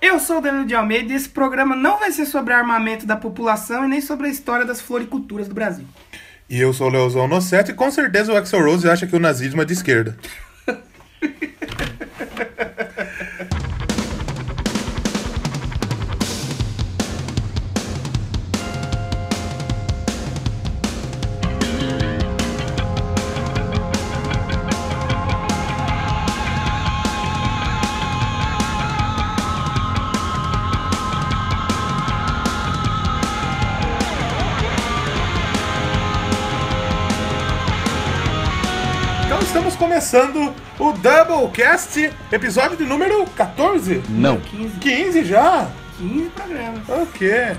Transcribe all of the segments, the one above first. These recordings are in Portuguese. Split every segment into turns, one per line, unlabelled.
Eu sou o Danilo de Almeida e esse programa não vai ser sobre armamento da população e nem sobre a história das floriculturas do Brasil.
E eu sou o Leozão Nocete e com certeza o Axel Rose acha que o nazismo é de esquerda. Então estamos começando o Doublecast, episódio de número 14?
Não.
15,
15 já?
15 programas.
O quê?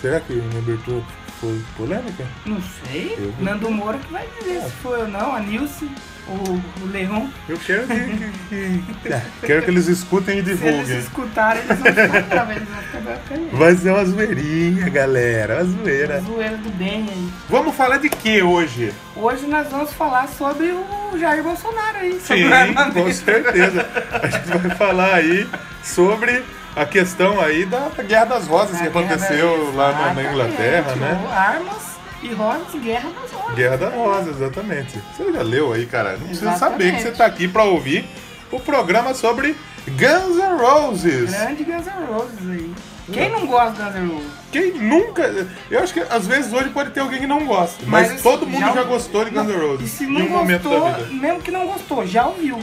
Será que minha abertura foi polêmica?
Não sei.
Eu-
Nando Moura que vai dizer se foi ou não, a Nilce, o, o Leon.
Eu quero que, que- que- Ah, quero que eles escutem e
Se eles
divulguem.
escutarem, eles vão ficar bravos, eles vão ficar bravos com a gente.
Vai ser uma zoeirinha, galera. Uma zoeira.
Zoeira do bem aí.
Vamos falar de que hoje?
Hoje nós vamos falar sobre o Jair Bolsonaro aí. sobre
Sim,
o armamento.
com certeza. A gente vai falar aí sobre a questão aí da Guerra das Rosas que
A guerra
aconteceu
das-
lá na- na
Exatamente,
Inglaterra, né?
Armas e rosas, guerra das rosas.
Guerra da Rosa, exatamente. Você já leu aí, cara? Não precisa
Exatamente.
saber que você tá aqui pra ouvir o programa sobre Guns N' Roses.
Grande Guns N' Roses aí.
Hum.
Quem não gosta de Guns N' Roses?
Quem nunca. Eu acho que às vezes hoje pode ter alguém que não gosta. Mas,
Mas
todo mundo
já-
já, gostou de Guns N'
E
Roses
se
em
não
um momento da
gostou,
vida.
mesmo que não gostou, já ouviu.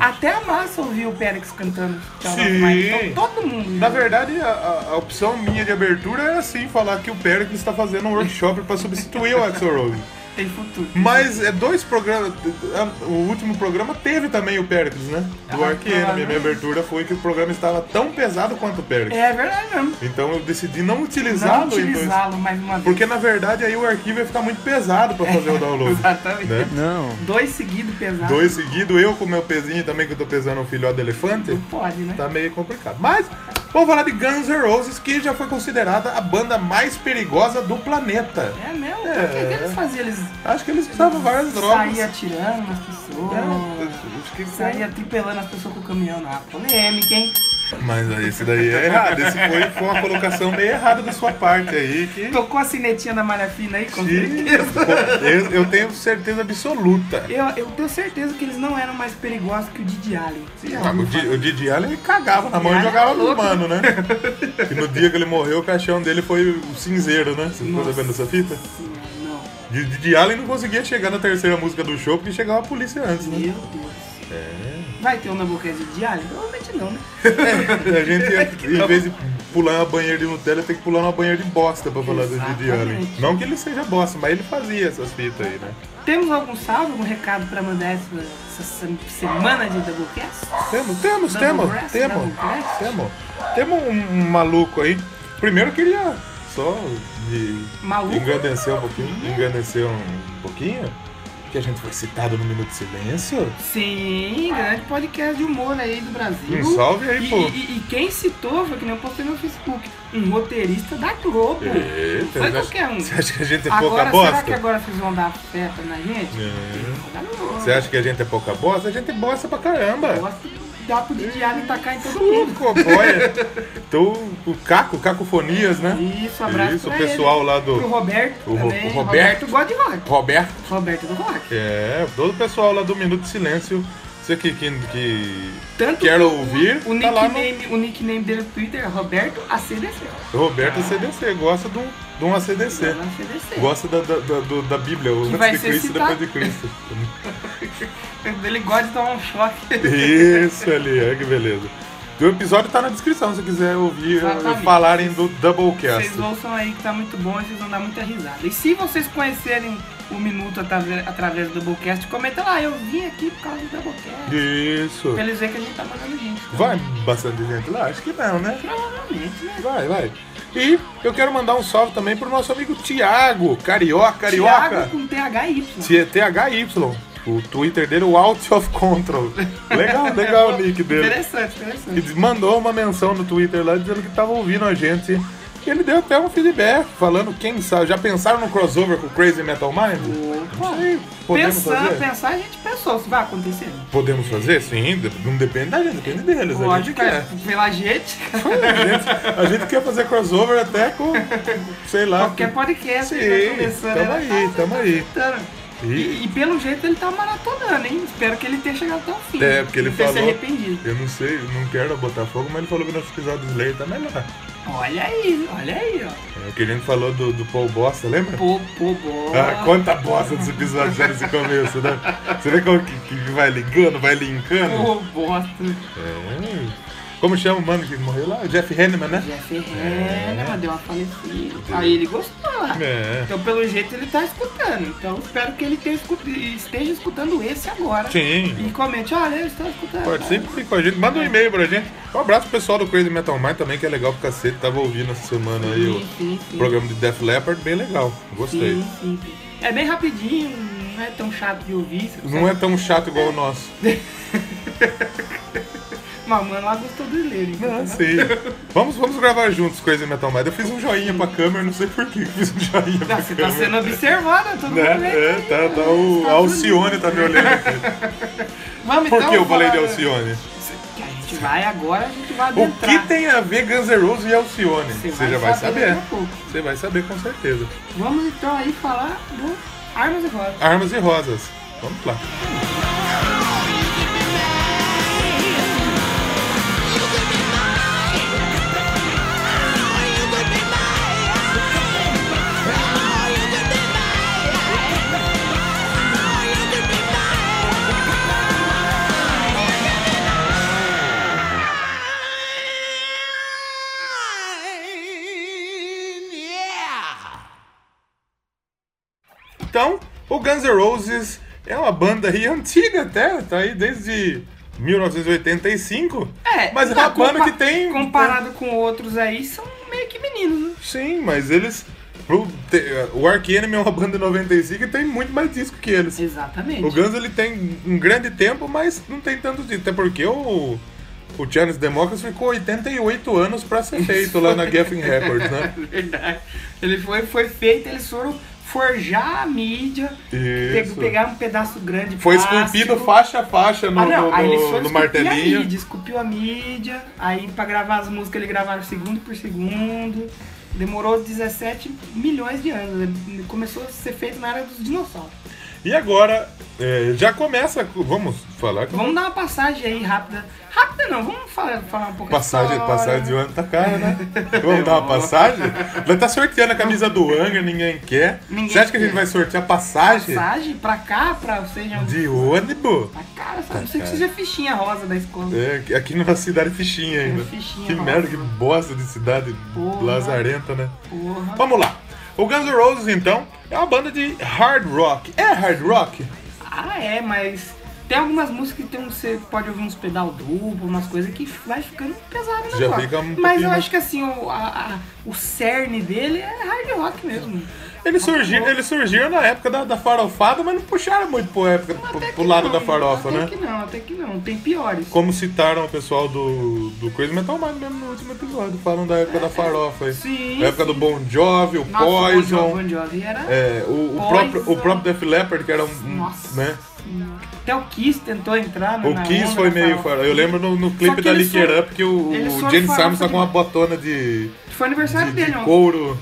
Até a massa ouviu o Pérez cantando. Tchau,
Sim.
Mike. Então, todo mundo.
Na
já.
verdade, a, a- a opção minha de abertura era assim, falar que o Pericles está fazendo um workshop para substituir o Axel Rose.
Tem futuro.
Mas é dois programas. a- O último programa teve também o Pericles, né? Do
Ah,
Arqueiro.
claro.
Minha, minha abertura foi que o programa estava tão pesado quanto o Pericles.
É verdade mesmo.
Então eu decidi não
Não
utilizá-lo em dois.
utilizá-lo mais uma vez.
Porque na verdade aí o arquivo ia ficar muito pesado para fazer o download.
Exatamente.
né?
Não.
Dois seguidos pesados.
Dois seguidos, eu com meu pezinho também, que eu tô pesando um filhote de elefante.
Não pode, né?
Tá meio complicado. Mas vamos falar de Guns N' Roses, que já foi considerada a banda mais perigosa do planeta.
É mesmo?
É.
O que, que eles faziam? Eles
Acho que eles usavam várias drogas.
saíam atirando nas pessoas.
É, acho que-
Saía tripelando as pessoas com o caminhão na polêmica, hein?
Mas aí, esse daí é errado. Esse foi, foi uma colocação meio errada da sua parte aí. Que...
Tocou a sinetinha da malha fina aí, com
Sim.
certeza.
Eu, eu tenho certeza absoluta.
Eu, eu tenho certeza que eles não eram mais perigosos que o Didi Allen. Você já
Ah,
ouviu
O Di- o Didi Allen ele cagava na mão e
Allen é
jogava no
louco.
mano, né? E no dia que ele morreu, o caixão dele foi o cinzeiro, né? Você ficou
Nossa.
sabendo dessa fita?
falar assim, ah, não.
E o Didi Allen não conseguia chegar na terceira música do show porque chegava a polícia antes, né?
Meu Deus.
É.
Vai ter um Nabucodonosor de Didi Allen? Provavelmente não, né?
A
É
gente, em vez de pular uma banheira de Nutella, tem que pular uma banheira de bosta pra falar do Didi Allen.
Exatamente.
Não que ele seja bosta, mas ele fazia essas fitas aí, né?
Temos algum salve, algum recado pra mandar essa, essa se- semana de Doublecast?
Temos, temos,
Double
temos,
breast,
temos,
double breast.
temos. Temos um, um maluco aí. Primeiro eu queria só de
Maluco?
engrandecer um pouquinho, engrandecer um pouquinho, que a gente foi citado no Minuto de Silêncio.
Sim, grande podcast de humor aí do Brasil.
Um salve aí,
E-
pô.
E, e quem citou, foi que nem eu postei no Facebook, um roteirista da Globo.
Eita,
Foi
você acha-
qualquer um.
Você acha que a gente é pouca
Agora, será
bosta?
que agora vocês vão dar feta na gente?
É.
Vou dar no-
Você acha que a gente é pouca bosta? A gente é bosta pra caramba.
Gosto de dar pro Diário tacar em todo mundo.
Louco, boia. Então, o Caco, Cacofonias, né?
Isso, Um abraço
Isso, o
pra
pessoal
ele.
lá
Pro
do
Roberto
o Ro-
também.
o Roberto.
gosta de rock.
Roberto.
Roberto do rock.
É, todo o pessoal lá do Minuto de Silêncio, você que, que, que
Tanto
quer
que o-
ouvir,
O,
tá lá no
nickname, o nickname dele no Twitter é Roberto ACDC.
Roberto CDC, gosta de um, de um ACDC.
Roberto ACDC.
Gosta da, da, da, do- da Bíblia, o
Que vai
antes de
ser
Cristo e
citado.
depois de Cristo.
Ele gosta de tomar um choque.
Isso ali, olha que beleza. E O episódio tá na descrição, se quiser ouvir eh,
Exatamente.
falarem do Doublecast.
Vocês ouçam aí que tá muito bom e vocês vão dar muita risada. E se vocês conhecerem o Minuto através, através do Doublecast, comenta lá, eu vim aqui por causa do Doublecast.
Isso.
Pra eles verem que a gente tá mandando gente.
Vai bastante gente lá? Acho que não, né?
Provavelmente, né?
Vai, vai. E eu quero mandar um salve também pro nosso amigo Tiago, carioca, carioca.
Thiago com THY.
T- THY. O Twitter dele, o Out of Control. Legal, legal o nick dele.
Interessante, interessante.
E mandou uma menção no Twitter lá dizendo que tava ouvindo a gente Ele deu até um feedback falando, quem sabe, já pensaram no crossover com o Crazy Metal Mind?
Opa.
Sim, podemos
Pensar,
fazer?
pensar, a gente pensou se vai acontecer.
Podemos fazer? Sim, não depende da gente, depende deles. a gente
Lógico, é.
quer.
pela gente,
A gente- a gente quer fazer crossover até com, sei lá.
qualquer podcast
Sim,
que tá começando.
tamo
ele tá
aí, tamo aí.
maratonando.
Ih,
E, e pelo jeito ele tá maratonando, hein? Espero que ele tenha chegado até o fim.
É, porque ele
Não tenha se
falou-
arrependido.
Eu não sei, eu não quero botar fogo, mas ele falou que nosso episódio do Slayer tá melhor.
Olha aí, olha aí, ó.
É, o que a gente falou do, do Paul Bosta, lembra?
Pô, pô, boa.
Ah, quanta bosta dos episódios já nesse começo, né? Você vê como que, que vai ligando, vai linkando?
Pô, bosta.
É. Como chama o mano que morreu lá? O Jeff Hanneman, né?
Jeff Hanneman deu uma falecida. Aí ele gostou lá.
É.
Então, pelo jeito, ele tá escutando. Então, espero que ele tenha escut- esteja escutando esse agora.
Sim.
E comente, olha, eu estou escutando.
Participe com a gente, manda um e-mail pra gente. Um abraço pro pessoal do Crazy Metal Mind também, que é legal pro cacete. Tava ouvindo essa semana aí
Sim,
o
sim, sim.
programa de Def Leppard, bem legal. Gostei.
Sim, sim, sim. É bem rapidinho, não é tão chato de ouvir. você
Não é tão chato igual o nosso.
Mamãe lá gostou do dele.
Não, sei. Vamos, vamos gravar juntos Crazy Metal Mind. Eu fiz um joinha pra câmera, não sei por que eu fiz um joinha pra
Você tá
câmera.
sendo um observada, todo mundo
Né?
vendo.
É, tá, tá o a Alcione tá me olhando aqui.
Vamos
Por
então
que eu falei de
falar-
Alcione?
Que a gente vai agora, a gente vai
O
adentrar.
que tem a ver Guns N' Roses e Alcione?
Você
Você
vai
já vai
saber né?
saber.
daqui a pouco.
Você vai saber com certeza.
Vamos então aí falar do Armas e Rodas.
Armas e Rosas. Vamos lá. Então, o Guns N' Roses é uma banda aí antiga até, tá aí desde 1985. mas é
tá,
uma banda
compa-
que tem.
Comparado com outros aí, são meio que meninos, né?
Sim, mas eles. pro- te- o Ark Enemy é uma banda de 95 e tem muito mais disco que eles.
Exatamente.
O Guns ele tem um grande tempo, mas não tem tanto disco. Até porque o, o Janis Democrats ficou 88 anos pra ser feito lá na Geffen Records, né?
É Verdade. Ele foi, foi feito, eles foram forjar a mídia,
Isso.
pe- pegar um pedaço grande
Foi
plástico.
esculpido faixa a faixa no,
tipo- ah, não.
no-
aí eles
no-
foram
no
esculpir a
martelinho.
mídia, esculpiu a mídia, aí pra gravar as músicas ele gravaram segundo por segundo. Demorou 17 milhões de anos. Ele Começou a ser feito na era dos dinossauros.
E agora, é, já começa. com- Vamos falar com
Vamos dar uma passagem aí rápida. Rápida não, vamos falar, falar um pouco da
Passagem,
história.
passagem de ano tá cara, né? Vamos dar uma passagem? Vai tá sorteando a camisa do Anger, ninguém quer.
Ninguém
Você acha que a gente
quer.
vai sortear passagem?
Passagem pra cá, pra seja.
De ônibus?
Pra cá, sabe? Não sei que seja fichinha rosa da escola.
É, aqui na nossa cidade é fichinha ainda.
É fichinha,
que
nossa.
merda, que bosta de cidade
Porra.
lazarenta, né?
Porra.
Vamos lá. O Guns N' Roses, então, é uma banda de hard rock. É hard rock?
Ah, é, mas tem algumas músicas que tem um, você pode ouvir uns pedal duplo, umas coisas que vai ficando pesado na
Já
voz.
fica um
Mas
pouquinho
eu
mais-
acho que assim, o, a- a- o cerne dele é hard rock mesmo.
Eles surgiram, eles surgiram na época da, da farofada, mas não puxaram muito pro, época, pro,
Até que
pro lado
não,
da farofa, né?
Até que não, até que não. Tem piores.
Como citaram o pessoal do, do Crazy Metal Mind mesmo no último episódio, falam da época da farofa aí.
Sim,
Da época do Bon Jovi, o
Nossa, o Bon Jovi,
Poison.
Bon Jovi era...
é, o, o
Poison.
próprio, o próprio Def Leppard, que era um. um,
Nossa. hum.
Né?
Até o Kiss tentou entrar na
O
na
Kiss
onda
foi
da
meio
farofa.
fora. Eu lembro no, no
Só
clipe
que
da
ele
Lick It
sou-
Up que o,
ele
o
sou
James
farofa
Armstrong tá com uma
demais.
botona de,
Foi aniversário
de,
dele,
de
ó.
couro.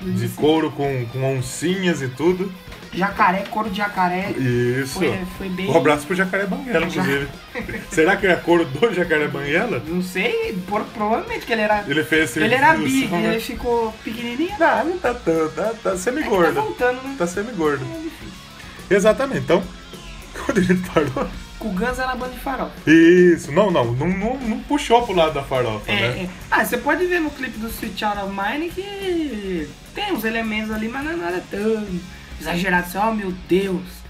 Ele
De couro com, com oncinhas e tudo.
Jacaré, couro de jacaré.
Isso.
Foi- foi bem-
Um abraço pro Jacaré Banguela,
Já-
inclusive. Será que era couro do Jacaré Banguela?
Não sei, por- provavelmente que ele era...
Ele fez esse.
Ele era big,
né?
ele ficou pequenininho.
Não, não tá tanto, tá, tá
Tá
semigordo.
voltando, né?
Tá semigordo. Exatamente, então. Quando ele parou.
Com o Guns era banda de farol.
Isso, não, não, não, não, não puxou pro lado da farofa,
É,
né?
é. Ah, você pode ver no clipe do Sweet Out of Mine que tem uns elementos ali, mas não é nada tão exagerado. Assim, oh meu Deus.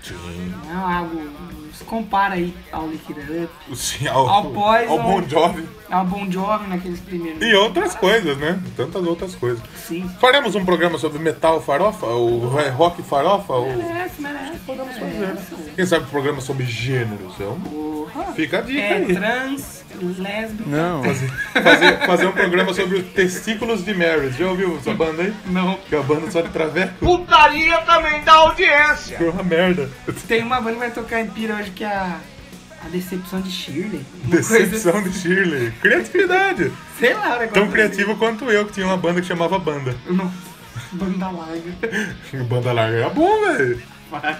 Não é algo. não Se compara aí ao Liquid Up,
Sim, ao,
Ao Poison.
ao Bon Jovi.
ao Bon Jovi naqueles primeiros.
E outras coisas, né? Tantas outras coisas.
Sim.
Faremos um programa sobre metal farofa? Ou é, rock farofa? Ou...
Merece, É, merece.
Podemos fazer, né? Quem sabe um programa sobre gêneros? É um-
Porra. Porra.
Fica a dica
É
aí.
trans, lésbica.
Não.
Fazer, fazer um programa sobre os testículos de Marys. Já ouviu essa banda aí?
Não.
Que é a banda só de traveco.
Putaria também dá audiência.
Foi uma merda.
Tem uma banda que vai tocar em pira hoje que é a, a Decepção de Shirley. Uma coisa-
Decepção de Shirley. Criatividade.
Sei lá, o negócio.
Tão
assim.
criativo quanto eu, que tinha uma banda que chamava Banda.
Nossa, banda larga.
Banda larga era bom, velho.
Vai.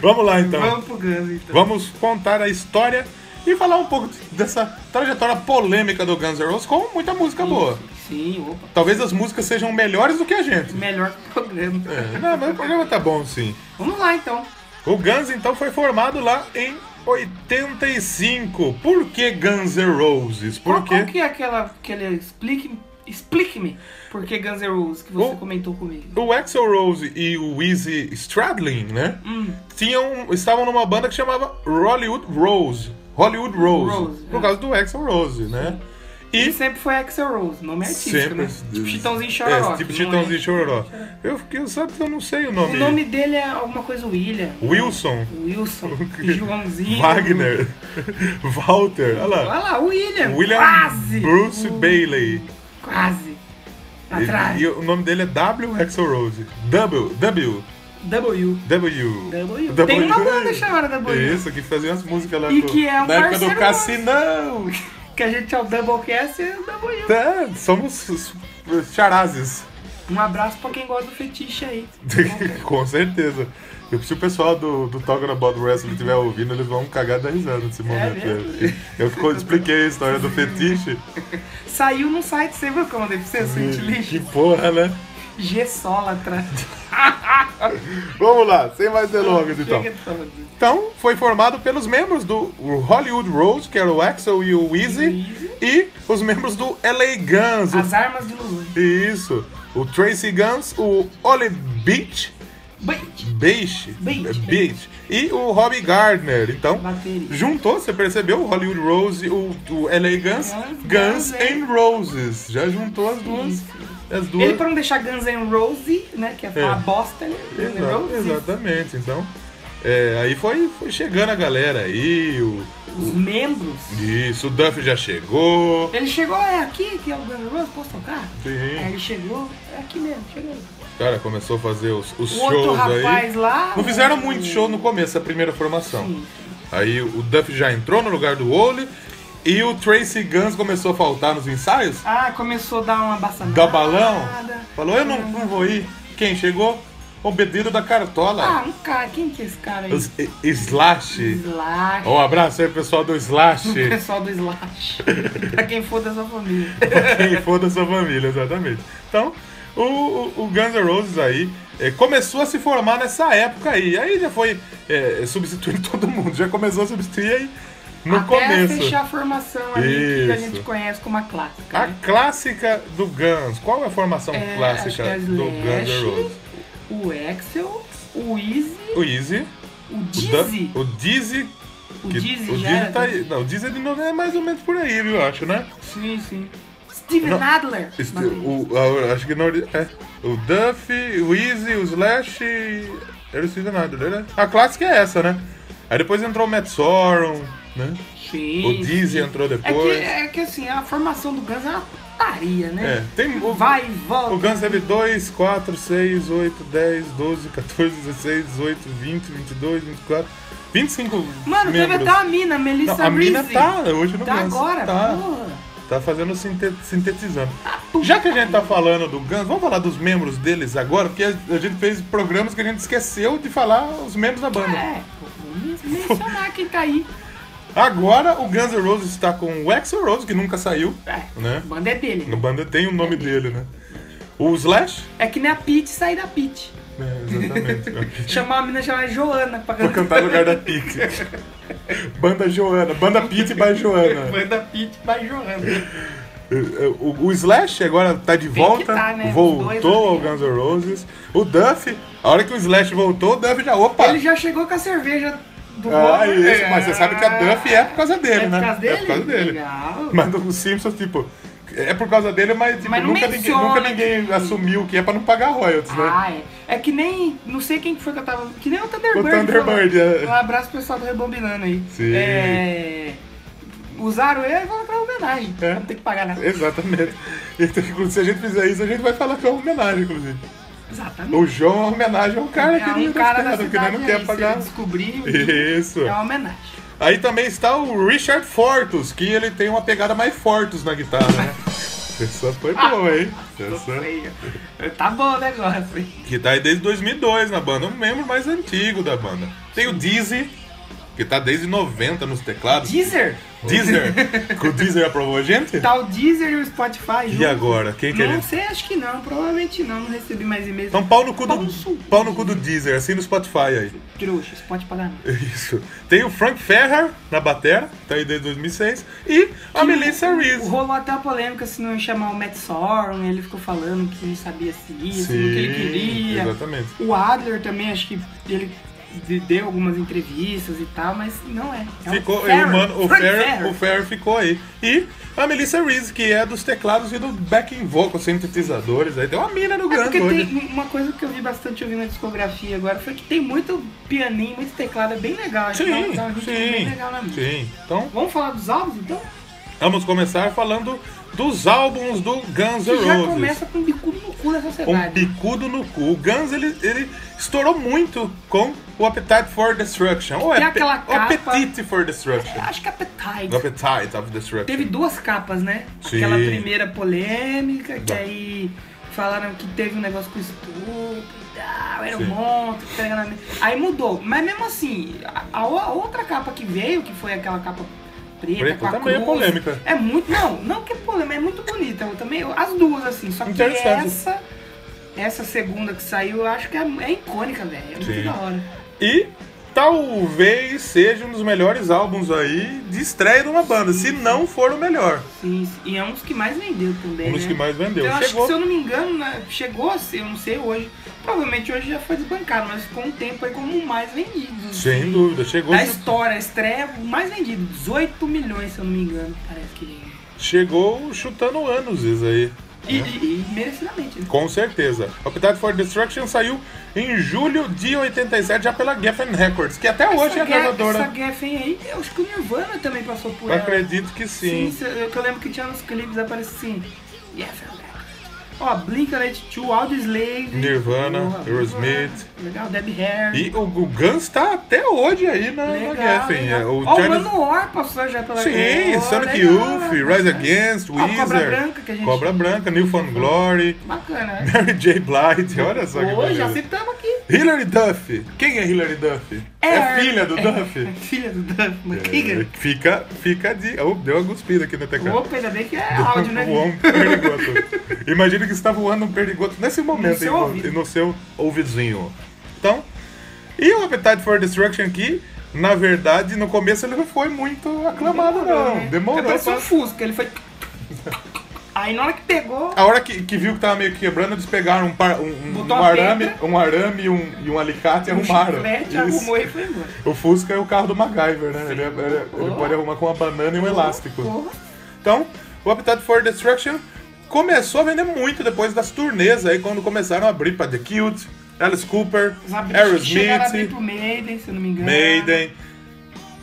Vamos lá então.
Vamos pro Guns então.
Vamos contar a história e falar um pouco dessa trajetória polêmica do Guns N' Roses com muita música boa.
Sim, opa.
Talvez as músicas sejam melhores do que a gente.
Melhor que o programa.
É, não, mas o programa tá bom sim.
Vamos lá então.
O Guns então foi formado lá em 85. Por que Guns N' Roses?
Qual,
Por
qual
quê?
que é aquela. aquele explique, explique-me por que Guns N' Roses que você
O-
comentou comigo.
O Axel Rose e o Easy Stradlin, né?
Hum,
Tinham, estavam numa banda que chamava Hollywood Rose. Hollywood Rose.
Rose,
por
é.
causa do Axel Rose, né?
e
E
sempre foi Axel Rose, nome artístico,
Sempre.
né? Tipo Chitãozinho e Chororó.
É, tipo
que não
Chitãozinho
é.
e Chororó. Eu fiquei, sabe que eu não sei o nome.
O nome dele é alguma coisa William.
Wilson,
Wilson, Joãozinho.
Wagner, Walter, olha
Olha
lá.
lá, William.
William
Quase.
Bruce
O-
Bailey.
Quase.
E,
Atrás.
e o nome dele é W. Axel Rose. W, W,
W.
W.
W. Tem uma banda chamada W.
Isso, que fazia umas músicas lá
E
com-
que é um
na época do
parceiro
Cassinão.
Que a gente é o Doublecast e o W.
Tá, somos os- os charazes.
Um abraço pra quem gosta do fetiche aí.
Com certeza. Eu- Se o pessoal do, do Talking About Wrestling estiver ouvindo, eles vão cagar da risada nesse momento.
É
né?
mesmo?
eu fico- expliquei a história do fetiche.
Saiu no site, você viu que eu mandei pra você, Sweet
Que
Lixo?
porra, né?
G sola atrás.
Vamos lá, sem mais delongas então.
Chega todo.
Então, foi formado pelos membros do Hollywood Rose, que era o Axel e o Weezy, e os membros do LA Guns. o-
As armas de Lulu.
Isso. O Tracy Guns, o Ole Beach,
Bait.
Beach, é,
Beach.
Beach e o Robbie Gardner. Então,
Bateria.
Juntou, você percebeu? O Hollywood Rose, o, o LA Guns, Guns
Guns
and Roses. Já juntou as duas. As duas.
Ele pra não deixar Guns N' Roses, né? Que é
É.
falar bosta, né? Guns N'
Exa-
Roses.
exatamente, então. é, aí foi, foi chegando a galera aí. O,
Os membros.
isso, o Duff já chegou.
Ele chegou, é aqui que é o Guns N' Roses, posso tocar? Aí
Sim.
ele chegou, é aqui mesmo, chegou.
O cara começou a fazer os, os
O outro
shows aí.
rapaz lá.
Não fizeram
o-
muito show no começo, a primeira formação.
Sim.
Aí o Duff já entrou no lugar do Ole. E o Tracy Guns começou a faltar nos ensaios.
Ah, começou a dar uma baçanada.
da balão, falou, eu não, não vou ir. Quem chegou? O Bedeiro da
Ah,
Cartola.
um cara, quem que é esse cara aí?
Os- e- Slash.
Slash.
Um abraço aí, pessoal do Slash.
O pessoal do Slash. pra quem for da sua família.
Quem for da sua família, exatamente. Então, o, o- o Guns N' Roses aí eh, começou a se formar nessa época aí. Aí já foi eh, substituindo todo mundo. Já começou a substituir aí no
Até
começo.
fechar a formação ali que a
Isso.
gente conhece como a clássica.
A
né?
clássica do Guns. Qual é a formação
É, acho
clássica
que é
do Guns N'
Slash,
Roses?
O Axel, o Easy,
O Easy.
o
O Dan-
Dizzy.
O Dizzy
O
Que-
Dizzy
o
já
Dizzy
era.
tá aí. Não, o Dizzy ele não é mais ou menos por aí, viu? Eu acho, né?
Sim, sim. Steven
Não.
Adler.
Este-
Mas-
o, a- acho que não. É. O Duff, o Easy, o Slash. e- Era o Steven Adler, né? A clássica é essa, né? Aí depois entrou o Matt Sorum, né?
Sim,
O Dizzy
sim.
entrou
É que,
depois.
é que assim, a formação do Guns é uma putaria, né?
É, tem o,
Vai e volta.
o Guns teve 2, 4, 6, 8, 10, 12, 14, 16, 18, 20, 22, 24, 25
Mano, teve
membros.
até a mina,
Não,
Melissa
a mina
Breezy.
tá hoje no
Tá
Guns.
agora,
tá.
porra.
Tá fazendo sinte- sintetizando. Já que a gente tá falando do Guns, vamos falar dos membros deles agora, porque a a gente fez programas que a gente esqueceu de falar os membros da banda.
É, pô, vamos mencionar quem tá aí.
Agora o Guns N' Roses está com o Axl Rose, que nunca saiu,
É,
né?
a banda é dele.
Na banda tem o nome dele, né? O Slash?
É que nem a Pete sair da Pete.
É, exatamente.
Chamar a mina chamar Joana pra
Vou
cantar.
cantar no lugar da Pete. Banda Joana, Banda Pete by Joana.
Banda Pete vai Joana.
É, O, o Slash agora tá de
que
volta,
tá, né? Os dois
voltou ao
ali.
Guns N' Roses. O Duff, a hora que o Slash voltou, o Duff já, opa,
Ele já chegou com a cerveja do
Ah,
Bob, né?
isso, mas você sabe que a Duff é por causa dele,
É por
né?
causa dele?
É por causa dele.
Legal.
Mas os Simpsons, tipo, É por causa dele, mas, tipo,
Mas não
nunca, ninguém,
menciona
nunca ninguém
que-
assumiu que é pra não pagar royalties, né?
Ah, é. É que nem. Não sei quem que foi que eu tava. Que nem o Thunderbird.
O Thunderbird,
falou.
é.
Um abraço pro pessoal do Rebombinando aí.
Sim.
É, Usaram ele e falaram que era uma homenagem.
É.
Não tem que pagar né? nada.
Exatamente. Então, inclusive, se a gente fizer isso, a gente vai falar que é uma homenagem, inclusive.
Exatamente.
O João é uma homenagem ao cara que
é
nem
um cara da
que nem
cidade
não
aí,
quer
se
pagar.
ele descobrir,
Isso.
é uma homenagem.
Aí também está o Richard Fortus, que ele tem uma pegada mais Fortus na guitarra, né? Essa foi boa, hein? Essa...
Feio. Tá bom o negócio, hein?
Que tá aí desde 2002 na banda, um membro mais antigo da banda. Tem o Dizzy, que tá desde 90 nos teclados.
Deezer?
Deezer! Que o Deezer aprovou a gente?
Tá o Deezer e o Spotify
E
junto?
agora? Quem que é
Não
ele...
sei, acho que não. Provavelmente não. Não recebi mais e-mails.
Então pau no cu
Pau no cu.
do... Pau no cu do Deezer, assim no Spotify aí.
Trouxa, isso pode pagar não.
Isso. Tem o Frank Ferrer na batera, tá aí desde 2006. E a é Melissa Reese.
Rolou até uma polêmica se não ia chamar o Matt Sorum, ele ficou falando que não sabia se isso, o que ele queria.
Exatamente.
O Adler também, acho que ele de- deu algumas entrevistas e tal, mas não é. é
Ficou,
o Ferrer,
o, mano, o,
Frank
Ferrer,
Ferrer.
o Ferrer ficou aí. E a Melissa Reese, que é dos teclados e do backing vocal, sintetizadores. Aí tem uma mina no
É
grande
porque
hoje.
tem uma coisa que eu vi bastante ouvindo a discografia agora foi que tem muito pianinho, muito teclado, é bem legal. Acho que dá um- dá um
Sim,
ritmo bem legal na
sim,
música.
sim. Então,
Vamos falar dos álbuns então?
vamos começar falando dos álbuns do Guns N'
Que já
Roses.
começa com um bicudo no cu da sociedade.
Um bicudo no cu. O Guns, ele, ele estourou muito com o Appetite for Destruction. Ou
Tem
Ape-
aquela
o
capa-
Appetite for Destruction.
Acho que é Appetite.
O Appetite of Destruction.
Teve duas capas, né?
Sim.
Aquela primeira polêmica, que
Não.
aí falaram que teve um negócio com estupro e tal, era um
Sim.
monstro, que pega na me- Aí mudou. Mas mesmo assim, a, a o- a outra capa que veio, que foi aquela capa preta,
Preta,
com a
também é
cruz,
polêmica.
É muito. Não, não que é polêmica, é muito bonita. Eu também, eu- as duas, assim. Só que
Interessante.
essa. Essa segunda que saiu, eu acho que é, é icônica, velho. É muito
Sim.
da hora.
E talvez seja um dos melhores álbuns aí de estreia de uma banda, se não for o melhor.
Sim, sim. e é um dos que mais vendeu também.
Um dos
né?
que mais vendeu.
Eu acho que,
Chegou.
se eu não me engano, né, chegou a ser, eu não sei hoje. Provavelmente hoje já foi desbancado, mas ficou um tempo aí como o mais vendido.
Sem dúvida, chegou.
Da história, a estreia, o mais vendido. 18 milhões, se eu não me engano, parece que.
Chegou chutando anos isso aí.
E,
É?
e- e merecidamente, né?
Com certeza. Appetite for Destruction saiu em julho de 87 já pela Geffen Records, que até hoje é
Essa
a
Ge-
gravadora.
Essa Geffen aí, eu acho que o Nirvana também passou por
Eu
ela.
acredito que sim.
Sim, eu, que eu lembro que tinha nos clipes, aparecia assim. Geffen. Ó, Blink-182, Audioslave.
Nirvana,
Boa,
Aerosmith.
Legal, Debbie Harry.
E o, o Guns tá até hoje aí na, na Geffen. É,
O
O
Ó, o
Charles-
Mano War passou já pela
Sim,
Ó,
Sonic
legal,
Youth,
né?
Rise Against,
Ó,
Weezer,
Cobra Branca que a gente-
Cobra Branca, New Found Glory,
Bacana, né?
Mary J. Blight, olha só que
Hoje assim- já
beleza.
citamos aqui.
Hillary Duff. Quem é Hillary Duff? É,
a-
filha do
é- é
Duff?
filha do Duff,
É,
McKigan.
fica, fica de. Oh, deu uma cuspida aqui na tecla.
Opa, ainda bem que é áudio, né?
Voou um perdigoto. Imagina que está voando um perdigoto nesse momento
seu
hein,
ouvido.
no, no seu ouvidinho. Então, e o Appetite for Destruction aqui, na verdade, no começo ele não foi muito aclamado, não.
né?
Demorou.
Até Parecia
pra-
um Fusca, ele foi... Aí na hora que pegou...
A hora que, que viu que tava meio que quebrando, eles pegaram um, par- um- um-
Botou
um
uma
arame,
pedra.
um arame e um, e um alicate e
um
arrumaram.
chiclete,
Isso.
arrumou e foi embora.
O Fusca é o carro do MacGyver, né? Ele, é- ele é- ele
Oh.
pode arrumar com uma banana e um elástico.
Porra.
Então, o Appetite for Destruction começou a vender muito depois das turnês aí, quando começaram a abrir pra The Cute, Alice Cooper,
Os abri- Chegaram a abrir né?
Aerosmith,
pro Maiden, se eu não me engano.
Maiden.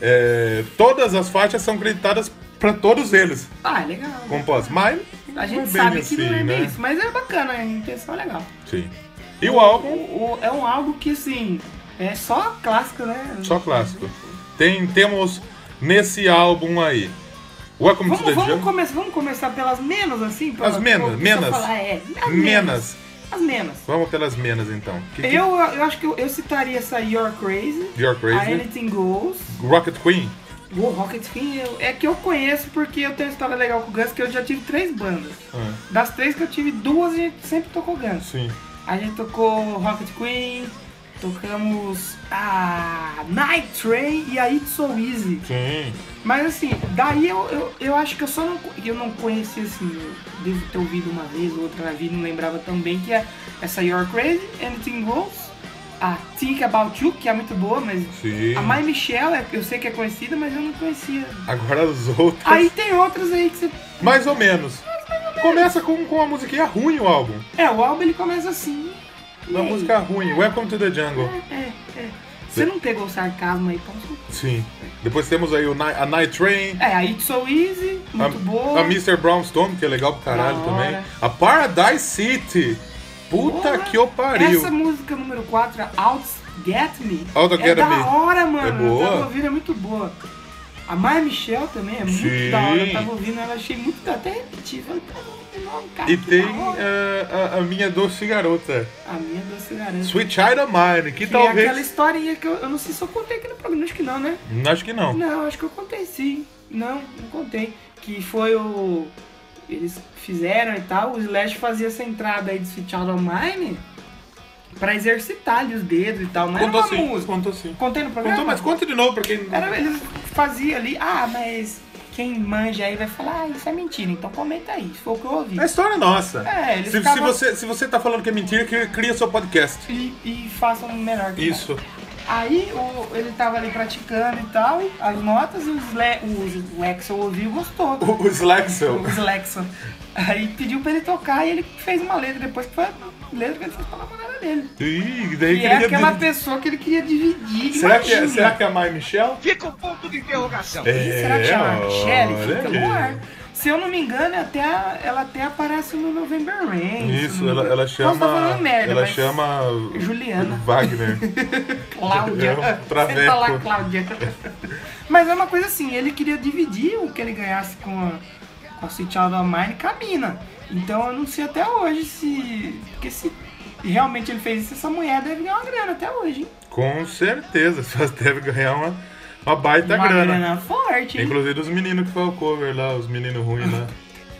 É, todas as faixas são creditadas pra todos eles,
Ah, é legal.
como pós. Mas
A gente
não é bem
sabe
assim,
que não é bem
né?
isso, mas é bacana, a intenção é legal.
Sim. E o álbum
O- o- é um álbum que, assim, é só clássico, né?
Só clássico. Tem, temos nesse álbum aí. Welcome
Vamos,
to the
vamos,
Jungle.
come- vamos começar pelas menos, assim? pra-
As menos,
pra- pra
menas.
falar, é, as menos.
Menas.
As menos.
Vamos pelas menas então. Que, que-
Eu, eu acho que eu, eu citaria essa Your Crazy,
You're
a
Crazy.
Anything Goes,
Rocket Queen.
o Rocket Finn, eu- é que eu conheço porque eu tenho uma história legal com o Guns, que eu já tive três bandas.
Ah,
Das três que eu tive, duas a gente sempre tocou Guns.
sim.
A gente tocou Rocket Queen, tocamos a Night Train e a It's So Easy.
Sim.
Mas assim, daí eu, eu, eu acho que eu só não, co- eu não conhecia assim, eu devo ter ouvido uma vez ou outra na vida, não lembrava tão bem que é essa You're Crazy, Anything Goes, a Think About You, que é muito boa, Ah, mas
Sim.
a My Michelle é- eu sei que é conhecida, mas eu não conhecia.
Agora as outras.
Aí tem outras aí que você.
Mais ou menos. Começa com, com uma musiquinha ruim o álbum.
É, o álbum ele começa assim.
Uma
E aí?
música ruim. Welcome to the Jungle.
É, é. Você não pegou o sarcasmo aí, Paulo?
Sim. Depois temos aí o Ni- a Night Train.
É, a It's So Easy,
A,
muito boa.
a Mr. Brownstone, que é legal pro caralho
Da
também.
hora.
A Paradise City. Puta
Porra.
que eu pariu.
Essa música número 4, Out Get Me,
Out
é
to Get
da
Me.
hora, mano.
É boa?
Eu tava ouvindo, é muito boa. A Maya Michelle também é muito
Sim.
da hora. Eu tava ouvindo, ela achei muito... Até repeti, falei, "Caralho, cara,
E
que tá?
tem
da hora."
ah, a, a minha doce garota.
A minha doce garanta.
Sweet Child of Mine, que,
Que é aquela
talvez.
historinha que eu, eu não sei se eu contei aqui no programa, acho que não, né?
Hum, Acho que não.
Não, acho que eu contei sim. Não, não contei. Que foi o. Eles fizeram e tal, o Slash fazia essa entrada aí de Sweet Child of Mine pra exercitar ali os dedos e tal. Não
Contou
era uma
sim.
música.
Contou sim.
Contei no programa?
assim. Contou, mas conta de novo, porque.
Era, eles faziam ali, ah, mas quem manja aí vai falar, ah, isso é mentira, então comenta aí, se foi o que eu ouvi.
É história nossa.
É, ele
se, se,
ficava-
você, se você tá falando que é mentira, cri- cria seu podcast.
E, e façam melhor que eu.
Isso.
Aí o- ele tava ali praticando e tal, as notas, e o, Sle o, o Exxon ouviu e gostou.
O, o Slaxel.
O Slexon. Aí pediu pra ele tocar e ele fez uma letra depois, que foi a letra que ele fez pra namorada dele.
Ih, daí
E é
queria-
aquela pessoa que ele queria dividir.
Será que, é,
imagina.
será que é a Mai Michel?
Fica o ponto de interrogação.
É,
Será que chama
olha
Michelle? Fica
aí.
no ar. Se eu não me engano, é até a- ela até aparece no November Rain. se
Isso,
não me
ela,
engano.
ela
Posso
chama.
tá falando merda,
ela
mas
chama.
Juliana.
Wagner.
Cláudia.
é um
Senta tá lá,
traveco.
Cláudia. Mas é uma coisa assim, ele queria dividir o que ele ganhasse com a, com a Sweet Child of Mine com a mina. Então eu não sei até hoje se. Porque se realmente ele fez isso, essa mulher deve ganhar uma grana até hoje, hein?
Com certeza, só deve ganhar uma, uma baita
uma
grana.
forte, hein?
Inclusive os meninos que foi o cover lá, os meninos ruins lá.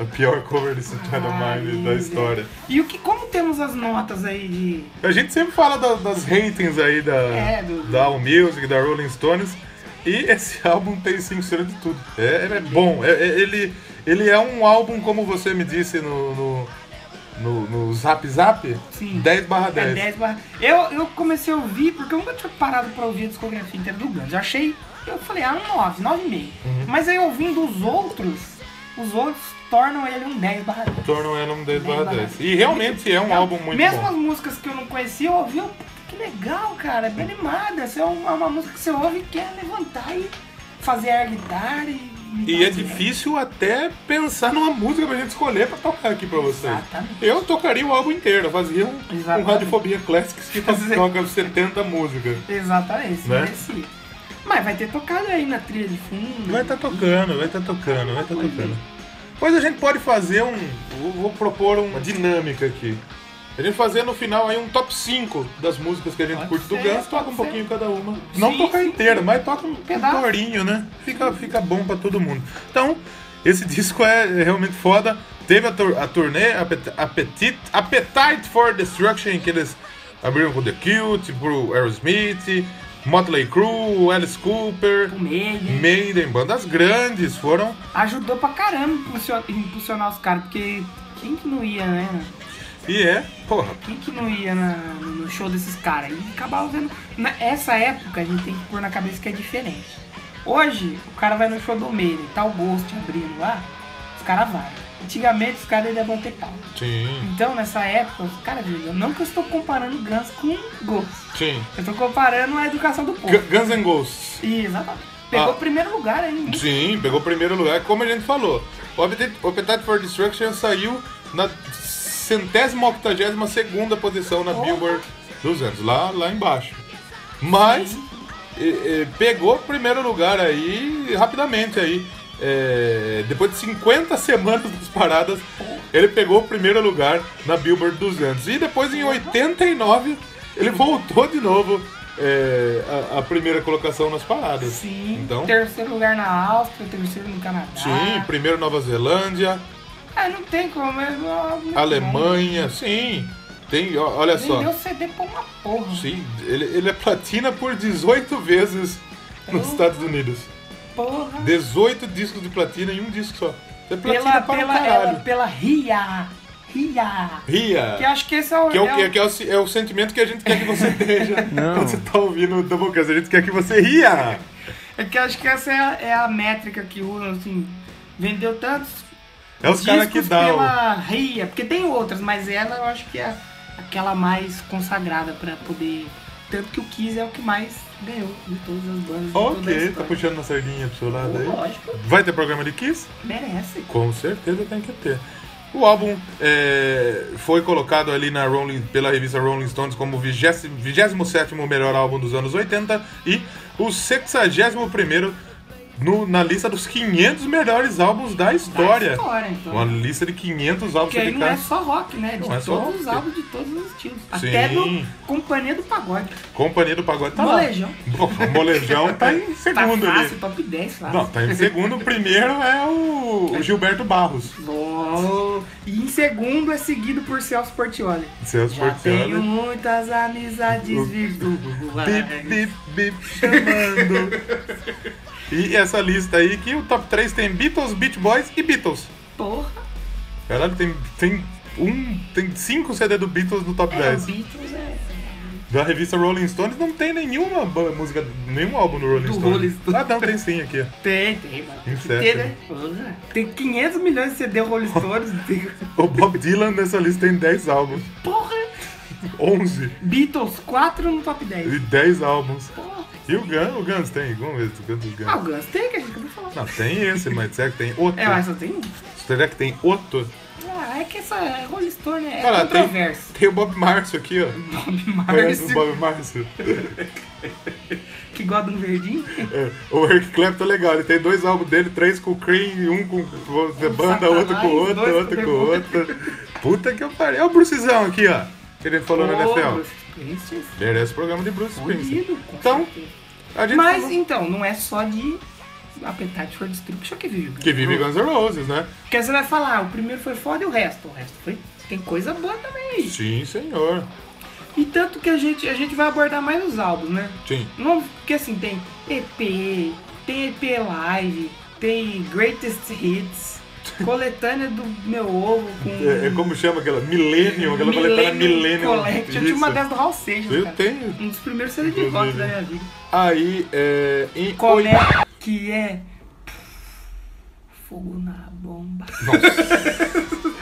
A pior cover de Citado
Ai,
Mind da história.
E o que, como temos as notas aí de.
A gente sempre fala da- das ratings aí da,
É, do-
da All Music, da Rolling Stones. E esse álbum tem 5 estrelas de tudo. É, ele é bom. É- é- ele, ele é um álbum, como você me disse no, no, no, no Zap Zap,
Sim.
10 barra
É
10.
10 barra. Eu, eu comecei a ouvir, porque eu nunca tinha parado pra ouvir a discografia inteira do Guns. Eu achei. Eu falei, ah, um 9, 9,5.
Uhum.
Mas aí ouvindo os outros, os outros tornam ele um 10 barra 10.
Tornam ela um 10 barra
10.
10. E realmente é um álbum muito
Então, Mesmo
bom.
as músicas que eu não conhecia, eu ouvi, eu, "Puta, que legal, cara, é bem animada. Isso é uma, uma música que você ouve e quer levantar e fazer a guitarra e. me
E é
fazer-
difícil até pensar numa música pra gente escolher pra tocar aqui pra vocês.
Exatamente.
Eu tocaria o álbum inteiro, eu fazia um, um
Exatamente.
Radiofobia Classics que
Fazer.
toca 70 músicas.
Exatamente,
Né?
mereci. Mas vai ter tocado aí na trilha de fundo.
Vai tá tocando, vai tá tocando, vai tá tocando. Pois a gente pode fazer um. eu Vou propor um- uma dinâmica aqui. A gente fazer no final aí um top 5 das músicas que a gente
Pode
curte do
ser,
Guns, toca
pode
um
ser.
pouquinho cada uma. Não
Sim,
toca
sim.
inteira, mas toca um
Pedaço.
torinho, né? Fica, fica bom pra todo mundo. Então, esse disco é é realmente foda. Teve a, tur- a turnê Apet- Appetite, Appetite for Destruction, que eles abriram com The Cute, pro Aerosmith, Motley Crue, Alice Cooper.
pro meio.
Maiden, bandas grandes, foram.
ajudou pra caramba impulsionar, impulsionar os caras, porque quem que não ia, né?
E é, porra,
Quem que não ia na- no show desses caras? E acabava vendo. Nessa época a gente tem que pôr na cabeça que é diferente. Hoje, o cara vai no show do meio, tá o Ghost abrindo lá, os caras vão. Antigamente os caras iam bater pau.
sim,
Então nessa época, os caras viram, não que eu estou comparando Guns com Ghost.
sim.
Eu tô comparando a educação do povo.
Gu- Guns N' Ghosts.
E, exatamente. Pegou
Ah.
o primeiro lugar ainda.
Sim, pegou o primeiro lugar, como a gente falou. O Appetite, o Appetite for Destruction saiu na centésima octagésima segunda posição na
Porra.
Billboard 200, lá, lá embaixo. Mas eh, eh, pegou o primeiro lugar aí rapidamente aí. Eh, depois de 50 semanas das paradas, ele pegou o primeiro lugar na Billboard 200. E depois em 89 ele voltou de novo eh, a, a primeira colocação nas paradas.
Sim.
Então,
Terceiro lugar na Áustria, terceiro no Canadá.
Sim, primeiro Nova Zelândia,
Ah, não tem como, é uma- muito
Alemanha, sim. Tem, ó, olha
bom. Vendeu
só.
CD pra uma porra.
Sim, ele, ele é platina por 18 vezes nos
Porra.
Estados Unidos.
Porra.
18 discos de platina em um disco só. É platina
Pela,
para o
pela, ela,
caralho.
pela Ria. Ria.
Ria.
Que eu acho que esse é o.
Que é o,
é o-
que, que é, o, se- é o sentimento que a gente quer que você esteja quando você tá ouvindo o Doublecast. A gente quer que você ria.
é que eu acho que essa é a, é a métrica que usam, assim. Vendeu tantos
É os caras que dão.
Pela Ria, porque tem outras, mas ela eu acho que é aquela mais consagrada pra poder. Tanto que o Kiss é o que mais ganhou de todas as bandas. de toda a
Ok,
história.
tá puxando uma sardinha pro seu lado aí.
Lógico,
Vai ter programa de Kiss?
merece.
Com certeza tem que ter. O álbum é, foi colocado ali na Rolling, pela revista Rolling Stones como o 27 melhor álbum dos anos 80 e o 61 no, na lista dos 500 melhores álbuns da
Da
história.
história, então.
Uma lista de 500 álbuns
Porque aí
que
não é só rock, né? De
Não é
todos
só
os
rock.
álbuns de todos os estilos.
Sim.
Até do Companhia do Pagode.
Companhia do Pagode tá lá.
Molejão.
Bom, O Molejão tá em segundo
tá fácil,
ali.
top 10, fácil.
Não, tá em segundo. O primeiro é o o Gilberto Barros.
Lol. E em segundo é seguido por Celso Portioli.
Seus
Já tenho
Portiolli.
muitas amizades
Bip,
virtuais.
bip, bip, chamando. e essa lista aí que o top 3 tem Beatles, Beach Boys e Beatles.
Porra,
Caralho, tem, tem um. Tem cinco CD do Beatles no top
é,
10.
o Beatles é...
Da revista Rolling Stones não tem nenhuma ba- música, nenhum álbum do Rolling
Do
Stones.
Rolling Stones.
Ah, não, tem sim aqui. ó.
Tem, tem, mano. Tem que
Inseto,
ter,
né?
né? Porra. Tem 500 milhões de CD Rolling Stones. tem-
O Bob Dylan nessa lista tem 10 álbuns.
Porra.
11
Beatles, 4 no top
e
10.
10 álbuns.
Porra.
E o Guns, o Guns tem, vamos ver, o Guns, o
Ah, o
Guns.
Guns tem, que a gente acabou de falar.
Não, tem esse, mas será que tem outro?
É, mas só tem um.
Será que tem outro?
Ah, é que essa é Rolling Stone é
Olha lá, tem-
controverso.
Tem o Bob Marcio aqui, ó.
Bob
Conhece o
Marley,
Bob Marcio?
que gosta de um verdinho.
É, o Eric Clapton é legal, ele tem dois álbuns dele, três com o Cream, um com o The Banda,
Satanás,
outro com o outro,
dois com
outro
The
com o outro. Puta que eu parei. Olha o Brucezão aqui, ó. Que ele falou na
Ô,
NFL.
Bruce Springsteen,
Merece o programa de Bruce Springsteen.
lindo, com
Então,
certeza.
A gente
Mas
falou
então, não é só de Appetite for Destruction que vive.
que vive Guns N' Roses, né?
Porque você vai falar, o primeiro foi foda e o resto. O resto foi. Tem coisa boa também aí.
Sim, senhor.
E tanto que a gente, a gente vai abordar mais os álbuns, né?
Sim.
Não, porque assim, tem EP, tem EP Live, tem Greatest Hits, coletânea do meu ovo com.
É, é como chama aquela? Millennium, aquela coletânea Millennium.
Collection. Eu tinha uma
"Tá Isso.
dessas do Hall Seixas,
Eu
cara.
tenho.
Um dos primeiros CD de rock
Inclusive.
da minha vida.
Aí, é. Em...
Qual
oit-
é que é? Fogo na bomba.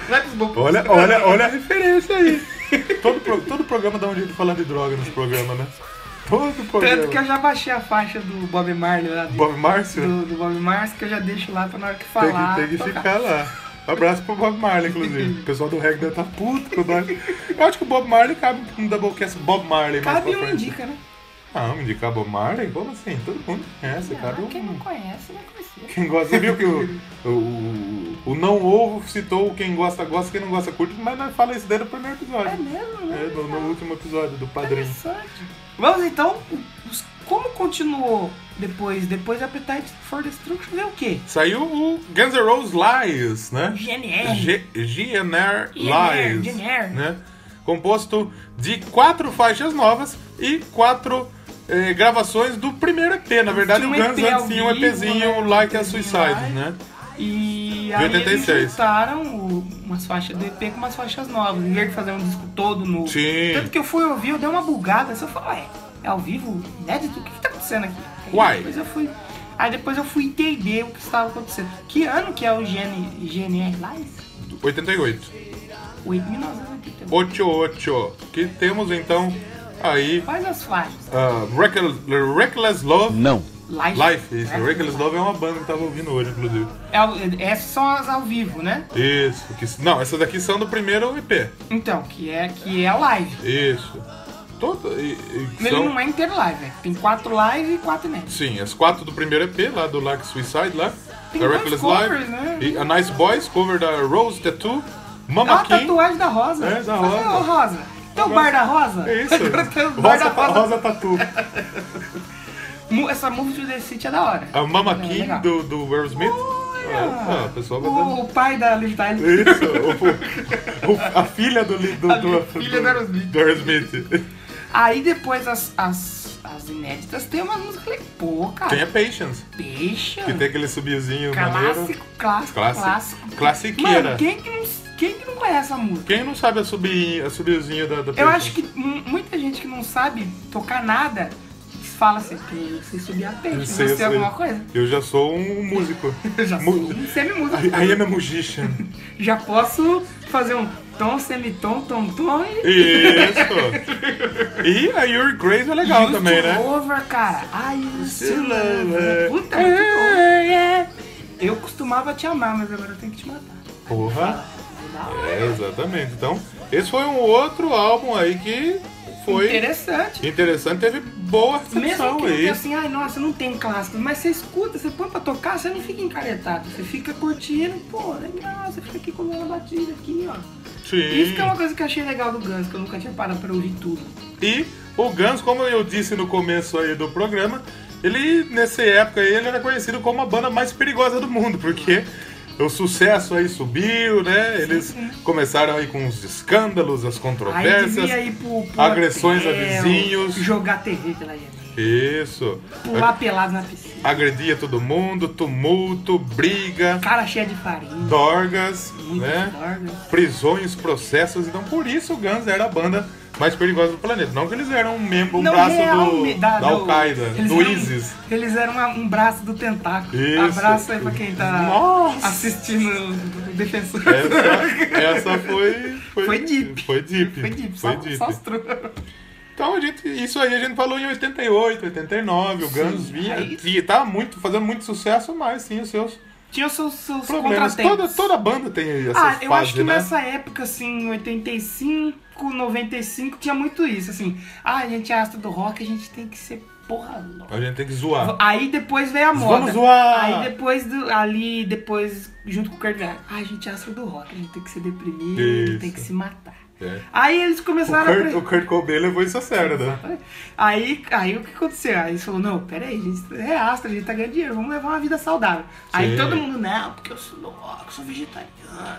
Vai pros bons.
Olha, olha, olha a referência aí. Todo, pro- todo programa dá um jeito de falar de droga nos programas, né? Todo programa.
Tanto que eu já baixei a faixa do Bob Marley lá de-
Bob Márcio
do, do Bob Marley, que eu já deixo lá pra na hora que
tem que,
falar.
tem que
tocar.
ficar lá. Abraço pro Bob Marley, inclusive. O pessoal do reggae deve tá puto com nós. Eu acho que o Bob Marley cabe um doublecast Bob Marley mais
Cabe
pra
um
frente.
indica, né?
Não, me indicar Bob Marley? Como assim? Todo mundo conhece, cabe
Ah, Quem não
um...
conhece, vai conhecer.
Quem gosta, você viu que o, o, o não ovo citou o quem gosta, gosta, quem não gosta, curte, mas nós fala isso desde o primeiro episódio.
É mesmo, né? Tá É
É, no, no último episódio do Padrinho.
Interessante. Vamos então, os- como continuou depois? Depois de Appetite for Destruction veio o quê?
Saiu o Guns N' Roses Lies, né?
GNR.
G- GNR
GNR,
Lies.
GNR.
Né? Composto de quatro faixas novas e quatro eh, gravações do primeiro EP. Na verdade, o
Tinha um
Guns
EP ao
antes tinha um
vivo,
EPzinho
né?
Like a
EPzinho
Suicide,
Like.
né?
E
De
aí eles
86.
juntaram o- umas faixas do EP com umas faixas novas, em vez de fazer um disco todo novo.
Sim.
Tanto que eu fui ouvir, eu dei uma bugada, assim, eu falei, ué, é ao vivo, inédito, o que que tá acontecendo aqui? Aí
Uai.
Depois eu fui, aí depois eu fui entender o que estava acontecendo. Que ano que é o GN, GNR Live?
88.
1988.
88. Que temos então aí
Quais as faixas?
ah, Reckless, Reckless Love.
Não.
Live.
Life, isso. Reckless Love é uma banda que eu tava ouvindo hoje, inclusive.
né? É, o- essas são as ao vivo, né?
Isso. que- não, essas daqui são do primeiro EP.
Então, que é, que é live.
Isso. Todo, e, e
Ele
são-
não é inteiro live, né? Tem quatro live e quatro inéditos.
Sim, as quatro do primeiro EP, lá do Like Suicide, lá.
Tem
da
dois
Reckless
covers,
Live.
né?
E a Nice Boys, cover da Rose Tattoo. Mama
Ah,
King.
tatuagem da Rosa.
É, da
Mas,
Rosa. Tá
ô, Rosa. Tem o bar da Rosa?
É isso.
Agora tem o bar
Rosa,
da Rosa.
Rosa Tattoo.
Mu- Essa música do The City é da hora.
A Mama
É,
King
legal.
do, do Aerosmith. Ah,
Olha!
ah, o pessoal vai
O,
dando.
o pai da Liv Tyler.
Isso, o- o- a filha do. li- do, do
filha do Aerosmith.
do Aerosmith.
Aí depois as, as, as inéditas tem umas músicas que, eu falei, pô, cara,
Tem a Patience,
deixa.
que tem aquele subiozinho maneiro.
Clássico, clássico,
Clássico.
clássico.
Classiqueira.
Mano, quem que, não, quem que não conhece a música?
Quem não sabe a, subi, a subiozinha da, da
Eu
Patience?
acho que mu- muita gente que não sabe tocar nada fala assim, porque eu sei subir a peixe,
Eu
você
sei, eu
tem alguma
sei.
coisa?
Eu já sou um músico.
Eu já sou
Mu-
um semi-músico.
I, I am a musician.
Já posso fazer um tom, semitom, tom, tom e...
Isso. E a Your Grace é legal
Used
também,
to
né?
Over, cara. Ai, used to
to love
love.
her.
Puta, muito bom.
é,
Eu costumava te amar, mas agora eu tenho que te matar.
Porra.
Da hora.
É, exatamente. Então, esse foi um outro álbum aí que foi
Interessante.
interessante, teve boa
Mesmo
recepção
que eu
aí.
tenha assim, ai, nossa, não tem clássico. Mas você escuta, você põe pra tocar, você não fica encaretado. Você fica curtindo, pô, legal. Você fica aqui com uma batida aqui, ó. Isso que é uma
Sim.
coisa que eu achei legal do Guns, que eu nunca tinha parado pra ouvir tudo.
E o Guns, como eu disse no começo aí do programa, ele, nessa época aí, ele era conhecido como a banda mais perigosa do mundo, porque o sucesso aí subiu, né? Eles começaram aí com os escândalos, as
Aí
controvérsias.
devia ir pro, pro
agressões a
hotel,
vizinhos.
Jogar TV pela janela.
Isso.
Pular pelado na piscina.
Agredia todo mundo, tumulto, briga,
Cara cheia de farinha.
dorgas,
Muitas
né?
drogas.
prisões, processos. Então, por isso o Guns era a banda mais perigosa do planeta. Não que eles eram um membro, um
Não,
braço
real,
do,
me- da-
da,
do-
Al-Qaeda,
eles
do
eram-
ISIS.
Eles eram uma- um braço do tentáculo.
Isso.
Abraço aí pra quem tá
Nossa. É,
assistindo o Defensor.
Essa, essa foi, foi.
Foi deep.
Foi deep.
Foi deep,
foi
só,
deep.
só os truques.
Então, a gente, isso aí a gente falou em 88, 89. O Guns vinha.
aí-
E tá muito, fazendo muito sucesso, mas sim os seus
Tinha os seus, seus
problemas.
contratempos.
Toda, toda banda tem essa
Ah,
fase,
eu acho que
né?
nessa época, assim, 85, 95, tinha muito isso, assim. Ah, a gente é astro do rock, a gente tem que ser porra louca.
A gente tem que zoar.
Aí depois veio a moda.
Vamos zoar!
Aí depois, do- ali, depois, junto com o Kurt Cobain, ah, a gente é astro do rock, a gente tem que ser deprimido,
Isso.
tem que se matar.
É.
Aí eles
O
começaram a...
Kurt,
pre-
o Kurt Cobain levou isso a sério, né?
Aí, aí o que aconteceu? Aí eles falaram, não, peraí, a gente é astro, a gente tá ganhando dinheiro, vamos levar uma vida saudável. Aí
Sim.
todo mundo, não, porque eu sou louco, sou vegetariano,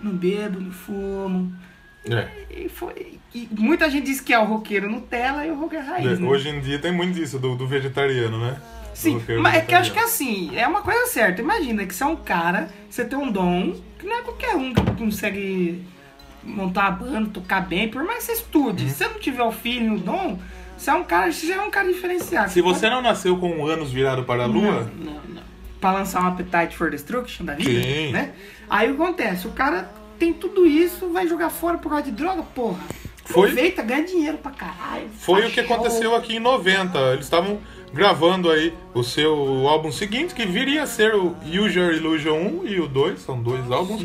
não bebo, não fumo.
É.
E foi. E muita gente diz que é o roqueiro Nutella e o roqueiro raiz.
É,
né?
Hoje em dia tem muito disso, do, do vegetariano, né?
Sim,
Do que-
mas é que eu acho que assim, é uma coisa certa. Imagina que você é um cara, você tem um dom, que não é qualquer um que consegue montar a banda, tocar bem, por mais que você
Uhum.
estude. Se você não tiver o filho e o dom, você é um cara, você já é um cara diferenciado.
Se você não nasceu com anos virado para a lua,
Não, não. Pra lançar um Appetite for Destruction da vida,
Sim.
né? Aí o que acontece? O cara tem tudo isso, vai jogar fora por causa de droga, porra.
Foi-
Aproveita, ganha dinheiro pra caralho.
foi
faz
o que
show.
aconteceu aqui em 90. Eles estavam gravando aí o seu álbum seguinte, que viria a ser o Use Your Illusion 1 e o 2, são dois álbuns.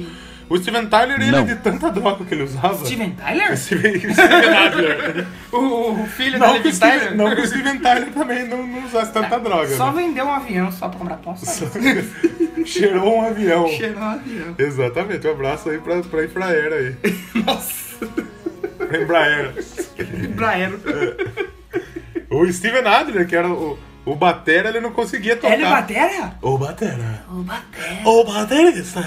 O Steven Tyler, ele
Não.
de tanta droga que ele usava.
Steven Tyler?
Steven, Steven Tyler.
O, o filho da
não, que o
Liv
Steven,
Tyler?
não que o Steven Tyler também não, não usasse tanta droga.
Só
né?
vendeu um avião só pra comprar pão. Só
Cheirou um avião.
cheirou um avião.
Exatamente, um abraço aí pra, pra Infraera aí.
Nossa,
Pra Embraer.
Braero.
O Steven Adler, que era o, o Batera, ele não conseguia tocar.
Ele é batera?
O Batera.
O batera.
O Baterista.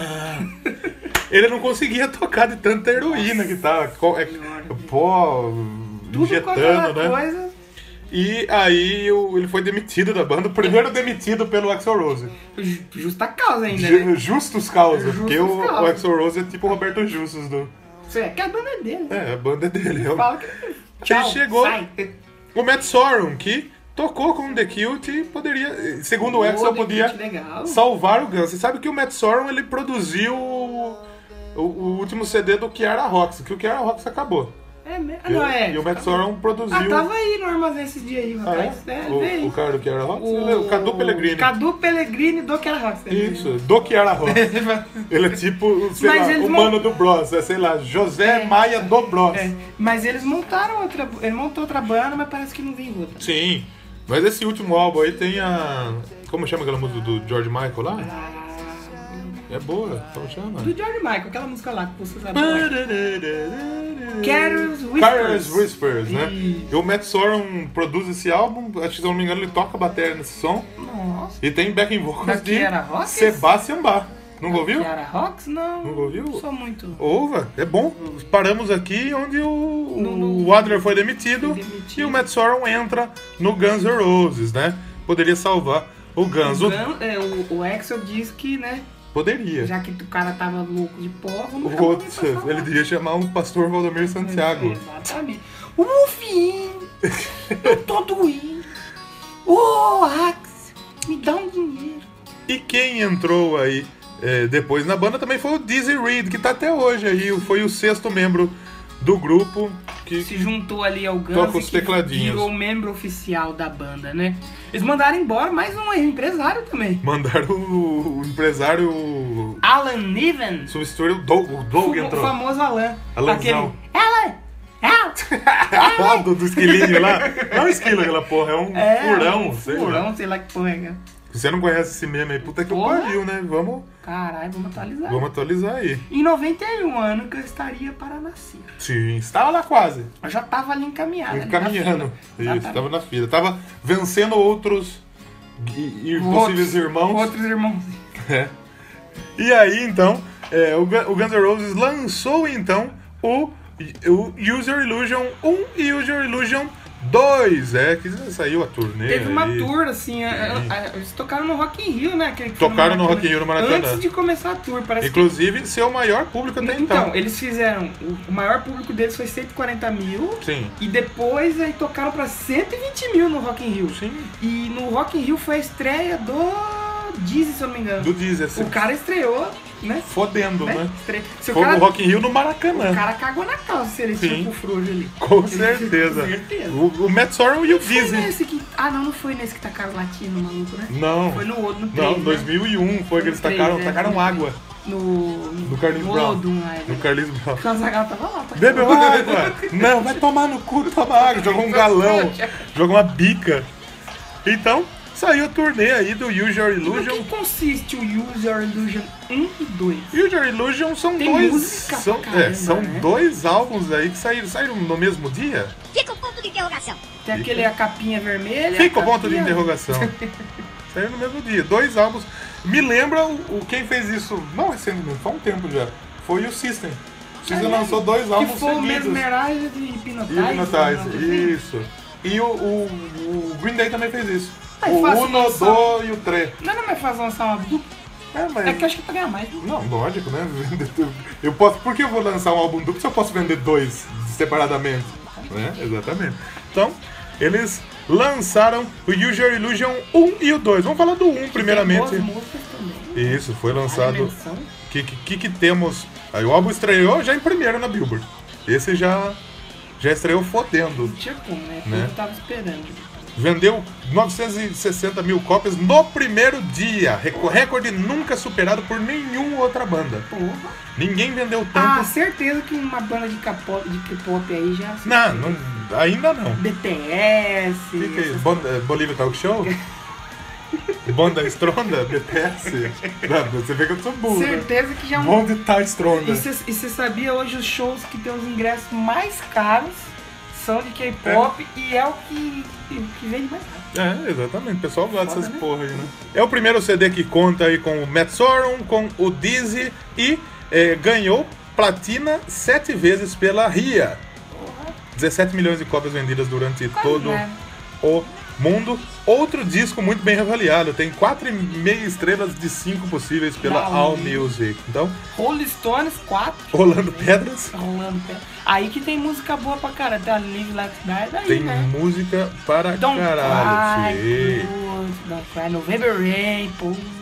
ele não conseguia tocar de tanta heroína que tava. Co- é-
Senhora.
pó
Tudo quanto era
injetando, né?
coisa.
E aí o- ele foi demitido da banda, o
É.
primeiro demitido pelo Axel Rose.
ju- Justa causa ainda, né?
Ju- Justus causa,
Justus
porque o,
causa.
o Axel Rose é tipo o Roberto Justus do.
Você é que a banda é dele. né?
É, a banda é dele. é o-
Fala que. Tchau,
chegou-
sai.
O Matt Sorum, que tocou com The Cute e poderia, segundo o Axel,
Pô,
podia
que Legal.
salvar o Guns. Você sabe que o Matt Sorum, ele produziu o, o- o último CD do Kiara Rocks, que o Kiara Rocks acabou.
É mesmo. Ah,
E-
não, é.
e o Matt Sorum produziu...
Ah, tava aí no armazém esses dias aí,
Ah,
rapaz.
é?
É,
o,
veio.
o cara do Kiara Rocks? ele é O Cadu Pellegrini.
Cadu Pellegrini do Kera Rock.
Isso, do Kiara Rocks. ele é tipo, sei
Mas
lá,
eles
o
mon-
mano do Bros. É, sei lá, José
É.
Maia do Bros.
É, mas eles montaram outra. Ele montou outra banda, mas parece que não vem outra.
Sim, mas esse último álbum aí tem a... Como chama aquela música do George Michael lá?
Ah,
É boa, como chama?
Do George Michael, aquela música lá que vocês
Ah,
adoram. Carol's
Carol's
Whispers.
Carol's Whispers, né?
Sim.
E o Matt Sorum produz esse álbum, acho que se eu não me engano ele toca bateria nesse som.
Nossa.
E tem backing vocals
Da
de
Kiara Rocks?
Sebastian Bach. Nunca ouviu?
Kiara Rocks? Não.
Nunca ouviu?
Não sou muito.
Ouva, é bom. Paramos aqui onde o,
No- no-
o Adler foi demitido,
Foi demitido.
e o Matt Sorum entra no Guns N' Roses, né? Poderia salvar o Guns. O-
Gun- é, o, o Axel diz que, né?
Poderia.
Já que o cara tava louco de porra, vamos
O
chamar
outro,
alguém pra falar.
ele devia chamar um pastor Valdomiro Santiago.
Exatamente. O Wolfinho! Eu tô doente! Ô, Axe, me dá um dinheiro.
E quem entrou aí é, depois na banda também foi o Dizzy Reed, que tá até hoje aí, foi o sexto membro do grupo que
Se juntou ali ao Guns
Toca
e
os
que
tecladinhos.
virou membro oficial da banda, né? Eles mandaram embora mais um empresário também.
mandaram o, o empresário. o-
Alan Niven.
Substituir o Doug, o Doug
O
entrou.
famoso Alan. Aquele.
Alanzão.
Alan! Alan!
Ah, do, do esquilinho lá. Não é um esquilo aquela porra, é um furão.
um
sei lá.
furão, sei lá que porra é.
Se Você não conhece esse meme aí, puta que o
Porra.
pariu, né? Vamos,
Caralho, vamos atualizar.
vamos atualizar aí.
Em 91 ano que eu estaria para nascer.
Sim, estava lá quase.
Eu já tava ali encaminhado. né? ali na
Caminhando.
fila. Exatamente.
Isso, tava na fila. Tava vencendo outros i- i-
Outros-
possíveis irmãos.
Outros irmãos.
É. E aí, então, é, o, Gu- o Guns N' Roses lançou, então, o, o User Illusion 1 e User Illusion 2. É, que saiu a turnê.
Teve uma
aí.
tour, assim, a- a- a- eles tocaram no Rock in Rio, né? aquele que foi
Tocaram no
Maracanã.
Rock in Rio, no Maracanã.
Antes de começar a tour, parece
Inclusive, ser o maior público
que...
até
Então,
então.
eles fizeram... o- O maior público deles foi 140 mil.
Sim.
E depois aí tocaram pra 120 mil no Rock in Rio.
Sim.
E no Rock in Rio foi a estreia do Dizzy, se eu não me engano.
Do Deezer. assim,
O cara estreou, né?
Fodendo,
né?
né?
Estre- Se o
Foi
cara,
no Rock in Rio no Maracanã.
o cara cagou na calça se ele
Sim.
tinha pro Frojo ali.
Com
Ele- tipo,
certeza.
Com certeza.
O, o Matt Sorum e o
Foi
Dizzy.
nesse que... Ah, não, não foi nesse que tacaram o latino, maluco, né?
Não.
Foi no outro, no três,
Não,
né?
2001 foi que eles
Três,
tacaram,
né?
tacaram água
No...
do Carlinhos
no
Brown.
Odum, lá, é
Do
verdade.
Carlinhos Brown.
Porque o Azaghal tava lá. Tá
Bebeu água! Não, vai tomar no cu, toma água. Jogou um galão, jogou uma bica. Então, saiu a turnê aí do Use Your
No que
Illusion.
consiste o User Illusion 1 e 2?
Use Your Illusion são
Tem
dois.
música pra
São, é,
caramba,
são
né?
dois álbuns aí que saíram, saíram no mesmo dia.
Fica o ponto de interrogação.
Tem aquele a capinha vermelha.
Fica
a
o ponto de
capinha-
interrogação. Saiu no mesmo dia, dois álbuns. Me lembra o, o- quem fez isso, não recentemente, foi há um tempo já. Foi o System. O System lançou dois álbuns
Que foi o
seguidos.
Mesmerize de Hypnotize.
E o Hypnotize,
né?
isso. E o, o- o Green Day também fez isso.
Mas
o
fácil
Uno,
lançar.
Do e o Tre.
Não era mais fácil lançar uma dupla?
É, mas...
É que eu acho que é pra ganhar mais. né?
Não, lógico, né? Eu posso... Por que eu vou lançar um álbum duplo se eu posso vender dois separadamente? Né? Exatamente. Então, eles lançaram o Use Your Illusion 1 e o 2. Vamos falar do 1 primeiramente.
Tem boas músicas também.
Isso, foi
Vale a
lançado.
menção.
O que, que, que temos? Aí o álbum estreou já em primeiro na Billboard. Esse já, já estreou fodendo.
Não tinha como, né?
Né?
Eu tava esperando.
Vendeu 960 mil cópias no primeiro dia. Reco- Recorde nunca superado por nenhuma outra banda.
Porra.
Ninguém vendeu
Ah,
tanto.
certeza que uma banda de K-pop de K-pop aí já.
não, não- ainda não.
BTS.
O que que é isso?
essas-
Banda- eh, Bolívia Talk Show? Banda Estronda? BTS? Não, você vê que eu sou burro. né?
Certeza que já é um
Bom de tá Estronda.
E você sabia hoje os shows que tem os ingressos mais caros são de K-pop e é o que, o que vende mais caro.
É, exatamente. O pessoal gosta dessas
Foda, né?
porra aí, né? É o primeiro CD que conta aí com o Matt Sorum, com o Dizzy e eh, ganhou platina sete vezes pela RIA. 17 milhões de cópias vendidas durante todo
né?
o mundo. Outro disco muito bem avaliado, tem 4,5 estrelas de 5 possíveis pela
Da
All
onde?
Music. Então,
Rolling Stones 4.
Rolando Pedras
Rolando pé. Aí que tem música boa pra cara. Tem a Live Like Die daí,
tem
né?
música para
Don't
caralho.
Cry,
fi.
putz, Don't Cry, November Rain, puta.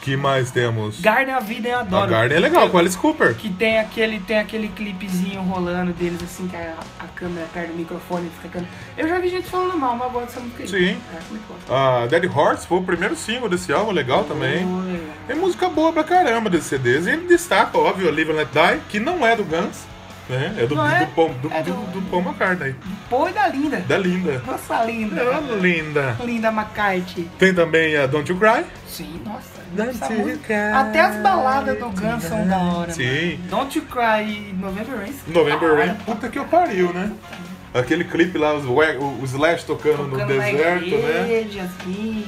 que mais temos?
Garden of Eden eu
A
adoro.
Garden é legal, com Alice Cooper.
Que tem aquele, tem aquele clipezinho rolando deles, assim, que a, a câmera perde o microfone e fica cantando. Eu já vi gente falando mal, mas eu gosto dessa música aí.
Sim.
Eu acho muito boa.
A Dead Horse foi o primeiro single desse álbum, legal também.
Olha.
Tem música boa pra caramba desses CDs. E ele destaca, óbvio, a Live and Let Die, que não é do Guns, né? É do,
Não é?
do, Paul- do,
É
do-
do-
do Paul McCartney,
Pô, e da linda.
da Linda.
Nossa, linda.
Oh, linda.
Linda McCarthy.
Tem também a Don't You Cry.
Sim, nossa.
Don't
essa
you
música-
cry,
Até as baladas do Guns são da hora.
Sim.
Mano. Don't You Cry e November Rain. são da
November
hora.
Rain, puta que eu pariu, né? Aquele clipe lá, os we- o, o Slash tocando, no
Tocando na
deserto, né?
igreja, assim.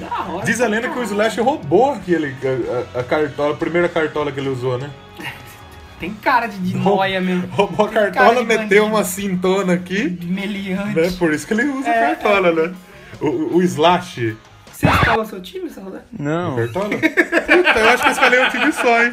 Da hora.
Diz a lenda que o Slash roubou aquele, a, a- a cartola, a primeira cartola que ele usou, né?
Tem cara de, de noia mesmo.
Roubou a
Tem cara
cartola,
de
meteu
bandido.
uma cintona aqui,
De meliante.
né? Por isso que ele usa
É,
cartola, né? O, o Slash.
Você escalou seu time, Salvador?
Cartola? Puta, eu acho que eu escalei um time só, hein?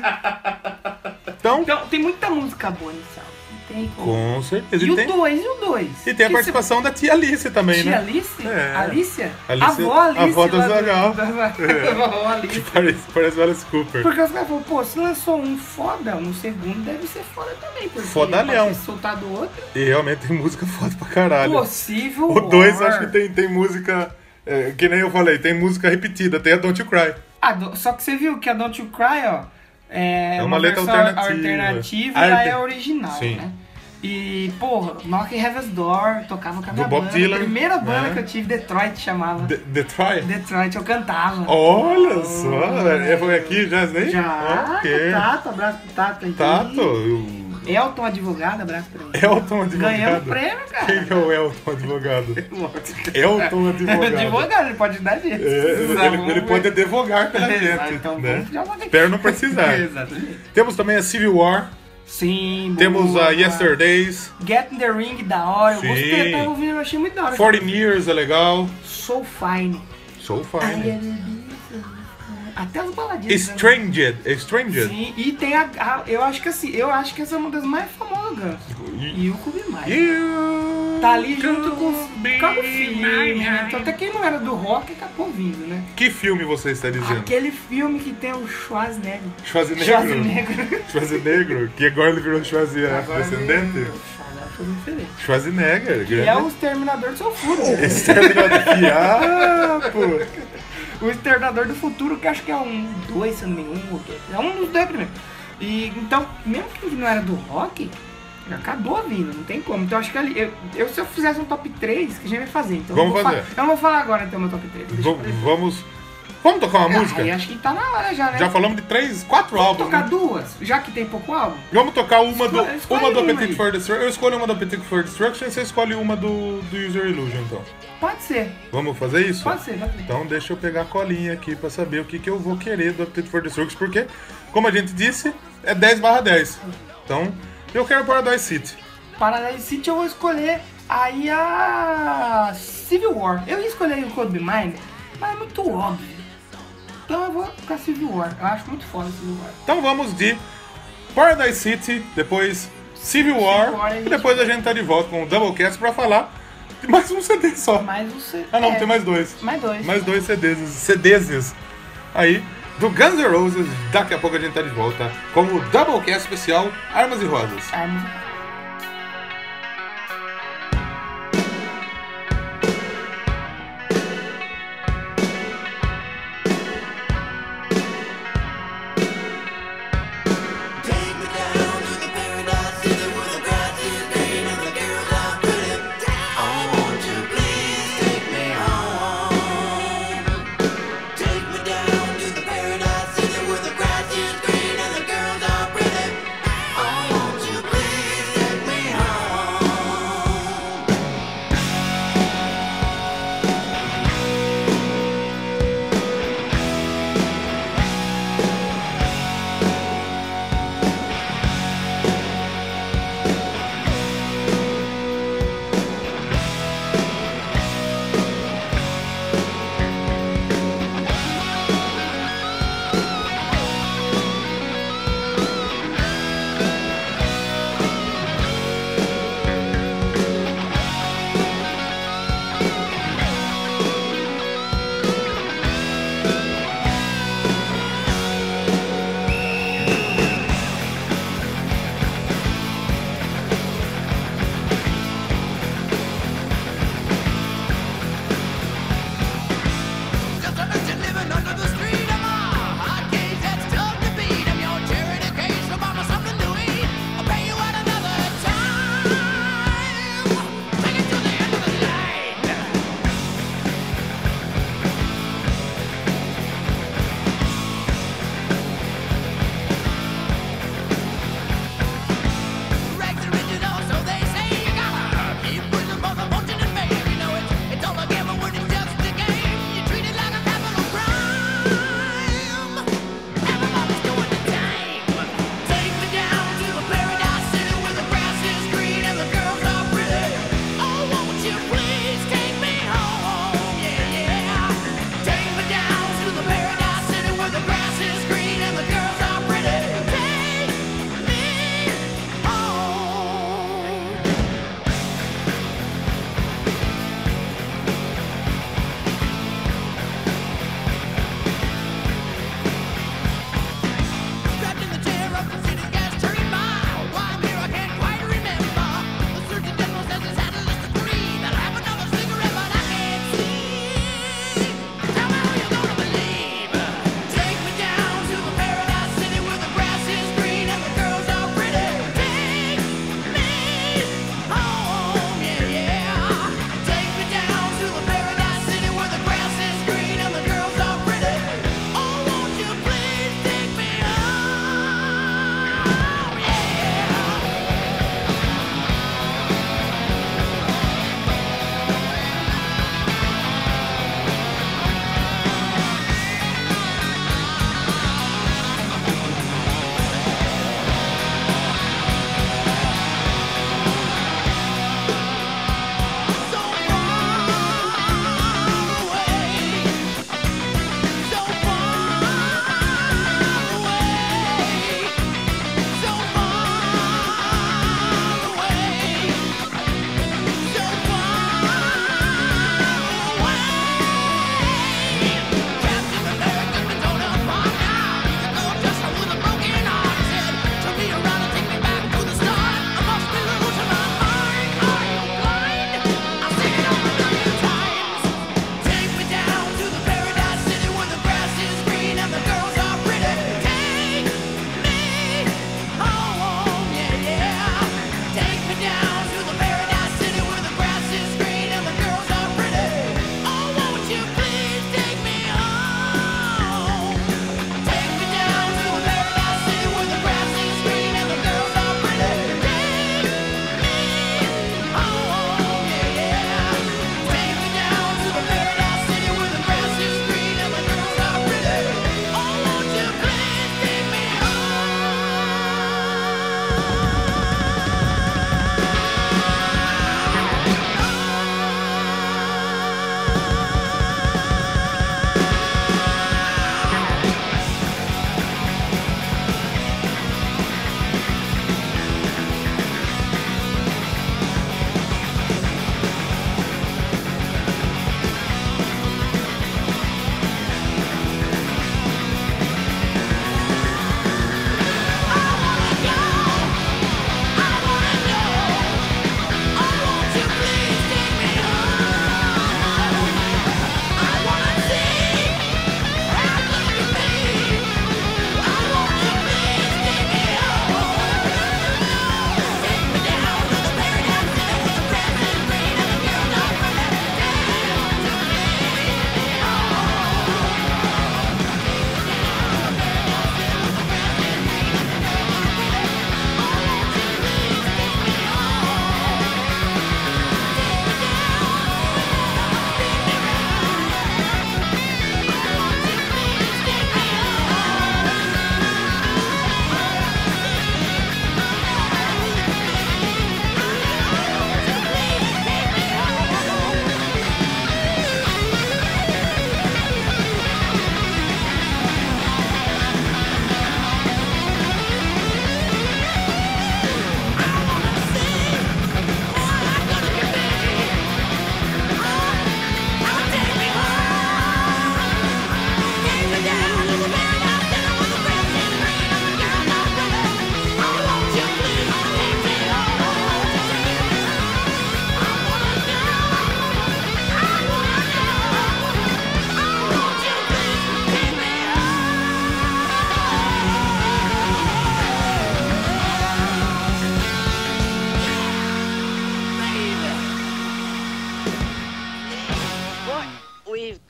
Então,
Então, tem muita música boa nesse álbum. Tem tem como.
Com certeza.
E
E
o
tem,
2 e o 2.
e tem a participação da tia Alice também,
Tia
né?
Alice?
É.
Alicia?
Alicia-
Avó Alice.
a avó do
lá
Zagal.
da- da-
É.
da avó Alice.
Parece, parece Alice Cooper.
Porque os caras falaram, pô, se lançou um foda, um segundo deve ser foda também. Porque
Fodalhão.
pra ter soltado outro,
E realmente tem música foda pra caralho.
possível.
O 2
horror.
acho que tem, tem música. é, que nem eu falei, tem música repetida, tem a Don't You Cry.
Ah, do- só que você viu que a Don't You Cry, ó, é,
É uma letra
versão
alternativa.
alternativa
Ah,
e lá
é-
é a original,
Sim.
né? E, porra, Knock at Heaven's Door, tocava com a
Do
minha
Bob
banda.
Dylan,
A primeira banda
né?
que eu tive, Detroit, chamava.
The, the Try?
Detroit, eu cantava.
Olha só, é, foi aqui já, né?
Ah. Já, tá
Ok. Tá,
Tato, abraço pro Tato aí.
Tato, o
Elton, advogado, abraço pra ele.
Elton
Ganhamos
advogado.
o prêmio, cara.
Quem que é o Elton advogado? Elton advogado.
Advogado, ele pode dar
É,
jeito.
ele, ele pode advogar pela
Ah,
gente.
Então,
né?
vamos já vou ter que-
Espero não precisar.
Exatamente.
Temos também a Civil War,
Sim, boa.
temos a Yesterdays,
Get in the Ring, da hora. Eu
Sim.
gostei, tá, eu tava ouvindo, eu achei muito da hora.
40 Years é legal,
So Fine.
So
é
Fine,
Até as baladinhas. né?
Stranged, Stranged,
Sim, e tem a, a- Eu acho que assim, eu acho que essa é uma das mais famosas do Guns. E o Kubi Mais.
You
Tá ali junto
could
com
be
o Cabo Filme,
my-
né? Então até quem não era do rock acabou vindo, né?
Que filme você está dizendo?
Aquele filme que tem o Schwarzenegger.
Schwarzenegger.
Schwarzenegger.
Schwarzenegger, que agora ele virou Schwarzenegger né?
Agora
descendente.
veio- Schwarzenegger foi diferente.
Schwarzenegger,
E é o
grande.
Exterminador do seu
É.
futuro.
Exterminador do Fiapo.
O Exterminador do Futuro, que acho que é um dois, se eu não me engano. É um dos dois primeiro. E então, mesmo que não era do rock, acabou vindo, não tem como. Então acho que ali. Eu, eu- se eu fizesse um top 3, que já ia fazer. Então eu
Vamos
vou fa-
fazer.
eu não vou falar agora então meu top 3. Deixa eu
V-
ver.
Vamos. Vamos tocar uma música?
Aí acho que tá na hora já, né?
Já falamos de três, quatro álbuns.
tocar
né?
duas, já que tem pouco álbum.
Vamos tocar uma do,
Escolhe- escolhe
uma do
uma
Appetite
aí.
for Destruction. Eu escolho uma do Appetite for Destruction e você escolhe uma do, do User Illusion, então.
Pode ser,
Vamos fazer isso?
pode ser, pode ser.
Então deixa eu pegar a colinha aqui pra saber o que, que eu vou querer do Appetite for Destruction, porque, como a gente disse, é 10 barra 10. Então, eu quero Paradise City.
Paradise City eu vou escolher aí a Civil War. Eu ia escolher o Code Be Mine, mas é muito óbvio. Então eu vou com a Civil War. Eu acho muito foda a Civil War.
Então vamos de Paradise City, depois Civil War,
Civil War, a
e
gente-
depois a gente tá de volta com o Doublecast pra falar de mais um CD só.
Mas você.
Ah não,
é,
tem mais dois.
Mais dois.
Mais dois CDs, CDs aí do Guns N' Roses. Daqui a pouco a gente tá de volta com o Doublecast especial Armas e Rosas.
Armas.
Take me down to the paradise city where the grass is green and the girls are pretty. Oh, won't you please take me home? Take me down to the paradise city where the grass is green and the girls are pretty. Oh, won't you please Oh, Oh,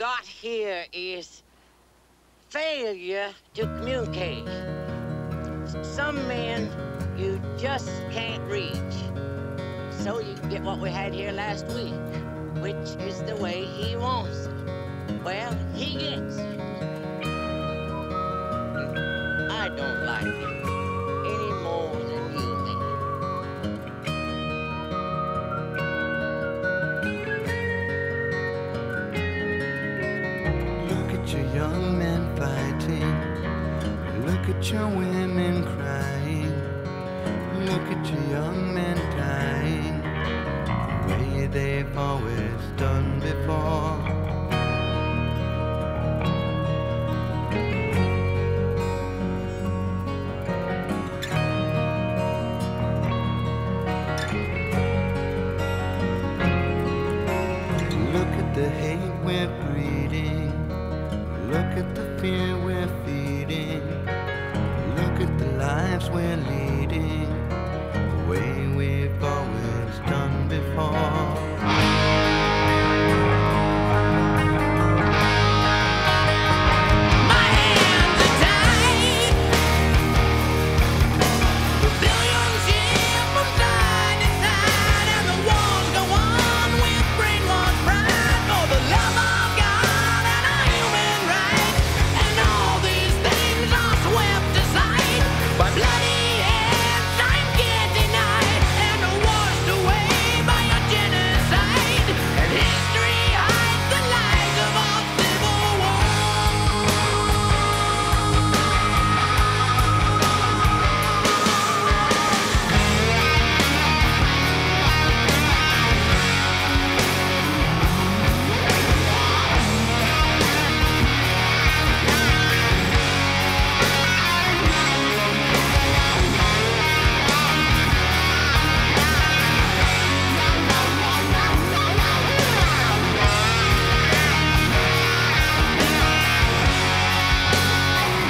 Oh,
here is failure to communicate. Some men you just can't reach. So you get what we had here last week, which is the way he wants it. Well, he gets it. I don't like it any more than you do.
Look at your young men fighting. Look at your women crying. Look at your young men dying. The way they've always done before. Look at the hate we're breeding. Look at the fear we're feeding. Look at the lives we're leading. The way we've always done before.
My hands are tied. Rebellion shifts from side to side, and the wars go on with brainwashed pride for the love of God and our human rights. And all these things are swept aside by bloody hands time can't deny, and are washed away by a genocide. And history hides the lies of our civil war.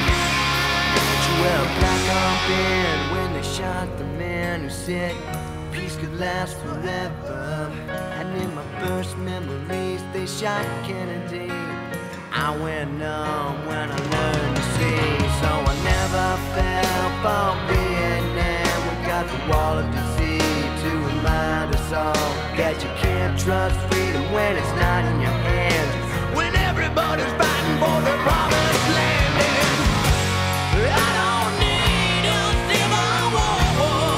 You wear a black armband when they shot the man who said peace could last forever. And in my first memories, they shot Kennedy. I went numb when I learned to see, so I never fell for Vietnam. We got the wall of disease to remind us all that you can't trust freedom when it's not in your hands.
When everybody's fighting for the promised land and I don't need a civil war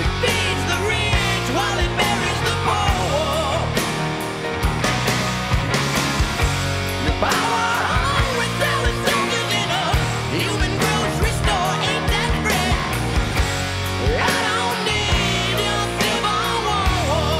It feeds the rich while it buries the poor The power hungry selling soldiers in a human grocery store ain't that bread I don't need a civil war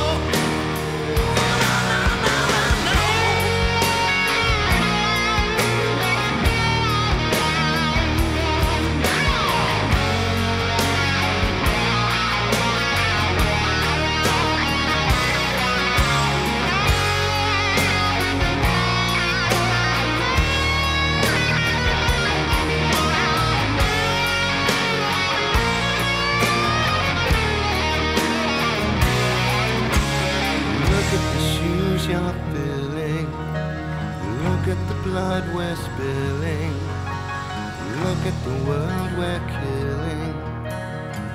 Look at the shoes you're filling. Look at the blood we're spilling. Look at the world we're killing.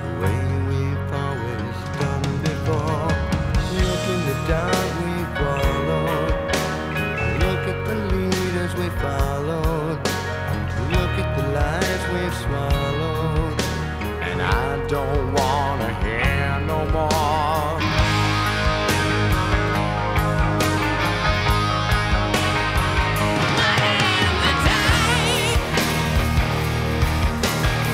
The way we've always done before. Look in the dark we followed. Look at the leaders we followed. Look at the lies we've swallowed. And I don't wanna hear no more.
My hands are tied.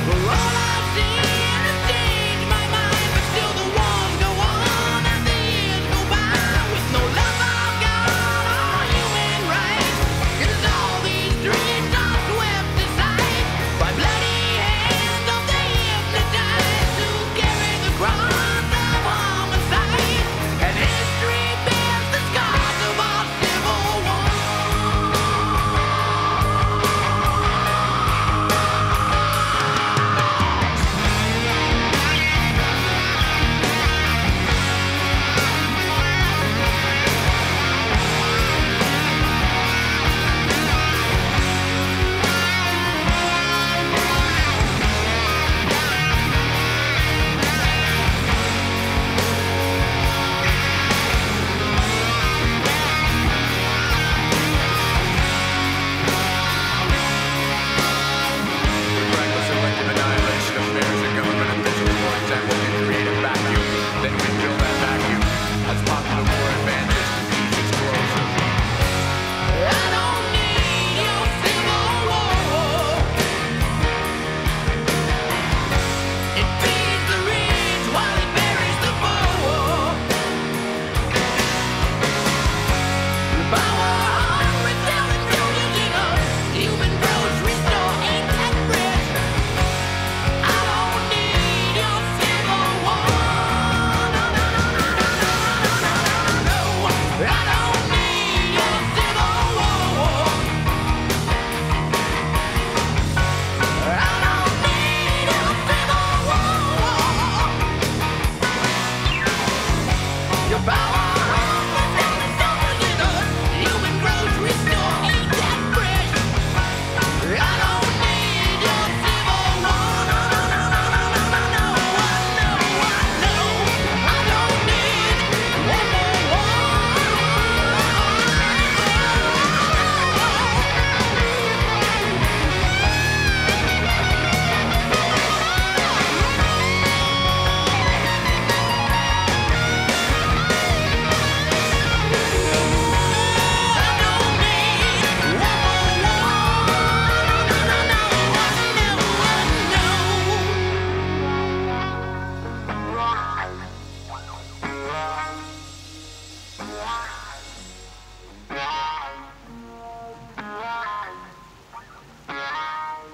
For all I've seen has changed my mind, but still the wars go on and the years go by with no love of God or human rights. 'Cause all these dreams are swept aside by bloody hands of the hypnotized who carry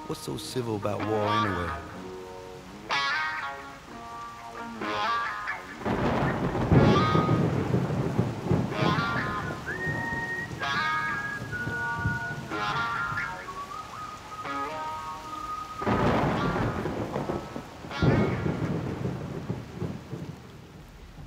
What's so civil about war anyway?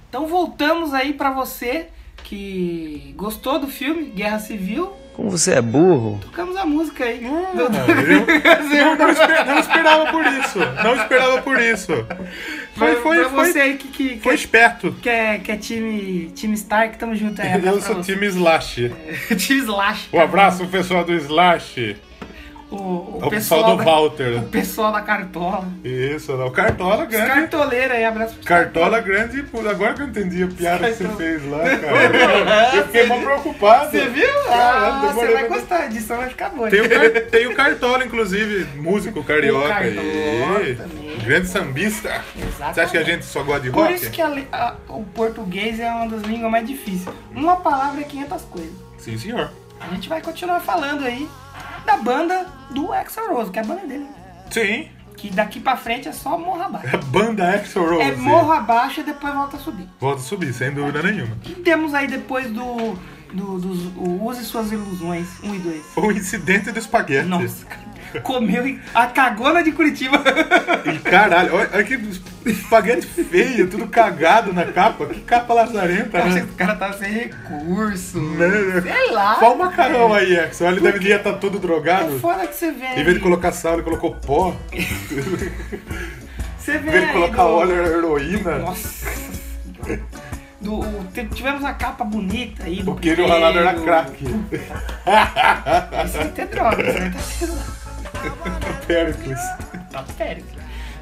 Então voltamos aí pra você que gostou do filme Guerra Civil.
Como você é burro?
Tocamos a música aí.
Ah, viu? Não, não esper- não esperava por isso. Não esperava por isso. Foi,
Foi,
foi,
pra você
foi,
aí que, que, que,
foi esperto.
que é, que é time, time Stark, tamo junto aí.
Eu
abraço É, pra
sou
você.
time Slash.
time Slash.
Um abraço, pessoal do Slash.
O,
O pessoal
da-
do Walter.
O pessoal da Cartola.
Isso, não. Cartola
Os
grande.
cartoleiros aí, abraço pra
Cartola grande, pô, agora que eu entendi a piada que você
Cartola.
fez lá, cara. Eu fiquei mal preocupado.
Você viu?
Caramba,
Ah, você
demorou
vai
pra-
gostar disso, vai ficar bom.
Tem um o, car- tem o Cartola, inclusive, músico carioca.
O Cartola
aí.
também.
Grande sambista. Você acha que a gente só gosta de
Por
rock?
isso que a le- a- o português é uma das línguas mais difíceis. Uma palavra é 500 coisas.
Sim, senhor.
A gente vai continuar falando aí da banda do Axel Rose, que é a banda dele.
Sim.
Que daqui pra frente é só morra abaixo.
É banda Axel Rose.
É morro abaixo e depois volta a subir.
Volta a subir, sem dúvida nenhuma.
E temos aí depois do, do, dos- o Use Suas Ilusões 1 e 2.
O incidente do espaguete.
Nossa, cara. Comeu e- a cagona de Curitiba.
E caralho, olha, olha que espaguete feio, tudo cagado na capa. Que capa lazarenta,
Acho que
né?
o cara tá sem recurso.
Né?
Sei lá.
Qual uma carol aí, é. Axel? Ele deveria estar tá todo
É
drogado.
foda que você vê.
Em vez
aí.
de colocar sal, ele colocou pó.
Você
Em
vê
vez de
aí
colocar
do-
óleo, né? era heroína.
É, Nossa. Do, o- te- tivemos a capa bonita aí do
O queijo ralado era
primeiro.
crack.
Isso aí tem droga, isso aí tá sendo
Pericles.
tá sério.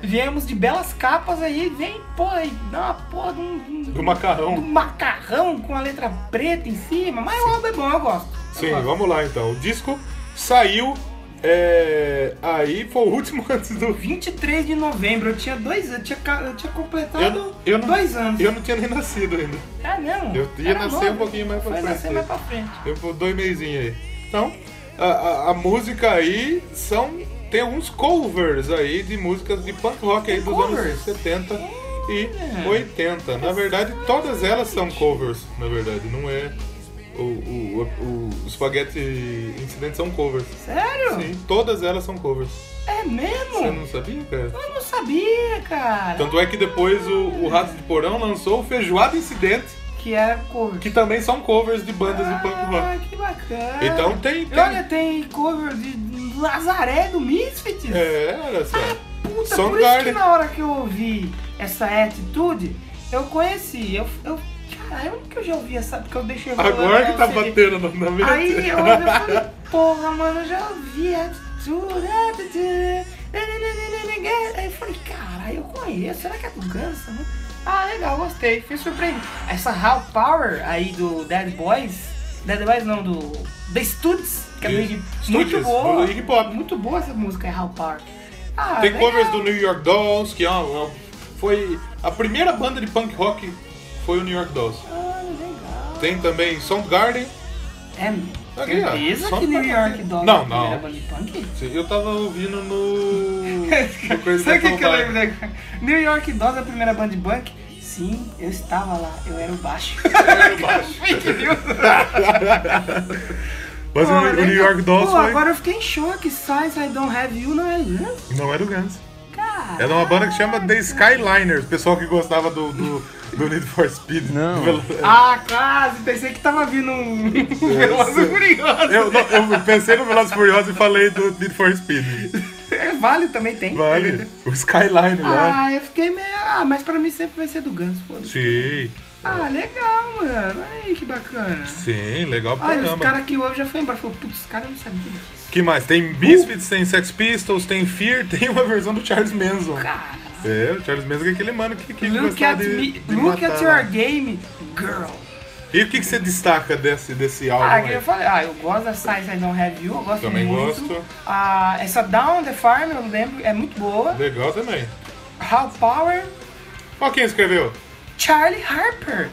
Viemos de belas capas aí, vem, pô, aí dá uma porra de um, de um-
Do
de
macarrão.
um macarrão com a letra preta em cima, mas o álbum é bom, eu gosto.
Sim, vamos lá então. O disco saiu. é, Aí foi o último antes do
23 de novembro, eu tinha dois anos, eu tinha, ca- eu tinha completado
Eu- eu não-
dois anos.
Eu não tinha nem nascido ainda.
É mesmo?
Eu ia
Era
nascer
novo.
um pouquinho mais pra
Foi
frente.
nascer mais pra frente.
Eu vou dois meizinhos aí. Então, a, a- a música aí são. Tem alguns covers aí de músicas de punk rock aí dos anos
É Covers? É.
70 e 80. Na verdade, todas elas são covers, na verdade, não é. O, o, o, o Spaghetti Incident são covers.
Sério?
Sim, todas elas são covers.
É mesmo?
Você não sabia, cara?
Eu não sabia, cara.
Tanto é que depois o, o Rato de Porão lançou o Feijoada Incidente,
Que era cover.
que também são covers de bandas de punk rock.
Ah, que bacana.
Então tem.
E
tem...
Olha, tem cover de Lazaré do Misfits.
É, olha só.
Puta, por isso que
Soundgarden.
na hora que eu ouvi essa atitude, eu conheci. Eu, eu, caralho, onde que eu já ouvi essa? Porque eu deixei rolando
Agora que
o
tá
CD.
batendo na- na mesa.
Aí eu ouvi e falei, porra, mano, eu já ouvi é a atitude. é, Aí eu falei, caralho, eu conheço, será que é do Guns? né? Ah, legal, gostei, fui surpreendido. Essa How Power aí do Dead Boys, Dead Boys não, do The Studs, que é do Iggy, muito
Studios,
boa,
do Iggy Pop.
muito boa essa música, é How Power. Ah,
Tem
legal.
covers do New York Dolls, que ó, ó, foi a primeira banda de punk rock foi o New York Dolls.
Ah, legal.
Tem também Soundgarden.
É,
Aqui, ó,
certeza
só
que New
pra-
York Dolls
Não,
é a primeira
não.
banda de punk?
Eu tava ouvindo no. no Crazy
Sabe o que, que eu
Metal Mind.
lembro agora? New York Dolls, a primeira banda de punk? Sim, eu estava lá, eu era o baixo.
Era o baixo.
Fake news.
Mas
Pô,
o, o
legal.
New York Dolls
Pô,
foi-
agora eu fiquei em choque. Size I Don't Have You não é Guns,
não era o Guns.
cara.
Era uma banda que chama The Skyliners, o pessoal que gostava do, do, do Need for Speed.
Não.
Ah, quase. Pensei que tava vindo um um Veloz e Furioso.
Eu, não, eu pensei no Velozes e Furiosos e falei do Need for Speed.
É, Vale também tem.
Vale. O Skyline lá.
Ah, eu fiquei meio... Ah, mas pra mim sempre vai ser do Guns, foda-se.
Sim,
Ah, legal, mano. Aí, que bacana.
sim, legal pra
Olha, os
caramba.
caras que hoje já foi embora. Falou, putz, os caras não sabiam disso.
que mais? Tem
Uh!
Misfits, tem Sex Pistols, tem Fear, tem uma versão do Charles Manson.
Cara...
É, o Charles Manson que é aquele mano que, que
Look
gostava
at
de,
me,
de
look
matar
at
lá.
your game, girl.
E o que, que você destaca desse, desse álbum
Ah, que
aí?
eu falei, ah, eu gosto da Size I Don't Have You, eu gosto
Também
muito.
gosto.
Ah, essa Down the Farm, eu lembro, é muito boa.
Legal também.
How Power,
Ó quem escreveu.
Charlie Harper.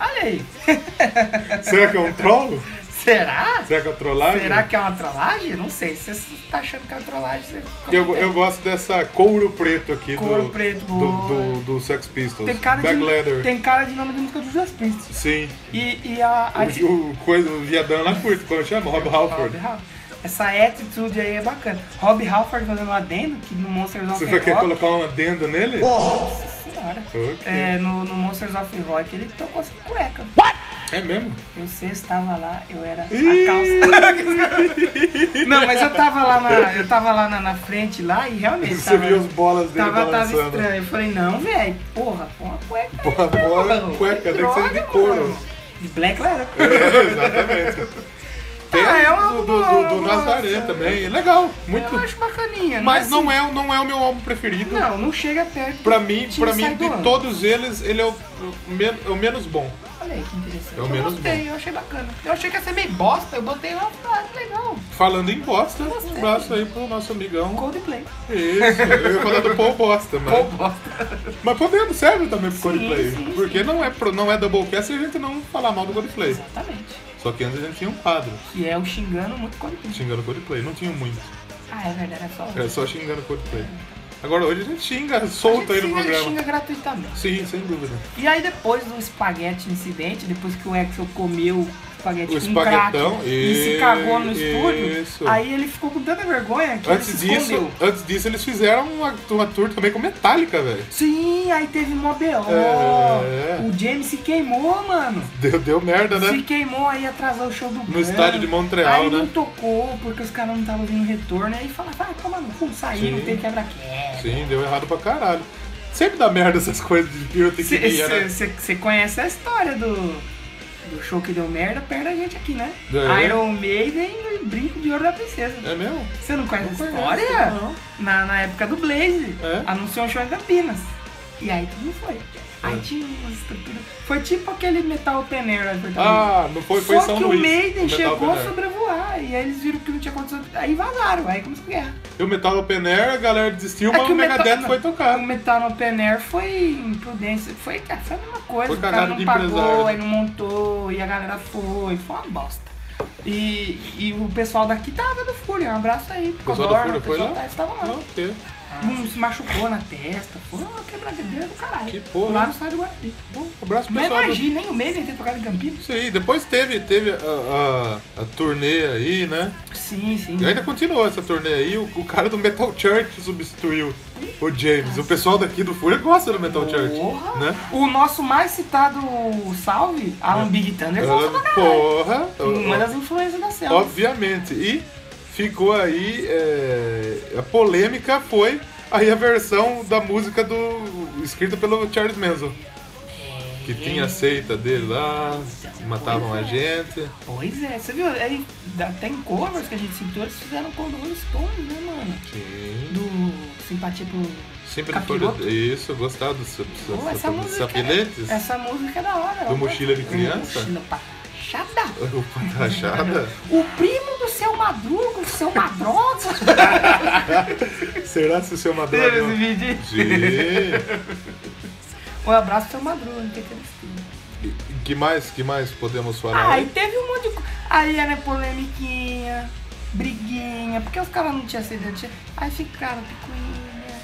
Olha aí.
Será que é um troll?
Será?
Será que é trollagem?
Será que é uma trollagem? Não sei. Se você tá achando que é uma trollagem, você.
Eu, eu gosto dessa couro preto aqui
Couro
do,
preto,
do,
boa.
do, do Sex Pistols.
Tem cara,
Black
de,
Leather.
tem cara de nome de música dos Sex Pistols.
Sim.
E, e a. a
O, o, coisa, o viadão lá curto, como chama? Rob
Rob
Halford.
Halford. Essa atitude aí é bacana. Rob Halford fazendo um adendo, que no Monsters of
Você vai
Rock. é
querer colocar um adendo nele?
Senhora.
Ok.
É, no, no Monsters of Rock ele tocou essa cueca.
É mesmo?
Eu sei, estava lá, eu era a calça. Não, mas eu tava lá na, eu tava lá na, na frente lá e realmente
Você
tava,
viu as bolas dele
tava, tava
balançando.
estranho. Eu falei, não, velho, porra, põe uma cueca. aí,
Porra, bola,
mano.
cueca, tem que ser de
Droga,
couro.
mano. De Black Leather.
Exatamente. Tem
Ah, é uma
do, do,
boa,
do, do
uma
Nazaré
boa.
também. É legal, muito.
Eu acho bacaninha.
Mas
assim,
não é, não é o meu álbum preferido.
Não, não chega perto.
Pra mim,
Time
pra mim
sai do
de
ano.
todos eles, ele é o, o men- é o menos bom.
Olha aí que interessante.
É o
eu
menos
gostei, eu achei bacana. Eu achei que ia ser meio bosta, eu botei lá, ah, legal.
Falando em bosta, um
Gostei.
abraço aí pro nosso amigão.
Coldplay.
Isso, eu ia falar do Paul Bosta, mas. é
Ou bosta.
Mas podemos, serve também pro Coldplay.
sim,
Porque não é, pro- não é Doublecast e a gente não falar mal do Coldplay.
Exatamente.
Só que antes a gente tinha um quadro
Que é o xingando muito Coldplay.
xingando Coldplay, não tinha muito.
Ah, é verdade, é só.
Era só xingando Coldplay. Agora hoje a gente xinga,
A gente
solta aí no
xinga-
programa.
xinga gratuitamente.
Sim, sem dúvida.
E aí depois do espaguete incidente, depois que o Axel comeu o espaguete
O
com um crack
espaguetão,
e se cagou no
isso.
estúdio, aí ele ficou com tanta vergonha que ele
Antes
se
disso,
escondeu.
antes disso, eles fizeram uma, uma tour também com Metallica, velho.
Sim, aí teve mó B.O.
É.
O James se queimou, mano.
Deu, deu merda, né?
Se queimou aí, atrasou o show do
No estádio de Montreal,
É. Aí
né?
não tocou, porque os caras não estavam vindo retorno. Aí fala, vai, toma no cu, saiu,
Sim.
tem quebra-quebra.
Sim, deu errado pra caralho. Sempre dá merda essas coisas de pirotecnia, né?
Você conhece a história do, do show que deu merda, perde a gente aqui, né?
É.
Iron Maiden e Brinco de Ouro da Princesa.
É mesmo?
Você não conhece
Não
a
conheço,
história?
não.
Na, na época do Blaze,
É?
anunciou um show em Campinas. E aí tudo foi. Aí tinha uma estrutura. Foi tipo aquele Metal Open Air, na verdade.
Ah, não foi, foi em
Só
São
que
Luís.
o Maiden
Metal
chegou
Open
a
Air.
sobrevoar. E aí eles viram que não tinha acontecido. Aí vazaram, aí começou a guerra.
E o Metal Open Air, a galera desistiu,
É
mas
que
o Megadeth
não,
foi tocar.
O Metal no Open Air foi imprudência. Foi, cara, foi a mesma coisa.
Foi
o cara
cagada
não
de empresário,
pagou,
né?
aí não montou, e a galera foi. Foi uma bosta. E, e o pessoal daqui tava do Fúria. Um abraço aí. pro
O pessoal do
Codorna,
Fúria
o
foi
pessoal
lá?
tá- tava lá.
Ah, ok.
Um se machucou na testa. Foi uma quebradeira do caralho.
Que porra,
Lá
né?
no estádio do Guarani.
Bom, abraço pro
Não
pessoal. do-
imagina, nem o Maiden ter tocado em Campinas.
Isso aí, depois teve, teve a, a, a turnê aí, né?
Sim, sim.
E ainda continuou essa turnê aí, o, o cara do Metal Church substituiu o James. O pessoal daqui do Fúria gosta do Metal Church,
Porra!
né?
O nosso mais citado salve, Alan Big Thunder, gosta pra caralho.
Porra!
Uma das influências da Celta.
Obviamente. E ficou aí. é, a polêmica foi aí a versão da música do. escrita pelo Charles Manson. Que tinha a seita dele lá, matavam a gente.
Pois é, você viu? Aí, até em covers que a gente citou, eles fizeram com Rolling Stones, né, mano?
Sim.
Do Simpatia pro...
Sempre
Capiroto.
foi. Isso, gostado dos sap-
Pô,
sap-
essa, música
sapiletes.
é, essa música é da hora.
Do Mochila de Criança?
Mochila Patachada.
O Patachada?
O primo do seu Madruga, o seu Madrosa.
Será se o seu Madonna.
Teve esse vídeo?
Sim.
Um abraço pro seu Madruga, não tem que ele
E Que mais, que mais podemos falar?
Aí teve um monte de coisa. Aí era polemiquinha, briguinha, porque os caras não tinham CD, não tinha... aí ficaram picuinha,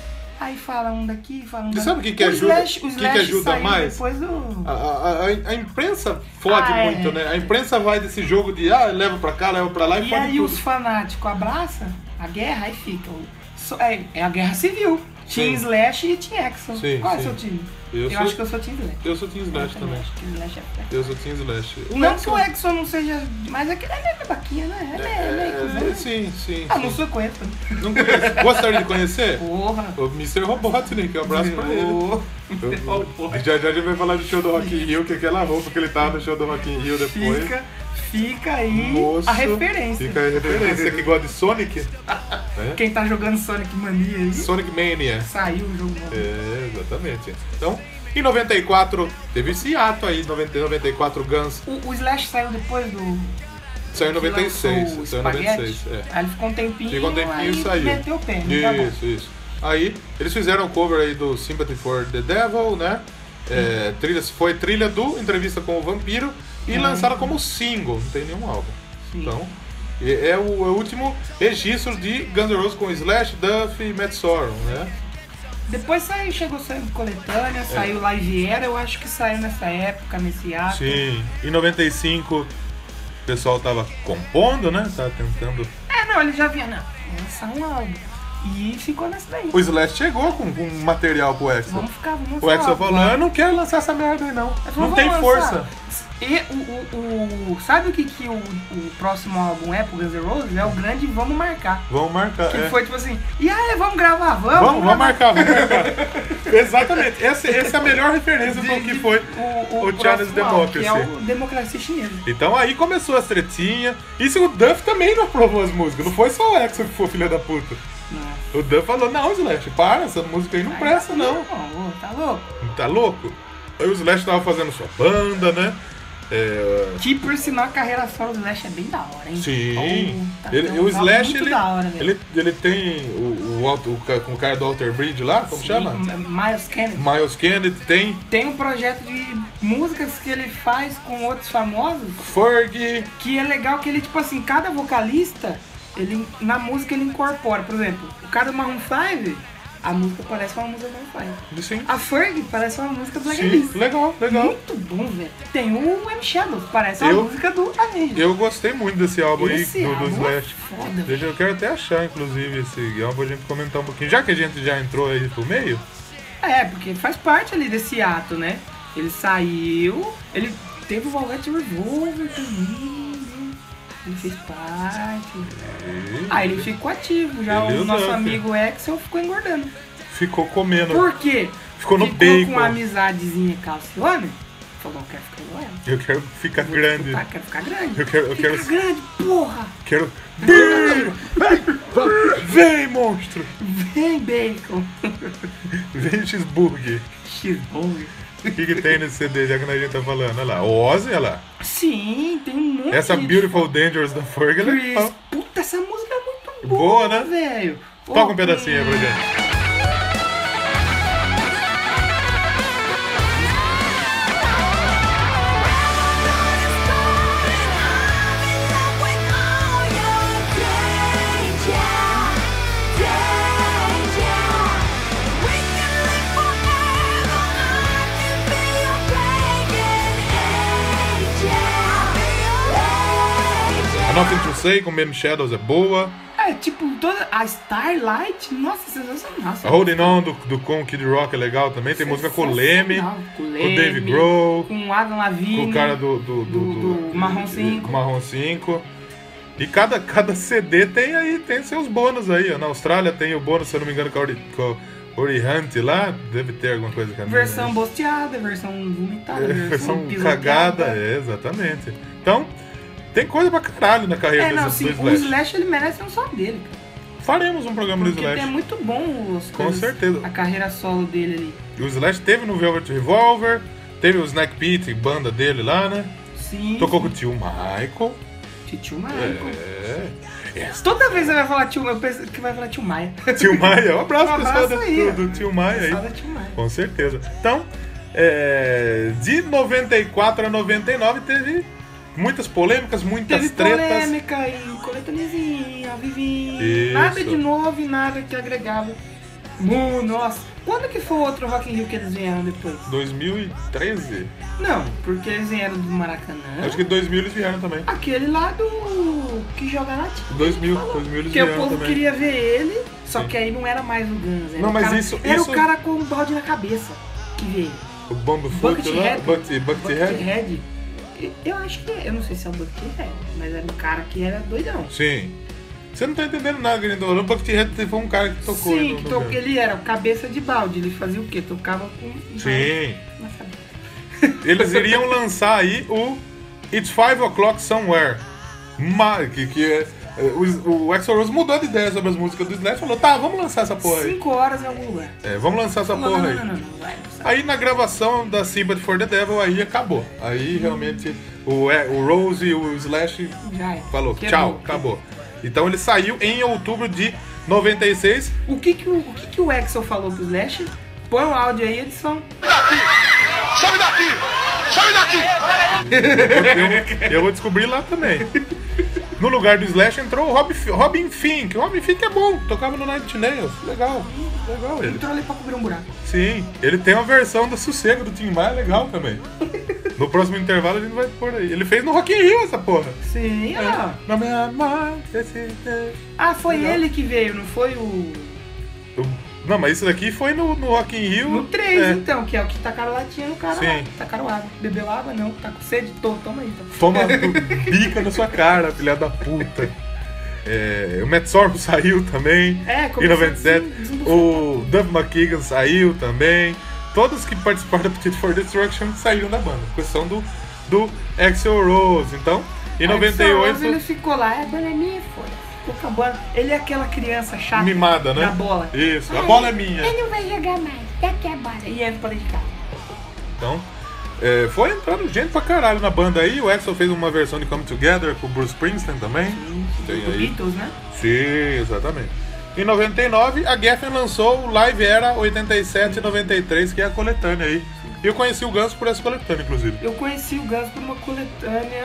aí fala um daqui, fala um
E
daqui.
sabe o que que
O
ajuda-
Slash-
o
o
que que
Slash
ajuda
saiu
mais? Ah,
Depois do...
A, a- a- a imprensa fode
Ah, é.
muito, né? A imprensa vai desse jogo de ah, leva pra cá, leva pra lá e,
E
fode
aí
tudo.
os fanáticos abraçam a guerra e ficam. So- é, é a guerra civil. Team
Sim.
Slash e Team Axel.
Sim,
Qual é
sim.
o seu time?
Eu sou-
acho que eu sou Team Slash.
Eu sou Team Slash também. é
acho que o Slash é fraco.
Eu sou Team Slash. O
Não que
Edson-
o Axel não seja. Mas aquele é meio babaquinha, né? Ele é, meio
é,
cuzão.
sim, sim.
Ah,
sim.
não sou coentro.
Não conheço. Gostaria de conhecer?
Porra.
O Mr. Robotnik, um abraço pra ele.
Ô,
Eu- já já a gente vai falar do show do Rock in Rio, que aquela roupa que ele tava no show do Rock in Rio depois.
Fica, fica aí
Moço,
a referência.
Fica a referência. Você que gosta de Sonic?
Quem tá jogando Sonic Mania aí,
Sonic Mania.
saiu o jogo.
É, exatamente. Então, em 94, teve esse ato aí, 90, 94 Guns,
O, o Slash saiu depois do.
saiu em
que lançou
96. Saiu em
o
96,
Spaghetti.
é.
Aí ele ficou um tempinho.
Ficou um tempinho
aí
e saiu.
Meteu o pé. não tá bom.
Isso, isso. Aí, eles fizeram o cover aí do Sympathy for the Devil, né? É, trilha, foi trilha do Entrevista com o Vampiro e lançaram como single, não tem nenhum álbum.
Hum. Sim.
Então, é, é o, é o último registro de Guns N' Roses com Slash, Duff e Matt Sorum, né?
Depois saiu, chegou saindo
É.
coletânea, saiu Live Era, eu acho que saiu nessa época, nesse ato.
Sim. Em 95, o pessoal tava compondo, né? Tava tentando.
É, não, ele já vinha, não, lançar um álbum. E ficou nessa daí.
O Slash chegou com, com material pro Exo.
Vamos ficar, vamos
O Exo
falar.
falou: Eu não quero lançar essa merda aí, não.
Ele falou,
Não tem
"Vamos lançar."
força.
E o, o, o- sabe o que, que o, o próximo álbum é pro Guns N' Roses? É o grande Vamos Marcar.
Vamos marcar.
Que
é.
foi tipo assim, e aí, vamos gravar, vamos?
Vamos, vamos
gravar."
marcar, vamos marcar. Exatamente. Essa, essa é a melhor referência do que foi
o,
o Chinese
próximo álbum,
Democracy.
Que é o Democracia Chinesa.
Então aí começou as tretinhas. E se o Duff também não aprovou as músicas. Não foi só o Exo que foi filha da puta. O Duff falou, não, Slash, para, essa música aí não presta, não.
Não, ô, tá louco?
Tá louco? Aí o Slash tava fazendo sua banda, né? É,
Que por sinal a carreira solo do Slash é bem da hora, hein?
sim.
Então, tá-
Ele,
é um
o
álbum
Slash,
muito
ele,
da hora, velho.
ele, ele tem o, o, alto- o, ca- com o cara do Alter Bridge lá, como
Sim,
chama?
Miles Kennedy.
Miles Kennedy, tem
Tem um projeto de músicas que ele faz com outros famosos
Ferg,
que é legal que ele, tipo assim, cada vocalista, ele, na música ele incorpora. Por exemplo, o cara do Maroon 5, a música parece uma música do Maroon 5.
sim.
A Ferg parece uma música do Black
Sim,
Eyed Peas.
legal, legal.
Muito bom, velho. Tem o M Shadows, parece uma
Eu-
música do Avengers.
Eu gostei muito desse álbum
Esse
aí do, do
álbum é
Slash.
foda,
Veja, eu quero até achar, inclusive, esse álbum pra gente comentar um pouquinho. Já que a gente já entrou aí pro meio,
É, porque ele faz parte ali desse ato, né? Ele saiu, ele teve o Valvete Revolver também. Ele fez parte. Aí Ah, ele ficou ativo, já
Ele e
o
o
nosso
Duff.
amigo Axel ficou engordando.
ficou comendo.
Por quê?
Ficou no
ficou
bacon.
com uma amizadezinha com a Alcione. Falou, eu quero ficar igual ela.
Eu quero ficar
Vou
grande.
disputar, quero ficar grande.
Eu quero- eu
Fica
quero-
grande, porra!
Quero. Vem! Vem, monstro!
Vem, bacon!
Vem, cheeseburger.
X-Bong.
O que, que tem nesse CD já que a gente tá falando? Olha lá, o Ozzy, olha lá.
Sim, tem um monte
Essa
de-
Beautiful Dangerous da Ferg é
Chris.
legal.
Puta, essa música é muito boa,
Boa, né?
velho.
Toca
Ô,
um pedacinho aí pra gente. A Nothing to Say com Meme Shadows é boa.
É, tipo, toda a Starlight, nossa, sensacional.
A Holding On do, do com o Kid Rock é legal também. Tem música com o Leme,
Sensacional.
com o
Leme,
Dave Grohl, com
Com o Adam Lavigne.
o cara do. Do,
do- do Marrom 5.
Marrom 5. E cada, cada CD tem aí, tem seus bônus aí. ó. Na Austrália tem o bônus, se eu não me engano, com a Ori, com a Ori Hunt lá. Deve ter alguma coisa com a mina,
Versão um bosteada, versão vomitada,
É,
versão,
versão
pisoteada.
cagada, é, exatamente. Então, tem coisa pra caralho na carreira
É, não,
desses
sim,
dois
o
Slash.
Slash ele merece um só dele, cara.
Faremos um programa do
Porque
Slash.
é muito bom os
Com certeza.
A carreira solo dele ali.
E o Slash teve no Velvet Revolver, teve o Snack Pit, banda dele lá, né?
Sim.
Tocou com o tio Michael.
Tio Maia.
É. é.
Toda vez você vai falar tio, eu penso que vai falar tio Maia.
Tio Maia, um abraço,
Um
pessoal
abraço
do,
aí, ó.
do, do tio Maia aí.
Fala tio Maia.
Com certeza. Então, é, de 94 a 99 teve muitas polêmicas, muitas
Teve
tretas.
polêmica e coletaniazinha, vivinha.
Isso.
Nada de novo e nada que agregava. Mu, nossa. Quando que foi o outro Rock in Rio que eles vieram depois?
2013?
Não, porque eles vieram do Maracanã.
Acho que 2000 eles vieram também.
Aquele lá do... que joga na Tia.
2000, 2000 eles
Porque o
vieram
povo
também.
queria ver ele, só
Sim.
que aí não era mais o Guns. Era
Não,
o
mas
cara-
isso-
Era
isso-
o cara com um balde na cabeça que veio.
O Bambu Foot lá,
Buckethead.
o Bucket- Buckethead.
Buckethead. Eu acho que... é- eu não sei se é o Buckethead, mas era um cara que era doidão.
Sim. Você não tá entendendo nada, Grindel. O Buckethead foi um cara que tocou. aí
Sim,
no-
que
no
tocou,
Guns.
ele era o cabeça de balde, ele fazia o quê? Tocava com
Sim.
na cabeça.
Eles iriam lançar aí o It's Five O'Clock Somewhere. Ma- que, que é, é, o, o Axl Rose mudou de ideia sobre as músicas do Slash e falou, tá, vamos lançar essa porra aí.
Cinco horas em algum lugar.
É, vamos lançar essa
Não, não,
porra
não,
aí.
não, não, não, vai, não sabe.
Aí na gravação da Sympathy for the Devil, aí acabou.
Uhum.
Aí realmente o, é, o Rose e o Slash
Já é.
falou,
Quebrou.
tchau, acabou. Então ele saiu em outubro de 96.
O que que o, o que que o Axel falou pro Slash? Põe o áudio aí, eles são.
Eu, eu vou descobrir lá também. No lugar do Slash entrou o Rob, Robin Fink. O Robin Fink é bom, tocava no Night Nails. Legal, legal ele. tá-
Entrou ali pra cobrir um buraco.
Sim, ele tem uma versão do Sossego do Tim Maia legal também. No próximo intervalo a gente vai pôr aí. Ele fez no Rock in Rio essa porra.
Sim,
É.
ah,
Não me amar, esse-
ah foi
Legal.
ele que veio, não foi o.
Não, mas isso daqui foi no, no Rock in Rio.
No 3,
É.
então, que é o que tacaram latinha no cara lá.
Sim.
Tacaram água. Bebeu água? Não. Tá com sede? Tô, toma aí. Então.
Toma bu- bica na sua cara, filha da puta. É, o Matt Sorbo saiu também.
É,
em
começou a
97.
desem- desembuchar.
O Duff McKagan saiu também. Todos que participaram da Petite for Destruction saíram da banda. Questão do, do Axel Rose. Então, em
Axl Rose, ele
98.
ficou lá, é bola é minha, foda. Ficou com a bola. Ele é aquela criança chata.
Mimada, né?
Da bola.
Isso, a bola é minha.
Eu
um
não vou jogar mais. Daqui a bola.
E entra pra dentro de casa.
Então, é, foi entrando gente pra caralho na banda aí. O Axel fez uma versão de Come Together com o Bruce Springsteen também. Tem
Do
aí.
Beatles, né?
Sim, exatamente. Em 99, a Geffen lançou o Live Era 87 e 93, que é a coletânea aí. E eu conheci o Ganso por essa coletânea, inclusive.
Eu conheci o Guns por uma coletânea.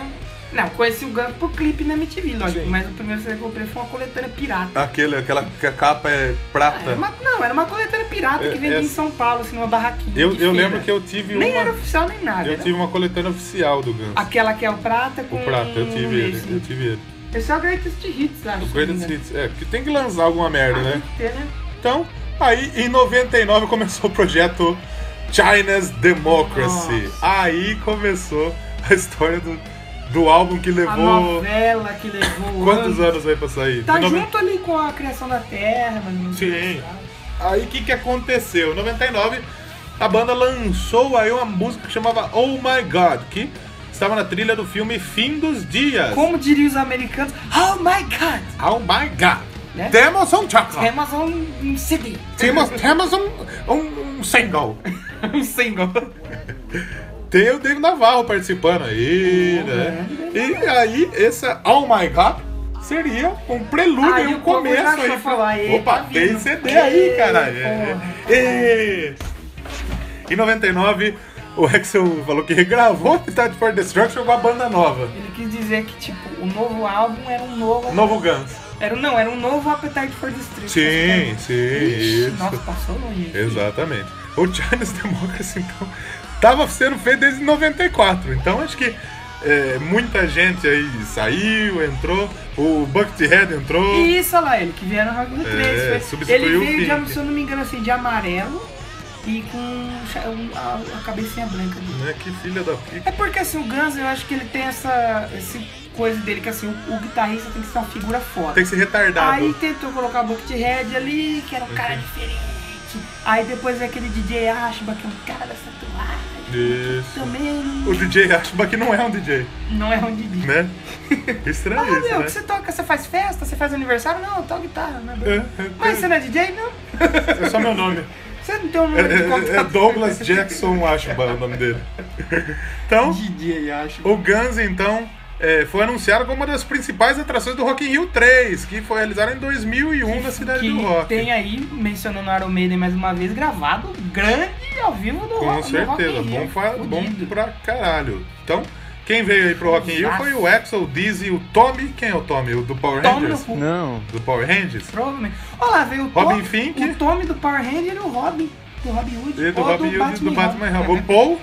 Não, conheci o Guns por clipe na MTV, lógico.
Sim.
Mas o primeiro CD que eu comprei foi uma coletânea pirata.
Aquele, aquela que a capa é
Era
prata.
Ah, uma- não, era uma coletânea pirata
É,
que vendia em
essa-
São Paulo, assim, numa barraquinha.
Eu,
de
eu
feira.
lembro que eu tive
Nem era né?
uma.
oficial nem nada.
Eu
era
tive uma coletânea oficial do Ganso.
Aquela que é o prata com.
O prata, eu tive ele, eu
esse.
tive ele.
Esse é o Greatest Hits, acho.
O
se não
Greatest
me engano.
Hits. É, porque tem que lançar alguma merda,
Ah,
né?
tem que ter, né?
Então, aí em 99 começou o projeto China's Democracy. Aí começou a história do, do álbum que
A
levou.
novela que levou.
Quantos anos aí pra sair?
Tá
De noven-
junto ali com a criação da Terra, mano.
Sim. Aí o que, que aconteceu? Em 99, a banda lançou aí uma música que chamava Oh My God, que estava na trilha do filme Fim dos Dias.
Como diriam os americanos, oh my god!
Oh My God!
Né?
Temos um chocolate!
Temos um, um CD.
Temos, temos um, um, um single!
um single.
Tem o Dave Navarro participando aí, né?
é.
E aí, essa Oh My God seria um prelúdio,
Aí
um
o povo
começo
já achou,
aí.
falou, "Aê,
Opa,
tá
tem
vindo."
CD aí,
Ê,
caralho. É. Ê. Em 99, o Axel falou que regravou Appetite for Destruction com a banda nova.
Ele quis dizer que, tipo, o novo álbum era um novo.
Novo Guns.
Era, não, era um novo Appetite for Destruction.
Sim, sim,
Ixi,
isso.
Nossa, passou longe.
Exatamente. O Chinese Democracy, então, tava sendo feito desde 94. Então acho que é, muita gente aí saiu, entrou. O Buckethead entrou.
E isso, olha lá, ele que veio no Rock no
É,
3. foi-
substituiu
ele
o
veio, de,
Pink.
se eu não me engano, assim, de amarelo e com cha- um- a, a cabecinha branca dele.
Né, que filha da pica.
É porque assim, o Guns, eu acho que ele tem essa, essa coisa dele, que assim, o, o guitarrista tem que ser uma figura foda.
Tem que ser Uhum. retardado.
Aí tentou colocar o Buckethead ali, que era um cara diferente. Aí depois é aquele DJ Ashba, que é um cara da tatuagem.
Isso.
Também
O DJ Ashba que não é um DJ,
não é um DJ.
né?
Ah,
Estranho
meu,
isso,
que
né?
você toca, você faz festa, você faz aniversário? Não, eu toco guitarra, né?
É, é,
Mas você não é DJ? Não.
É só meu nome.
Você não tem um
É,
número de
é- é
contato.
Douglas Jackson Ashba é o nome dele. Então,
DJ Ashba.
O Guns, então, é, foi anunciado como uma das principais atrações do Rock in Rio 3, que foi realizado em 2001 na Cidade
que
do Rock.
tem aí, mencionando o Iron Maiden mais uma vez, gravado grande ao vivo do Rock do
Com
Rock in
certeza,
Rio.
bom, fa- bom
Fudido.
pra caralho. Então, quem veio aí pro Rock in Rio
Nossa.
foi o Axel, o Dizzy, o Tommy. Quem é o Tommy? O do Power
Tommy no
Rangers?
cu.
Do Power Rangers?
Provavelmente. Olha lá, veio o
Robin
Tommy,
Fink.
o Tommy do Power Ranger e o Robin. Do Robin Hood.
E do
ou
Robin Hood e do Batman Rambo. O Paul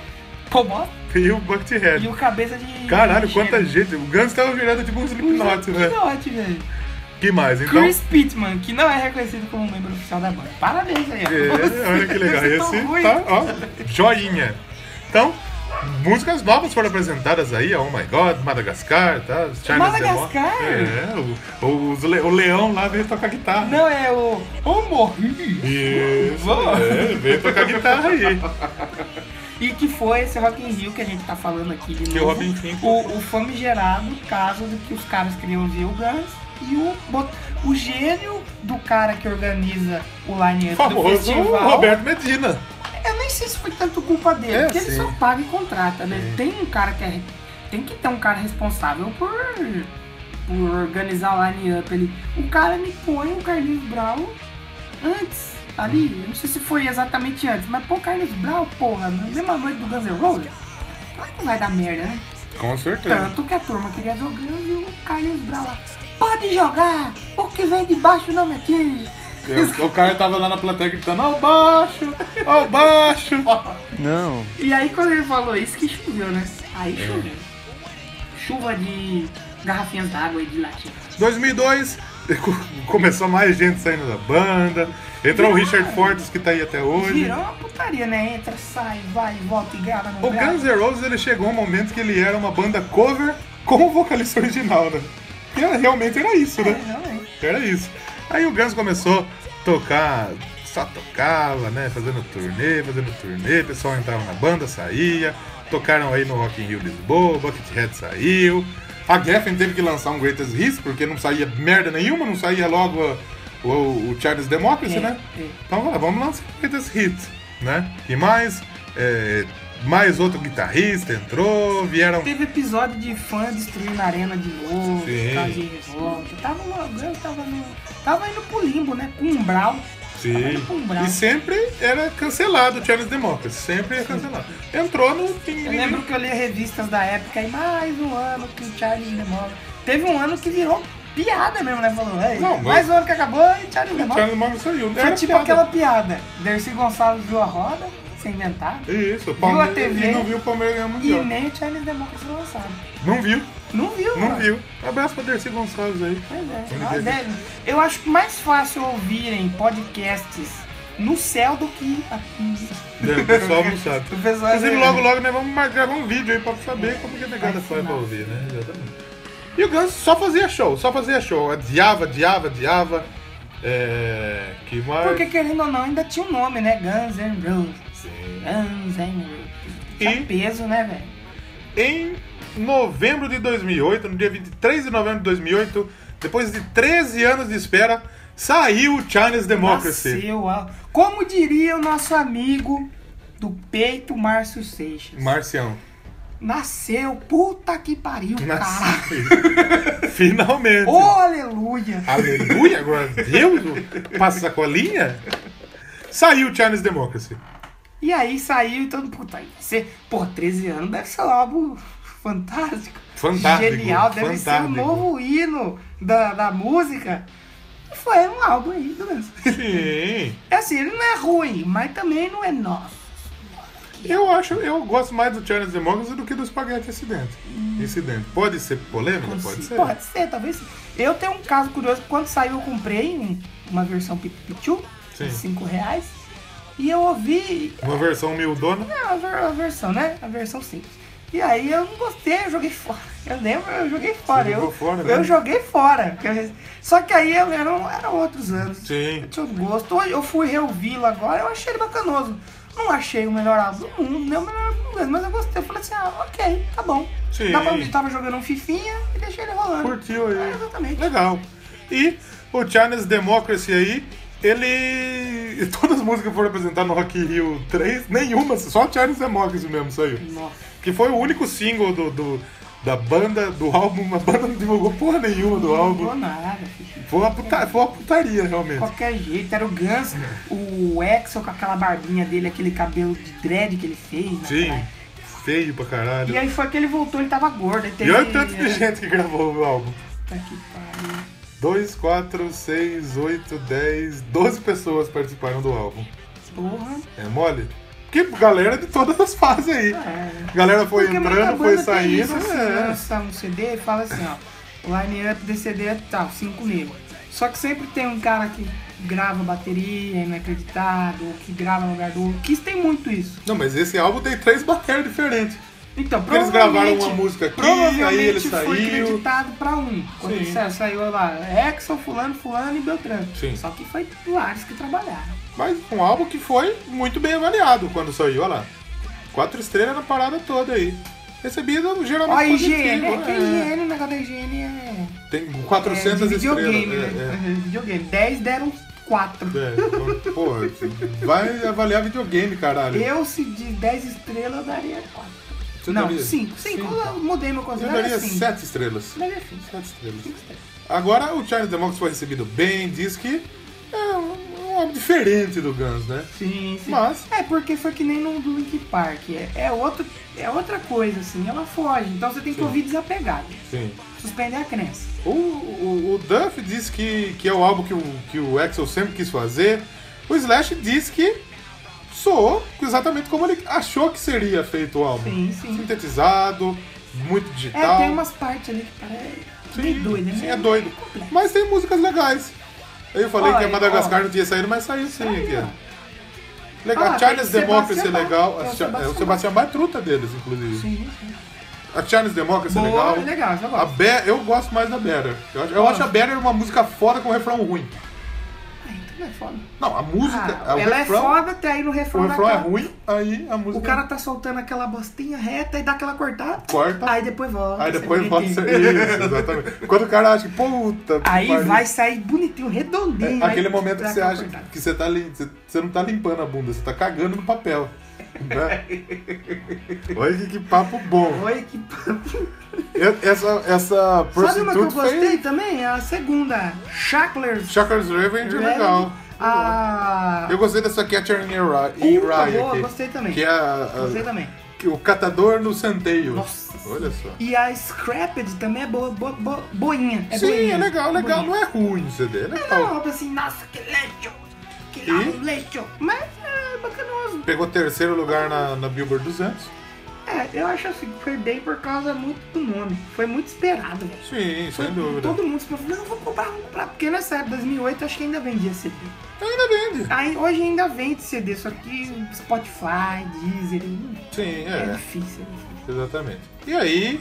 Pô, bota.
e o
E
Buckethead.
o cabeça de.
Caralho,
de
quanta
gênio.
gente. O Guns tava virando tipo um Slipknot, né?
Slipknot, velho.
Que mais? Então,
Chris Pittman, que não é reconhecido como membro oficial da banda. Parabéns aí. ó.
É, olha que legal.
Vocês tão
Esse
ruins.
tá, ó, joinha. Então, músicas novas foram apresentadas aí, ó, Oh My God, Madagascar, tá? Charles
Madagascar?
Demore. É, o, o, os le- o leão lá veio tocar guitarra.
Não, é o. Ou morri.
Isso, é, veio tocar guitarra aí.
E que foi esse Rock in Rio que a gente tá falando aqui de
Que é o
novo.
Robin Fink-
O, o famigerado caso de que os caras queriam ver o Guns e o, bot- o gênio do cara que organiza o line do
Famoso
festival.
Roberto Medina.
Eu nem sei se foi tanto culpa dele,
É,
porque ele
sim.
só paga e contrata, né? Tem um cara que é. Tem que ter um cara responsável por, por organizar o line-up ali. O cara me põe o Carlinhos Brown antes,
Hum.
ali. Eu não sei se foi exatamente antes, mas pô, Carlinhos Brown, porra, na mesma noite do Guns N' Roses. Claro que vai dar merda, né?
Com certeza.
Tanto que a turma queria jogando e o Carlinhos Brown lá. Pode jogar! O que vem de baixo não me tira!
Eu- o cara tava lá na plateia gritando, ó o baixo, ó o baixo.
Não.
E aí quando ele falou isso que choveu, né? Aí
É.
choveu. Chuva de garrafinhas d'água e de latinha.
2002, co- começou mais gente saindo da banda. Entrou o Richard Fortes, que tá aí até hoje.
Virou uma putaria, né? Entra, sai, vai, volta e grava no
O
braço.
Guns N' Roses, ele chegou um momento que ele era uma banda cover com o vocalista original, né? E era- realmente era isso,
É,
né?
realmente.
Era isso. Aí o Guns começou a tocar, só tocava, né? Fazendo turnê, fazendo turnê, o pessoal entrava na banda, saía. Tocaram aí no Rock in Rio Lisboa, Buckethead saiu. A Geffen teve que lançar um Greatest Hits, porque não saía merda nenhuma, não saía logo a- o, o Charles Democracy,
É,
né?
é.
Então vamos lá, vamos lançar o Greatest Hits, né? E mais, é, mais outro guitarrista entrou, vieram...
Teve episódio de fã destruindo a arena de novo,
Sim.
tá de revolta. Tava logo, eu tava no. Tava indo pro limbo, né? Com umbral.
Sim.
Tava indo um pro
E sempre era cancelado o Charles Democracy. Sempre era cancelado. Entrou no.
Eu lembro que eu li revistas da época e mais um ano que o Charlie demora. Teve um ano que virou piada mesmo, né? Falou, "Ei,
Não, mas-
mais um ano que acabou e Charlie
O
demora.
Charles Democracy saiu.
Foi
Era
tipo
piada.
aquela piada. Dercy Gonçalves viu a roda, sem inventar,
Isso, o Palmeiras.
Viu a TV?
E não viu o Palmeiras ganhar o
e
mundial.
nem o Charlie Democracy lançado.
Não viu,
Não viu,
não
mano.
viu. Abraço pra Dercy Gonçalves aí.
Pois é.
Ele
Ah,
teve-
deve- Eu acho mais fácil ouvirem podcasts no céu do que aqui.
Deve, O pessoal não sabe.
O pessoal- é-
Inclusive, logo, logo nós vamos marcar um vídeo aí pra saber como que a negada
Vai
foi pra
ensinar.
ouvir, né? Exatamente. E o Guns só fazia show, só fazia show. Adiava, adiava, adiava. É. Que mais.
Porque querendo ou não, ainda tinha um nome, né? Guns N' Roses.
Sim.
Guns N' Roses.
E-
Tinha peso, né, velho?
Em novembro de 2008, no dia 23 de novembro de 2008, depois de 13 anos de espera, saiu o Chinese Democracy.
Nasceu, ó. Como diria o nosso amigo do peito, Márcio Seixas.
Marcião.
Nasceu, puta que pariu, cara.
Nasceu. Finalmente.
Ô, aleluia.
Aleluia, glória a Deus. Passa sacolinha. Saiu o Chinese Democracy.
E aí saiu e todo mundo, puta, aí vai ser, pô, 13 anos deve ser um álbum fantástico.
Fantástico,
Genial, deve
fantástico.
ser o novo hino da, da música. E foi um álbum aí, do menos.
Sim.
É assim, ele não é ruim, mas também não é nosso.
Eu acho, eu gosto mais do Chinese Democracy do que do Spaghetti Incidente. Incidente. Pode ser polêmico? Hum. Pode, ser.
Pode ser, talvez. sim. Eu tenho um caso curioso, quando saiu eu comprei um- uma versão pi- Pichu,
Sim.
de 5 reais. E eu ouvi
Uma versão humildona.
É, a, ver- a versão, né? A versão simples. E aí eu não gostei, eu joguei fora. Eu lembro, eu joguei fora.
jogou
Eu,
fora,
eu
né?
joguei fora. porque eu- Só que aí eu- eram, eram outros anos.
Sim.
Eu tinha um gosto. Hoje Eu fui reouvi-lo agora, eu achei ele bacanoso. Não achei o melhor álbum do mundo, nem o melhor álbum do mundo, mas eu gostei. Eu falei assim, ah, ok, tá bom.
Sim.
Dá pra eu tava jogando um fifinha e deixei ele rolando.
Curtiu aí.
É, exatamente.
Legal. E o Chinese Democracy aí, ele. Todas as músicas que foram apresentadas no Rock in Rio 3, nenhuma, só o Chinese Democracy mesmo saiu.
Nossa.
Que foi o único single do, do- da banda, do álbum. A banda não divulgou porra nenhuma do
Não vou
álbum.
nada, filho.
Foi uma, puta- foi uma putaria, realmente.
qualquer jeito, era o Guns, o Axel com aquela barbinha dele, aquele cabelo de dread que ele fez. né,
Sim,
cara?
feio pra caralho.
E aí foi que ele voltou, ele tava gordo. Ele teve...
E olha o tanto de gente que gravou o álbum.
Puta que pariu.
2, 4, 6, 8, 10, 12 pessoas participaram do álbum.
Porra.
É mole? Que galera de todas as fases aí.
É.
Galera foi
Porque muita
entrando,
banda
foi
tem
saindo.
isso, assim,
é.
lança um CD e fala assim, ó. O line-up desse CD é tal, cinco negros. Só que sempre tem um cara que grava bateria, não é acreditado, ou que grava no lugar do outro. Que tem muito isso.
Não, mas esse álbum tem três baterias diferentes.
Então,
Porque eles
provavelmente...
gravaram uma música aqui,
provavelmente
aí ele
foi
saiu.
acreditado pra um. Quando
Sim.
ele saiu, saiu lá, Exxon, fulano, fulano e Beltrano.
Sim.
Só que foi Lares que trabalharam.
Mas um álbum que foi muito bem avaliado quando saiu, olha lá. Quatro estrelas na parada toda aí. Recebido
Ó,
geralmente
a
positivo.
higiene, é que
é.
higiene, o negócio da higiene é...
Tem
é
400
de
estrelas.
videogame,
é, é.
né? É. Videogame. 10 deram 4.
É, então, porra, vai avaliar videogame, caralho.
Eu, se de 10 estrelas, eu daria 4.
Você
Não,
daria-
5. 5,
Cinco.
eu mudei meu
Eu
conceito.
daria
Daria 5.
sete estrelas.
Daria 5.
Sete estrelas.
5 estrelas.
Agora o Charles Democracy foi recebido bem, diz que é um, um álbum diferente do Guns, né?
Sim, sim.
Mas-
É, porque foi que nem no do Link Park. É, é, outra, é outra coisa, assim, ela foge. Então você tem que ouvir desapegado.
Sim.
Suspender a crença.
O, o, o Duff diz que, que é o álbum que o, que o Axel sempre quis fazer. O Slash diz que soou exatamente como ele achou que seria feito o álbum.
Sim, sim.
Sintetizado, muito
É,
digital.
tem umas partes ali que parece
Então- Sim,
meio doida, né?
sim, é doido.
Complexo.
Mas tem músicas legais. Eu falei
Olha,
que a Madagascar
ó.
não tinha saído, mas saiu sim
Saiu.
aqui. Legal,
Ah,
Charles
tem
Democracy é
Sebastião
legal.
Bach.
A
É o
Cha- É o
Sebastião
Sebastião Batruta deles, inclusive.
Sim, sim.
A Charles Democracy é
Boa,
legal.
legal, eu
A
gosto.
Be eu gosto mais da Better. Eu, acho- eu acho a Better uma música foda com refrão ruim.
Ah, então é foda.
Não, a música.
Ah,
o
ela
refrão,
é foda até aí no
O
refrão. da
refrão é
cara.
ruim, aí a música.
O cara tá soltando aquela bostinha reta e dá aquela cortada.
Corta.
Aí depois volta.
Aí
sai
depois volta. Isso,
bonitinho.
exatamente. Quando o cara acha que, puta. que
Aí
pariu.
vai sair bonitinho, redondinho.
É aquele
aí
momento que
dá
você
aquela
acha
cortada.
que você, tá lim... você- você não tá limpando a bunda, você tá cagando no papel. né? Olha que, que papo bom.
Olha que papo.
E- Essa, essa
Sabe uma que eu
prostituta
gostei
foi.
também? É A segunda. Shacklers.
Chakras Revenge é legal.
A.
Eu gostei dessa Catcher in Rye.
Puta, boa, gostei também.
Que é a- a-
Gostei também.
que- o catador no centeio.
Nossa.
Olha só.
E a Scrapped também é boa, boa, boa- boinha. É
Sim,
boinha.
é legal, legal.
Boinha.
Não é ruim o CD, é
Não é uma
legal.
obra assim, nossa, que lecho. Que álbum lecho. Mas é bacanoso.
Pegou terceiro lugar na, na Billboard 200.
É, eu acho assim, que foi bem por causa muito do nome. Foi muito esperado, velho.
Sim,
Foi-
sem dúvida.
Todo mundo falou, não, vou comprar, vou comprar. Porque nessa época, 2008, acho que ainda vendia CD.
Então Ainda vende.
Aí, hoje ainda vende CD, só que o Spotify, Deezer, hum,
Sim,
é,
é.
difícil. é difícil.
Exatamente. E aí,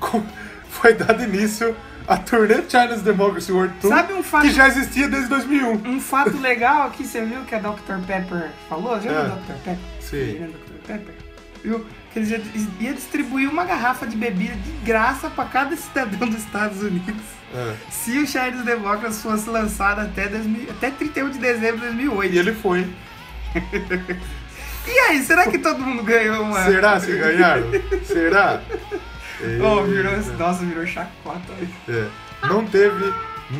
com- foi dado início à turnê China's Democracy World Tour,
Sabe um fato-
que já existia desde 2001.
Um fato legal aqui, você viu que a Dr. Pepper falou? Já viu
É.
o Dr. Pepper?
Sim.
Né, Dr. Pepper? Viu? Que eles ia- ia distribuir uma garrafa de bebida de graça pra cada cidadão dos Estados Unidos.
É.
Se o Charles Democrats fosse lançado até, 2000 até 31 de dezembro de
E
2008.
ele foi.
E aí, será que todo mundo ganhou uma...
Será se ganharam? Será?
Oh, virou, nossa, virou chacota.
É. Não teve.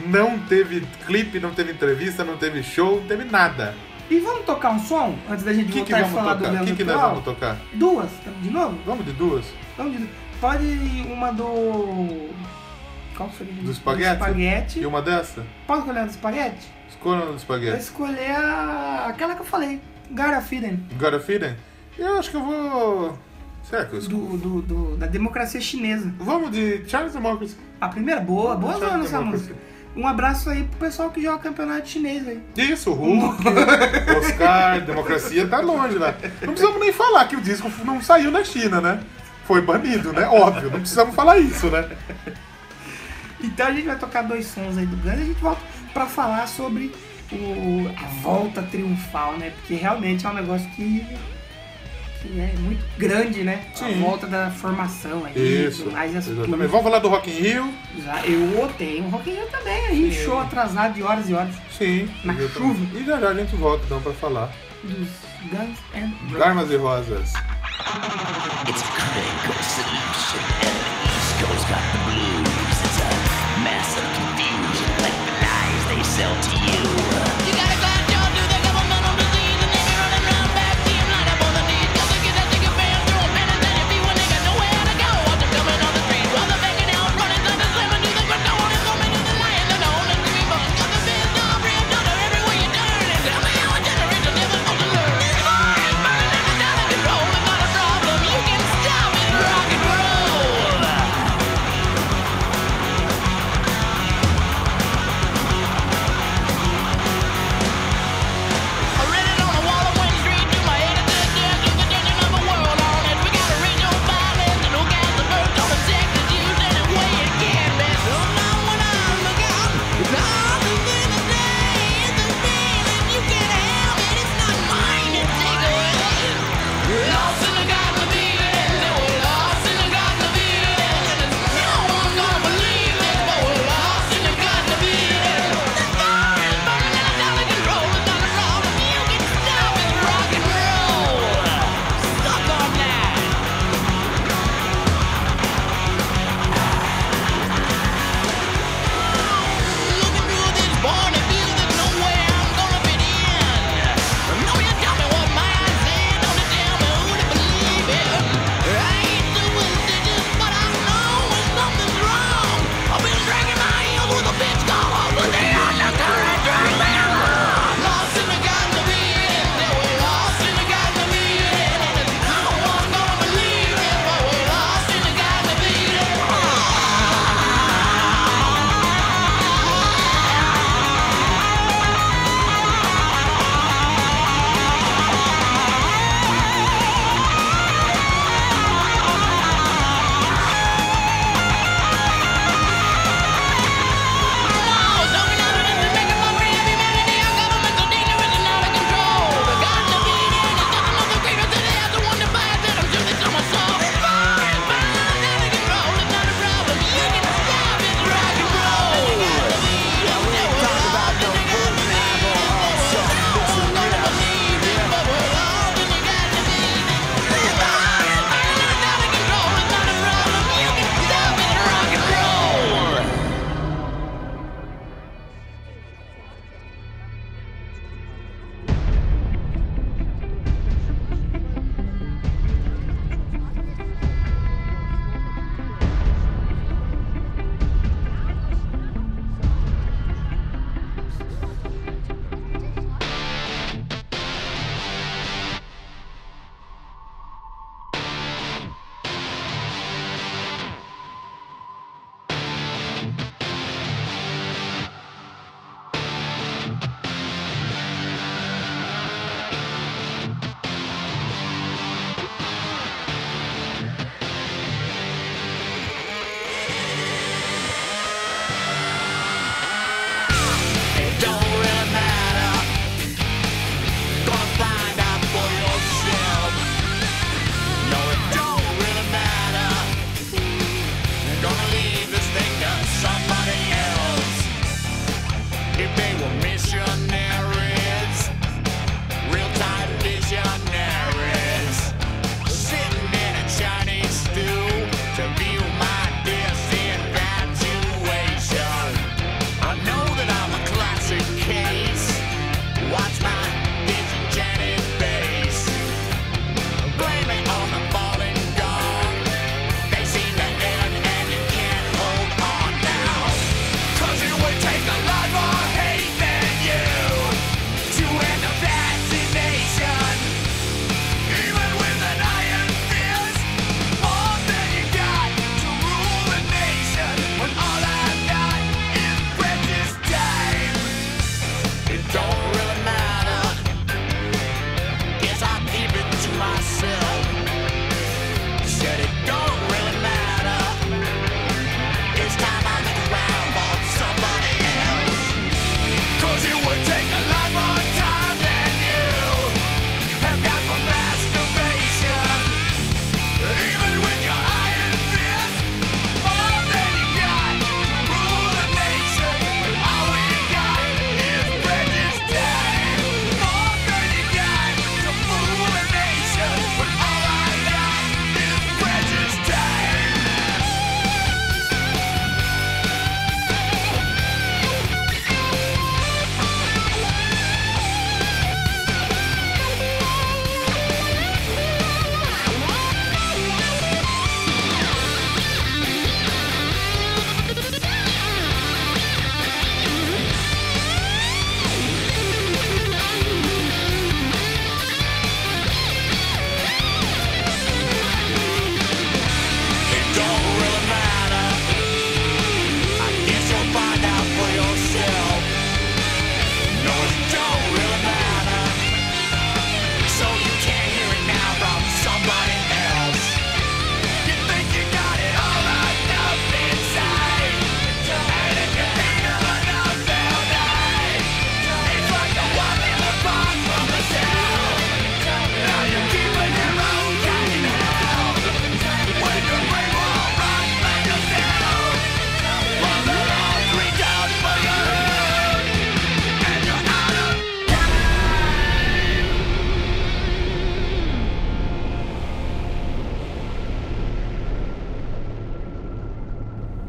Não teve clipe, não teve entrevista, não teve show, não teve nada.
E vamos tocar um som? Antes da gente
O que, que
voltar e
vamos
falar do
tocar? O
Leandro
que, que nós
Troll?
vamos tocar?
Duas, então, de novo?
Vamos de duas?
Vamos de... Pode uma do... Qual seria?
Do espaguete?
espaguete.
E uma dessa?
Posso escolher a do espaguete?
Escolha do
Eu
espaguete.
escolher a... aquela que eu falei. Garafiden.
Got a feeling? Eu acho que eu vou. Será que eu
Do,
escolho?
do, do, da democracia chinesa.
Vamos de Charles Democracy.
A primeira boa, boa
Charles
zona essa
Democracy.
música. Um abraço aí pro pessoal que joga campeonato chinês aí.
Isso, Hulk, Oscar, democracia tá longe lá. Não precisamos nem falar que o disco não saiu na China, né? Foi banido, né? Óbvio, não precisamos falar isso, né?
Então a gente vai tocar dois sons aí do Guns e a gente volta pra falar sobre o, a volta triunfal, né? Porque realmente é um negócio que, que é muito grande, né?
Sim.
A volta da formação aí,
Isso.
mais as
Exatamente. Vamos falar do Rock in Rio?
Já, eu odeio um Rock in Rio também aí, show atrasado de horas e horas
Sim.
Na
exatamente.
chuva.
E já já a gente volta então pra falar.
dos Guns and
Armas e Rosas.
It's a critical solution, and the East Coast got the blues. It's a massive confusion, like the lies they sell to you. You gotta glad y'all do the governmental disease, and they're running around back to you, light up on the knees. Cause they get that nigga fan through a pen and then if he went, they got nowhere to go. Watch them coming on the street, while they're faking out, running like the slam, and you think we're going, it's coming in the lion, and the old and green, but got the biz, the real daughter, everywhere you turn. And tell me how a generation never supposed to learn. It's burning, burning, and it's out of control. We got a problem, you can stop it, rock and roll.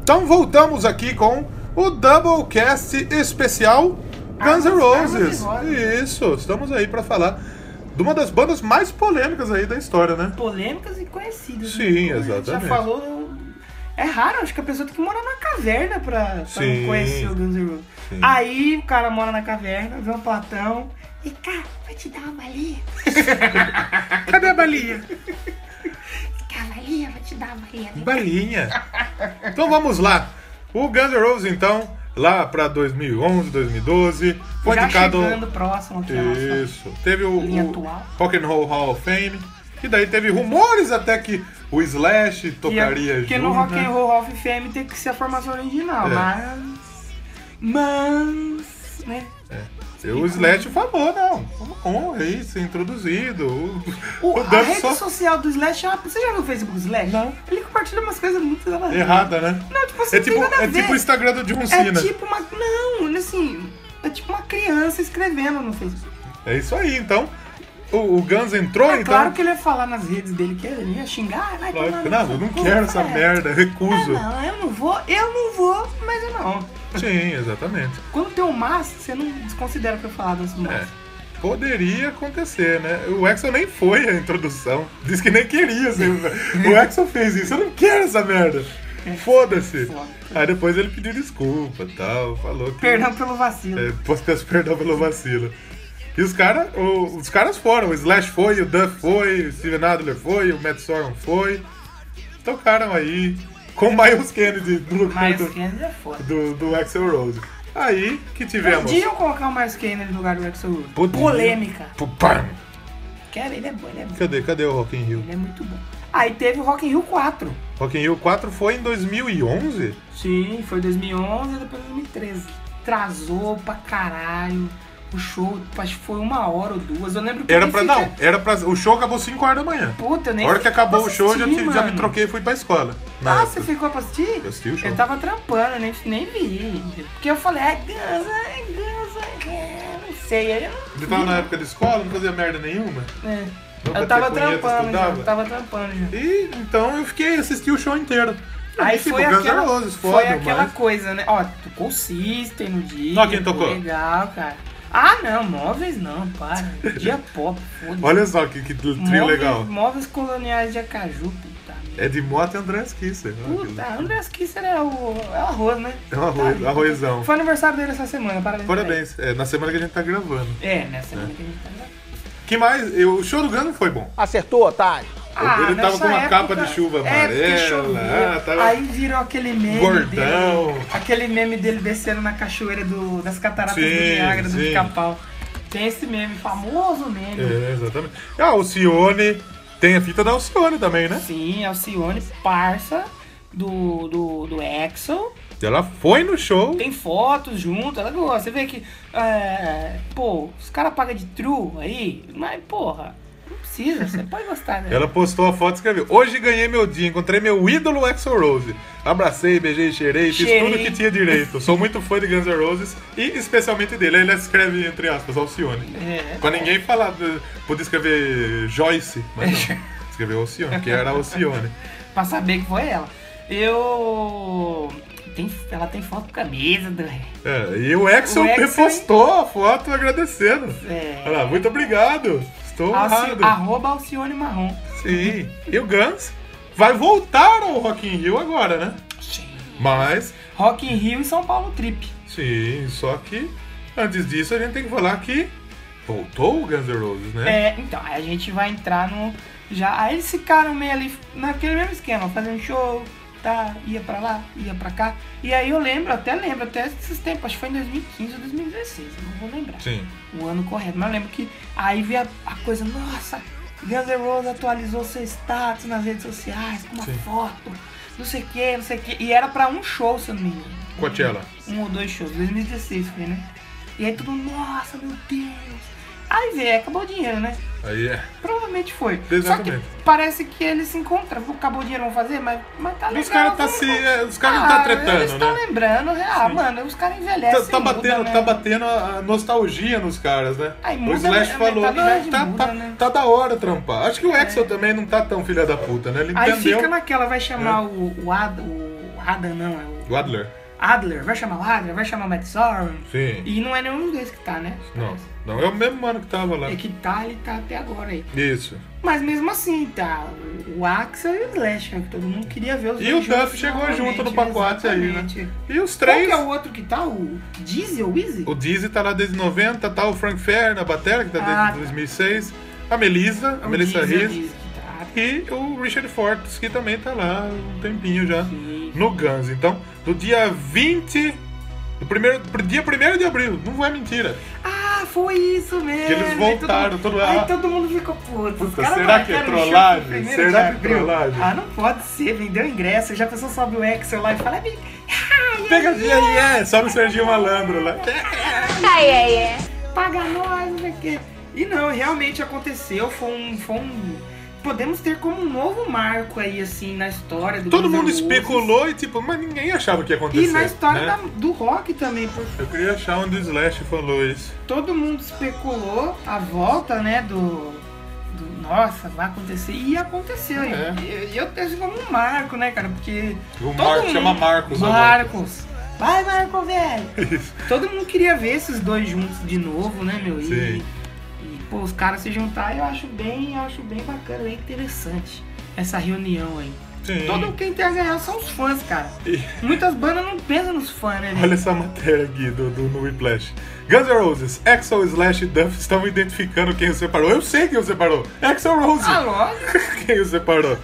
Então voltamos aqui com o Doublecast especial Guns
Armas
N' Roses.
Perigosas.
Isso, estamos aí para falar de uma das bandas mais polêmicas aí da história, né?
Polêmicas e conhecidas. né?
Sim,
Como a gente
exatamente.
Já falou. É raro, acho que a pessoa tem que morar na caverna pra, pra
Sim.
não conhecer o Guns N' Roses.
Sim.
Aí o cara mora na caverna, vê um platão. E cá, vou te dar uma balinha.
Cadê a balinha?
Cavalinha, vou te dar uma balinha.
Balinha. Então vamos lá. O Guns N' Roses, então, lá pra 2011, 2012, foi
já
indicado...
chegando próximo aqui à é nossa.
Isso. Teve o,
Linha
o
atual.
Rock and Roll Hall of Fame. E daí teve rumores até que o Slash
Que é-
tocaria
Porque
junto.
no Rock
né?
and Roll Hall of Fame tem que ser a formação original,
É.
mas... Mas... Né?
E O Slash falou, não, vamos com aí, ser introduzido. O,
O,
o
a
Duff
rede
só
social do Slash, é uma- você já viu o Facebook do Slash?
Não.
Ele compartilha umas coisas muito nada a ver.
errada, né?
Não, tipo assim,
É
não
tipo,
tem nada a
é
ver.
tipo o Instagram do John
É
Cena.
tipo uma... Não, assim... É tipo uma criança escrevendo no Facebook.
É isso aí, então. O, o Guns entrou,
É
então.
claro que ele ia falar nas redes dele que ele ia xingar, vai tomar
Lógico,
no
não,
seu
eu não
cu,
quero essa
é.
merda,
É,
recuso.
não, eu não vou, eu não vou, mas eu não.
Sim, exatamente.
Quando tem um mas, você não desconsidera o que eu falar das mas.
É. Poderia acontecer, né? O Exxon nem foi a introdução. Diz que nem queria. Assim. o Exxon fez isso. Eu não quero essa merda. Foda-se.
Foda.
Aí depois ele pediu desculpa e tal. Falou que.
Perdão pelo vacilo.
É, posso- peço perdão pelo vacilo. E os, cara, o- os caras foram. O Slash foi, o Duff foi, o Steven Adler foi, o Matt Sorum foi. Tocaram aí com o Miles Kennedy no lugar
Miles
do,
Kennedy é foda. Um
do, do Axel Rose. Aí que tivemos.
Podiam colocar o Miles Kennedy no lugar do Axel Rose.
Podiam.
Polêmica.
Pô, pam!
Quero, ele é bom, ele é bom.
Cadê? Cadê o Rock in Rio?
Ele é muito bom. Aí teve o Rock in Rio 4.
Rock in Rio 4 foi em 2011?
Sim, foi 2011 e depois 2013. Trazou pra caralho. O show, acho que foi uma hora ou duas. Eu lembro que eu
Era
nem
pra.
fiquei-
Não, era pra. O show acabou 5 horas da manhã.
Puta, eu
A
nem
hora que
fiquei
acabou
pra
o show, eu já,
assistir,
te- já me
mano.
troquei e fui pra escola. Na
Ah,
época.
você ficou pra assistir?
Eu assisti o show.
Ele tava trampando, eu nem, nem vi. Porque eu falei, é Guns, é Guns, é Guns. Não sei, aí eu não
Ele tava na época de escola, não fazia merda nenhuma.
É.
Não,
Eu tava
bater punheta,
trampando já,
estudava?
eu tava trampando já.
E então eu fiquei assisti o show inteiro.
Aí
Tipo,
foi
Guns N'
aquela,
Roses, foda,
foi aquela
mas-
coisa, né? Ó, tocou o System no dia.
Ó, quem
foi
tocou?
Legal, cara. Ah, não, móveis não, para. Dia pop, foda-se.
Olha só que, que trio
Móveis-
legal.
Móveis coloniais de Acaju, puta. merda.
É de moto e André né? Kisser. Olha que
Puta, Andrés Kisser é o, é o arroz, né?
É um arroz,
Tá.
arrozão.
Foi aniversário dele essa semana, parabéns. pra ele.
Parabéns. É, na semana que a gente tá gravando.
É, nessa semana que a gente tá gravando.
Que mais? Eu- o show do Gano foi bom.
Acertou, otário.
Ele tava
Ah, nessa É,
com uma capa de chuva amarela,
porque choveu.
ah, tava
Aí virou aquele meme
Gordão.
dele. Aquele meme dele descendo na cachoeira do- das cataratas
Sim,
do Niágara, do
sim.
Pica-Pau. Tem esse meme, famoso meme.
É, exatamente. Ah, o Cione. Tem a fita da Alcione também, né?
Sim, Alcione, parça do, do, do Axel.
Ela foi no show.
Tem fotos junto, ela gosta. Você vê que, é, pô, os caras pagam de true aí, mas, porra, não precisa, você pode gostar, né?
Ela postou a foto e escreveu: Hoje ganhei meu dia, encontrei meu ídolo Axel Rose. Abracei, beijei, cheirei, fiz
Cheirei.
tudo que tinha direito. Sou muito fã de Guns N' Roses e especialmente dele. Aí Ele escreve, entre aspas, Alcione.
É.
Pra ninguém falar, eh, podia escrever Joyce, mas não. Escreveu Alcione, que era Alcione.
pra saber que foi ela. Eu. Tem, ela tem foto com camisa do.
É, e o Exxon
O Exxon,
repostou a foto agradecendo.
É.
Olha lá, muito obrigado. Estou honrado.
Alci, arroba Alcione Marrom.
Sim. E o Guns vai voltar ao Rock in Rio agora, né? Mas,
Rock in Rio e São Paulo Trip.
sim, só que antes disso a gente tem que falar que voltou o Guns N' Roses, né?
É, então, aí a gente vai entrar no. Já, aí eles ficaram meio ali naquele mesmo esquema, fazendo show, tá, ia pra lá, ia pra cá. E aí eu lembro, até lembro, até esses tempos, acho que foi em 2015 ou 2016, não vou lembrar.
Sim.
o ano correto. Mas eu lembro que aí veio a, a coisa, nossa, Guns N' Roses atualizou seu status nas redes sociais, com uma
Sim.
foto, não sei o que, não sei o que. E era pra um show, se eu não me engano.
Coachella.
Um ou dois shows, 2016 foi, né? E aí todo mundo, nossa, meu Deus. Aí veio, acabou o dinheiro, né?
Aí é.
Provavelmente foi. Só
Exatamente.
que parece que eles se encontram. Acabou o dinheiro, vão fazer, mas, mas tá legal.
Os caras tá
vamos- Ah,
se. é, Os caras não tá
eles
tretando,
tão
né?
lembrando, ah,
Sim.
mano, os caras
Tá,
envelhecem.
tá
muda,
batendo,
né?
tá batendo a a nostalgia nos caras, né?
Aí
o
muda
Slash
a
falou, não,
mentalidade,
tá,
muda,
tá-
né?" É.
tá da hora trampar. Acho que o Axel também não tá tão filha da puta, né? Ele
Aí
entendeu.
fica naquela, vai chamar o, o, Ad, o Adam, não, é o
O Adler.
Adler, vai chamar o Adler, vai chamar o Matt Sorum.
Sim.
E não é nenhum dos dois que tá, né?
Não, não, é o mesmo mano que tava lá.
É que tá, ele tá até agora aí.
Isso.
Mas mesmo assim, tá o Axa e o Slash, né, que todo mundo queria ver os
E
dois
o
juntos
Duff chegou
novamente,
junto no pacote aí, né?
exatamente.
E os
Qual
três.
que é o outro que tá? O Diesel, o Easy?
O Dizzy tá lá desde 90, tá o Frank Fair na bateria, que tá desde
Ah, tá.
2006, a Melissa, a
É O
Melissa
Diesel,
Reese
Diesel que tá.
e o Richard Fortes, que também tá lá um tempinho já
Sim.
no Guns. Então, do dia 20. Do primeiro, pro dia 1 de abril, não é mentira.
Ah, foi isso mesmo.
Que eles
Aí
voltaram,
todo
todo-
mundo, aí
ah.
todo mundo ficou puto. Os
Puta,
caras
será que é
marcaram o show
trollagem?
pro primeiro
Será
de
que é
abril.
trollagem?
Ah, não pode ser. Vendeu ingresso. Já a pessoa sobe o Excel lá e fala... "É, "Ai, ai,
Pegadinha aí, é, sobe o Serginho Malandro lá. É,
paga nós, não sei o quê. E não, realmente aconteceu, foi um, foi um- Podemos ter como um novo marco aí, assim, na história do
Todo
Guns N'
mundo
Roses.
especulou e tipo, mas ninguém achava que ia acontecer.
E na história
né?
da- do rock também, porque
Eu queria achar onde o Slash falou isso.
todo mundo especulou a volta, né, do. do nossa, vai acontecer. E aconteceu. E-
É.
E, e eu penso como um marco, né, cara? Porque.
O
todo
Marcos
mundo-
chama Marcos né, agora.
Marcos! Vai, Marco, velho!
Isso.
Todo mundo queria ver esses dois juntos de novo, né, meu? E-
Sim.
E, pô, os caras se juntar, eu acho bem, eu acho bem bacana, bem interessante essa reunião aí.
Sim.
Todo quem tem a ganhar são os fãs, cara.
E-
Muitas bandas não pensam nos fãs, né,
Olha
velho?
essa matéria aqui do, do no Whiplash. Guns N' Roses, Axel Slash e Duff estão identificando quem os separou. Eu sei quem os separou. Axel Rose.
Ah, lógico,
quem os separou.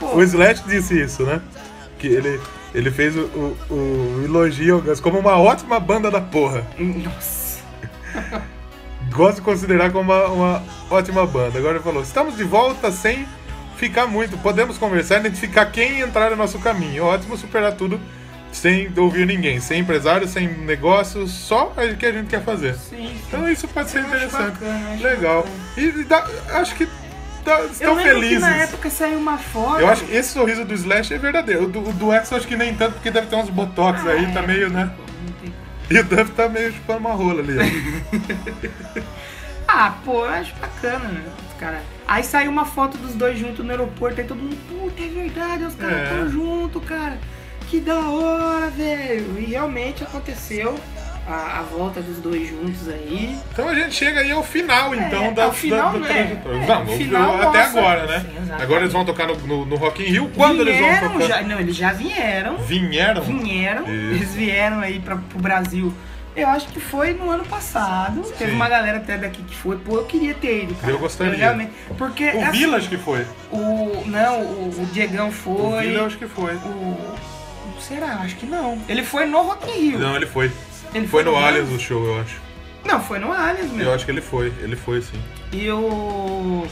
pô.
O Slash disse isso, né? Que ele, ele fez o, o, o elogio ao Guns como uma ótima banda da porra.
Nossa.
Gosto de considerar como uma, uma ótima banda. Agora ele falou, estamos de volta sem ficar muito. Podemos conversar, identificar quem entrar no nosso caminho. Ótimo superar tudo sem ouvir ninguém. Sem empresário, sem negócios, só o que a gente quer fazer.
Sim.
Então isso pode ser
Eu acho
interessante.
bacana, eu acho
Legal. E e dá- acho que dá-
Eu
estão
lembro que
felizes.
na época saiu uma foto.
Eu acho que esse sorriso do Slash é verdadeiro. O do, o do Axel acho que nem tanto, porque deve ter uns botox
Ah,
aí,
é,
tá meio, né?
pô, não tem-
E o Duff tá meio chupando uma rola ali, ó.
Ah, pô, eu acho bacana, né? Os caras. Aí saiu uma foto dos dois juntos no aeroporto, aí todo mundo, puta, é verdade, os caras
É.
estão juntos, cara. Que da hora, velho. E realmente aconteceu a, a volta dos dois juntos aí.
Então a gente chega aí ao final, então,
É,
da,
ao final,
da, da
né?
trajetória.
É,
Vamos,
o final
até
mostra.
agora, né?
Sim, exatamente.
agora eles vão tocar no, no, no Rock in Rio. Quando eles
vieram
vão tocar?
já. Não, eles já vieram.
Vieram?
Vieram.
Isso.
Eles vieram aí pra, pro Brasil. Eu acho que foi no ano passado. Teve
Sim.
uma galera até daqui que foi. Pô, eu queria ter ido, cara.
Eu gostaria.
realmente. Porque.
O
assim,
Village que foi.
O, não, o, o Diegão
O
foi.
Village que foi.
o- Será? Acho que não. Ele foi no Rock in Rio.
Não, ele foi.
Ele
Foi no Aliens
Aliens
o show, eu acho.
Não, foi no Aliens
Eu
mesmo.
acho que ele foi. Ele foi, sim.
E o...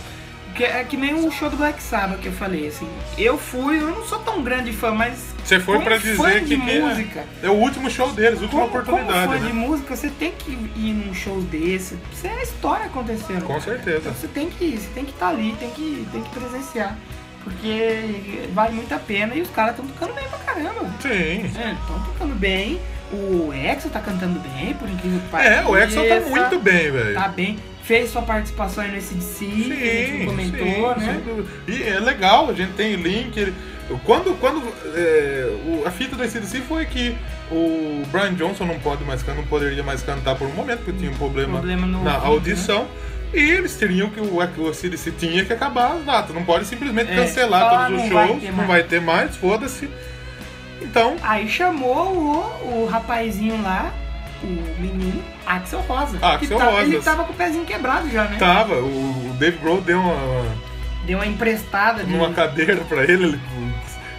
Que, é que nem o show do Black Sabbath que eu falei, assim. Eu fui, eu não sou tão grande fã, mas...
Você foi
como
pra
fã de
dizer que que é-
música...
é o último show deles, última
Como, como
oportunidade,
fã
né?
de música, você tem que ir num show desse. Isso é a história acontecendo.
Com certeza.
Então você tem que ir, você tem que estar ali, tem que, tem que presenciar. Porque vale muito a pena e os caras estão tocando bem pra caramba.
Sim.
É, estão tocando bem. O Exo tá cantando bem, por incrível que pareça.
É, o Axel tá muito bem, velho.
Tá bem. Fez sua participação aí no SDC, que a gente não comentou,
sim,
né?
sem dúvida. E é legal, a gente tem link. ele- Quando, quando é, o- a fita do ACDC foi que o Brian Johnson não pode mais cantar, não poderia mais cantar por um momento, porque tinha um problema,
Problema né? no
na
ouvido,
audição. E eles teriam que o, o ACDC tinha que acabar as datas. Não pode simplesmente
É,
cancelar
falar,
todos os
não vai
shows,
ter
não
mais.
vai ter mais, foda-se. Então,
Aí chamou o, o rapazinho lá, o menino, Axel Rosa. que
Ah, Axel
tá- Ele
Rosas. Tá.
tava com o pezinho quebrado já, né?
tava, o, o Dave Grohl deu uma- uma
Deu uma emprestada de...
numa cadeira pra ele, ele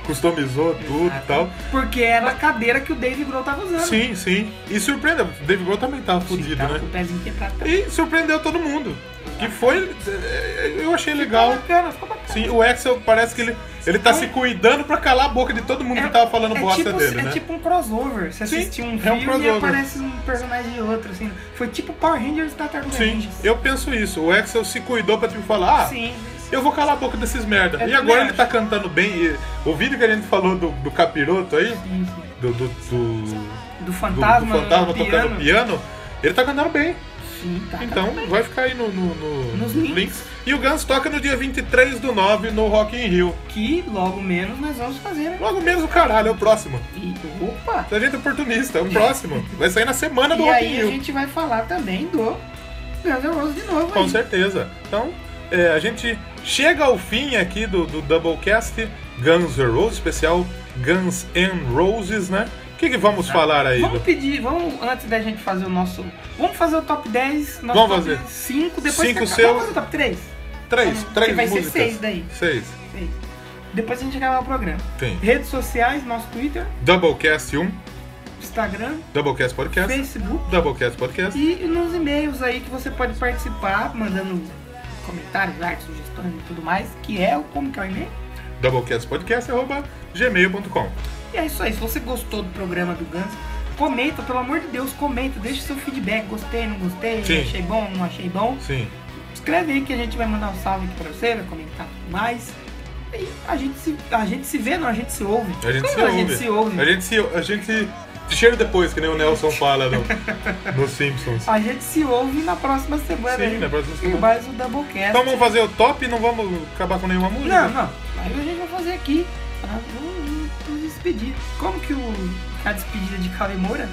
customizou tudo e tal.
Porque era a cadeira que o Dave Grohl tava usando.
Sim, sim. E surpreendeu. O Dave Grohl também tava
Sim, tá
fudido,
tava com
né?
o pezinho quebrado. também.
E surpreendeu todo mundo. Que foi. eh, Eu achei legal.
Ficou bacana, ficou bacana.
Sim, o Axel parece que ele, ele tá se cuidando pra calar a boca de todo mundo que tava falando bosta
tipo,
dele,
é
né?
tipo um crossover. Você
Sim,
assistiu um
é um
filme e
crossover.
aparece um personagem de outro, assim. Foi tipo Power Rangers e Tartaruga
Sim,
Ninjas.
eu penso isso. O Axel se cuidou pra tipo falar, ah,
Sim. É
eu vou calar a boca desses merda.
Eu
e agora
também
ele tá cantando bem. E o vídeo que a gente falou do, do capiroto aí,
sim, sim.
do- do, do
Do
do, do
fantasma,
fantasma
no
tocando piano, ele tá cantando bem.
Sim, tá.
Então vai ficar aí no, no- no-
Nos
nos
links.
links. E o Guns toca no dia 23 do 9 no Rock in Rio.
Que logo menos nós vamos fazer, né?
Logo menos o caralho, é o próximo.
E, opa!
A gente é oportunista, é o próximo. Vai sair na semana do
E
Rock in
aí a
Rio.
gente vai falar também do Guns N' Roses de novo
Com
aí.
certeza. Então, é, a gente chega ao fim aqui do, do Doublecast Guns N' Roses, especial Guns N' Roses, né? O que, que vamos falar aí?
Tá. Vamos
Lu?
pedir, vamos, antes da gente fazer o nosso. Vamos fazer o top 10, nosso
Vamos
top
fazer.
5, depois
Cinco
você-
seu.
Vamos fazer o top 3?
Três,
Porque
três
vai ser
músicas.
seis daí.
Seis.
Depois a gente gravar o programa.
Tem
Redes sociais, nosso Twitter,
Doublecast 1,
Instagram,
Doublecast um, Podcast,
Facebook
Doublecast Podcast.
e nos e-mails aí que você pode participar, mandando comentários, artes, sugestões e tudo mais, que é o como que é o e-mail.
doublecastpodcast.gmail.com
E é isso aí. Se você gostou do programa do Guns, comenta, pelo amor de Deus, comenta, deixa seu feedback. Gostei, não gostei,
Sim.
achei bom, não achei bom.
Sim.
Escreve aí que a gente vai mandar um salve aqui pra você, vai comentar tudo mais. E a gente se, a gente se vê, não, a gente se ouve.
A gente,
Como
se
a
ouve.
gente se ouve?
A gente se A gente se cheira depois, que nem o Nelson fala no, no Simpsons.
A gente se ouve na próxima semana.
Sim, né?
aí.
na próxima
Tem
semana.
mais um Doublecast.
Então vamos fazer o top e não vamos acabar com nenhuma música?
Não, não. Aí a gente vai fazer aqui. Ah, Vamos vamos despedir. Como que o, a despedida de Cauê Moura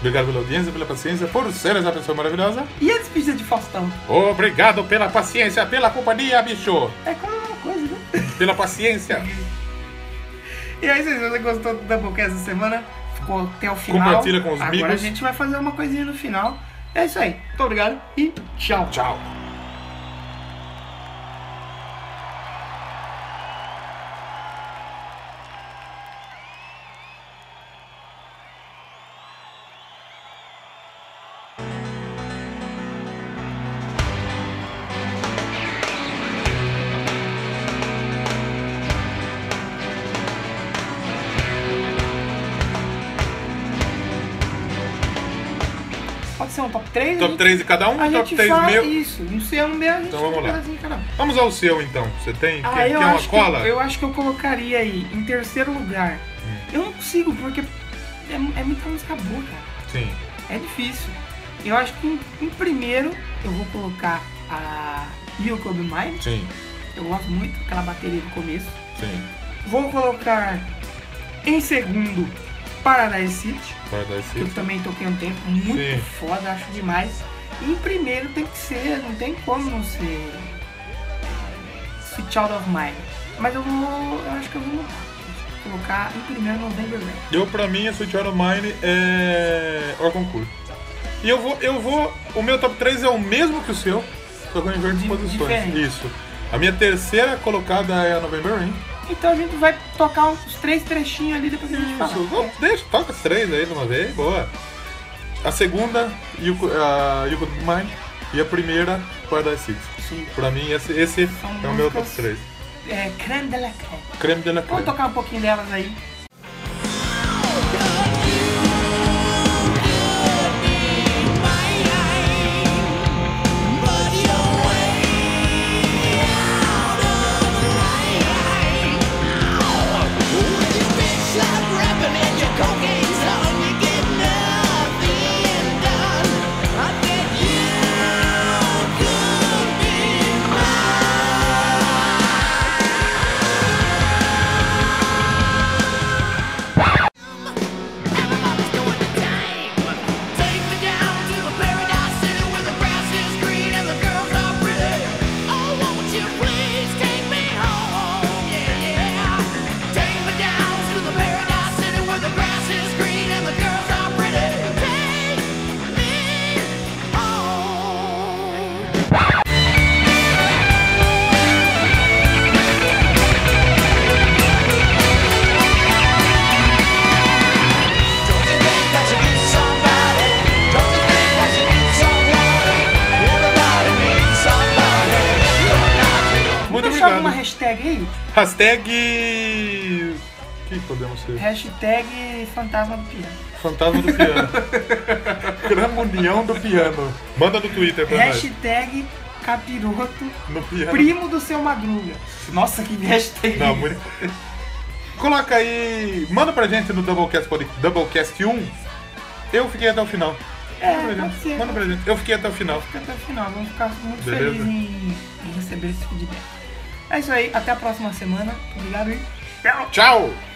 Obrigado pela audiência, pela paciência, por ser essa pessoa maravilhosa.
e a despedida de Faustão?
Obrigado pela paciência, pela companhia, bicho.
É quase a mesma coisa, né?
Pela paciência.
E aí, se você gostou do Doublecast essa semana, ficou até o final.
Compartilha com os
Agora
amigos.
a gente vai fazer uma coisinha no final. É isso aí. Muito obrigado e tchau.
Tchau.
Pode ser um top 3?
Top 3 de cada um,
A
top
gente
3
faz
meu.
isso. No seu no meu, a gente
Então vamos
faz
lá.
um pedacinho de cada um.
Vamos ao seu então. Você tem?
Ah,
quer
eu,
quer uma
acho
cola?
Que, eu acho que eu colocaria aí, em terceiro lugar.
Hum.
Eu não consigo, porque é, é muita música boa, cara.
Sim.
É difícil. Eu acho que em, em primeiro eu vou colocar a You Could Be Mine.
Sim.
Eu gosto muito daquela bateria do começo.
Sim.
Vou colocar em segundo Paradise City,
Paradise
que eu
City.
também toquei um tempo. Muito
Sim.
foda, acho demais. E em primeiro tem que ser, não tem como não ser Sweet Child of Mine. Mas eu vou, eu acho que eu vou mudar. Vou colocar em primeiro November Rain.
Eu, pra mim, a Sweet Child O' Mine é. Orconcourt. E eu vou, eu vou. O meu top 3 é o mesmo que o seu, só que eu inverto de
Di-
posições.
diferente.
Isso. A minha terceira colocada é a November Rain.
Então a gente vai tocar uns três trechinhos ali depois que a gente fala.
Isso, vamos, deixa, toca as três aí de uma vez, boa. A segunda, You, Cou- a you Could Be Mine. E a primeira, Paradise City.
Sim.
Pra mim, esse, esse
São
é o meu top
músicas-
3.
É, creme de la creme.
Creme de la creme.
Vamos tocar um pouquinho delas aí.
Muito
Deixa
obrigado.
alguma hashtag aí?
Hashtag. O que podemos ser?
Hashtag fantasma do piano.
Fantasma do piano. Cramunião do piano. Manda no Twitter pra nós.
Hashtag capiroto
No piano.
primo do seu madruga. Nossa, que hashtag.
Não, muito... Coloca aí. Manda pra gente no Doublecast, Pod- Doublecast 1. Eu um. fiquei até o final.
É,
Manda pra
pode
gente.
ser.
Manda pra gente. Eu fiquei até o final.
Fica até o final, vamos ficar muito
Beleza.
felizes em, em receber esse feedback. É isso aí, até a próxima semana. Obrigado e tchau!
Tchau!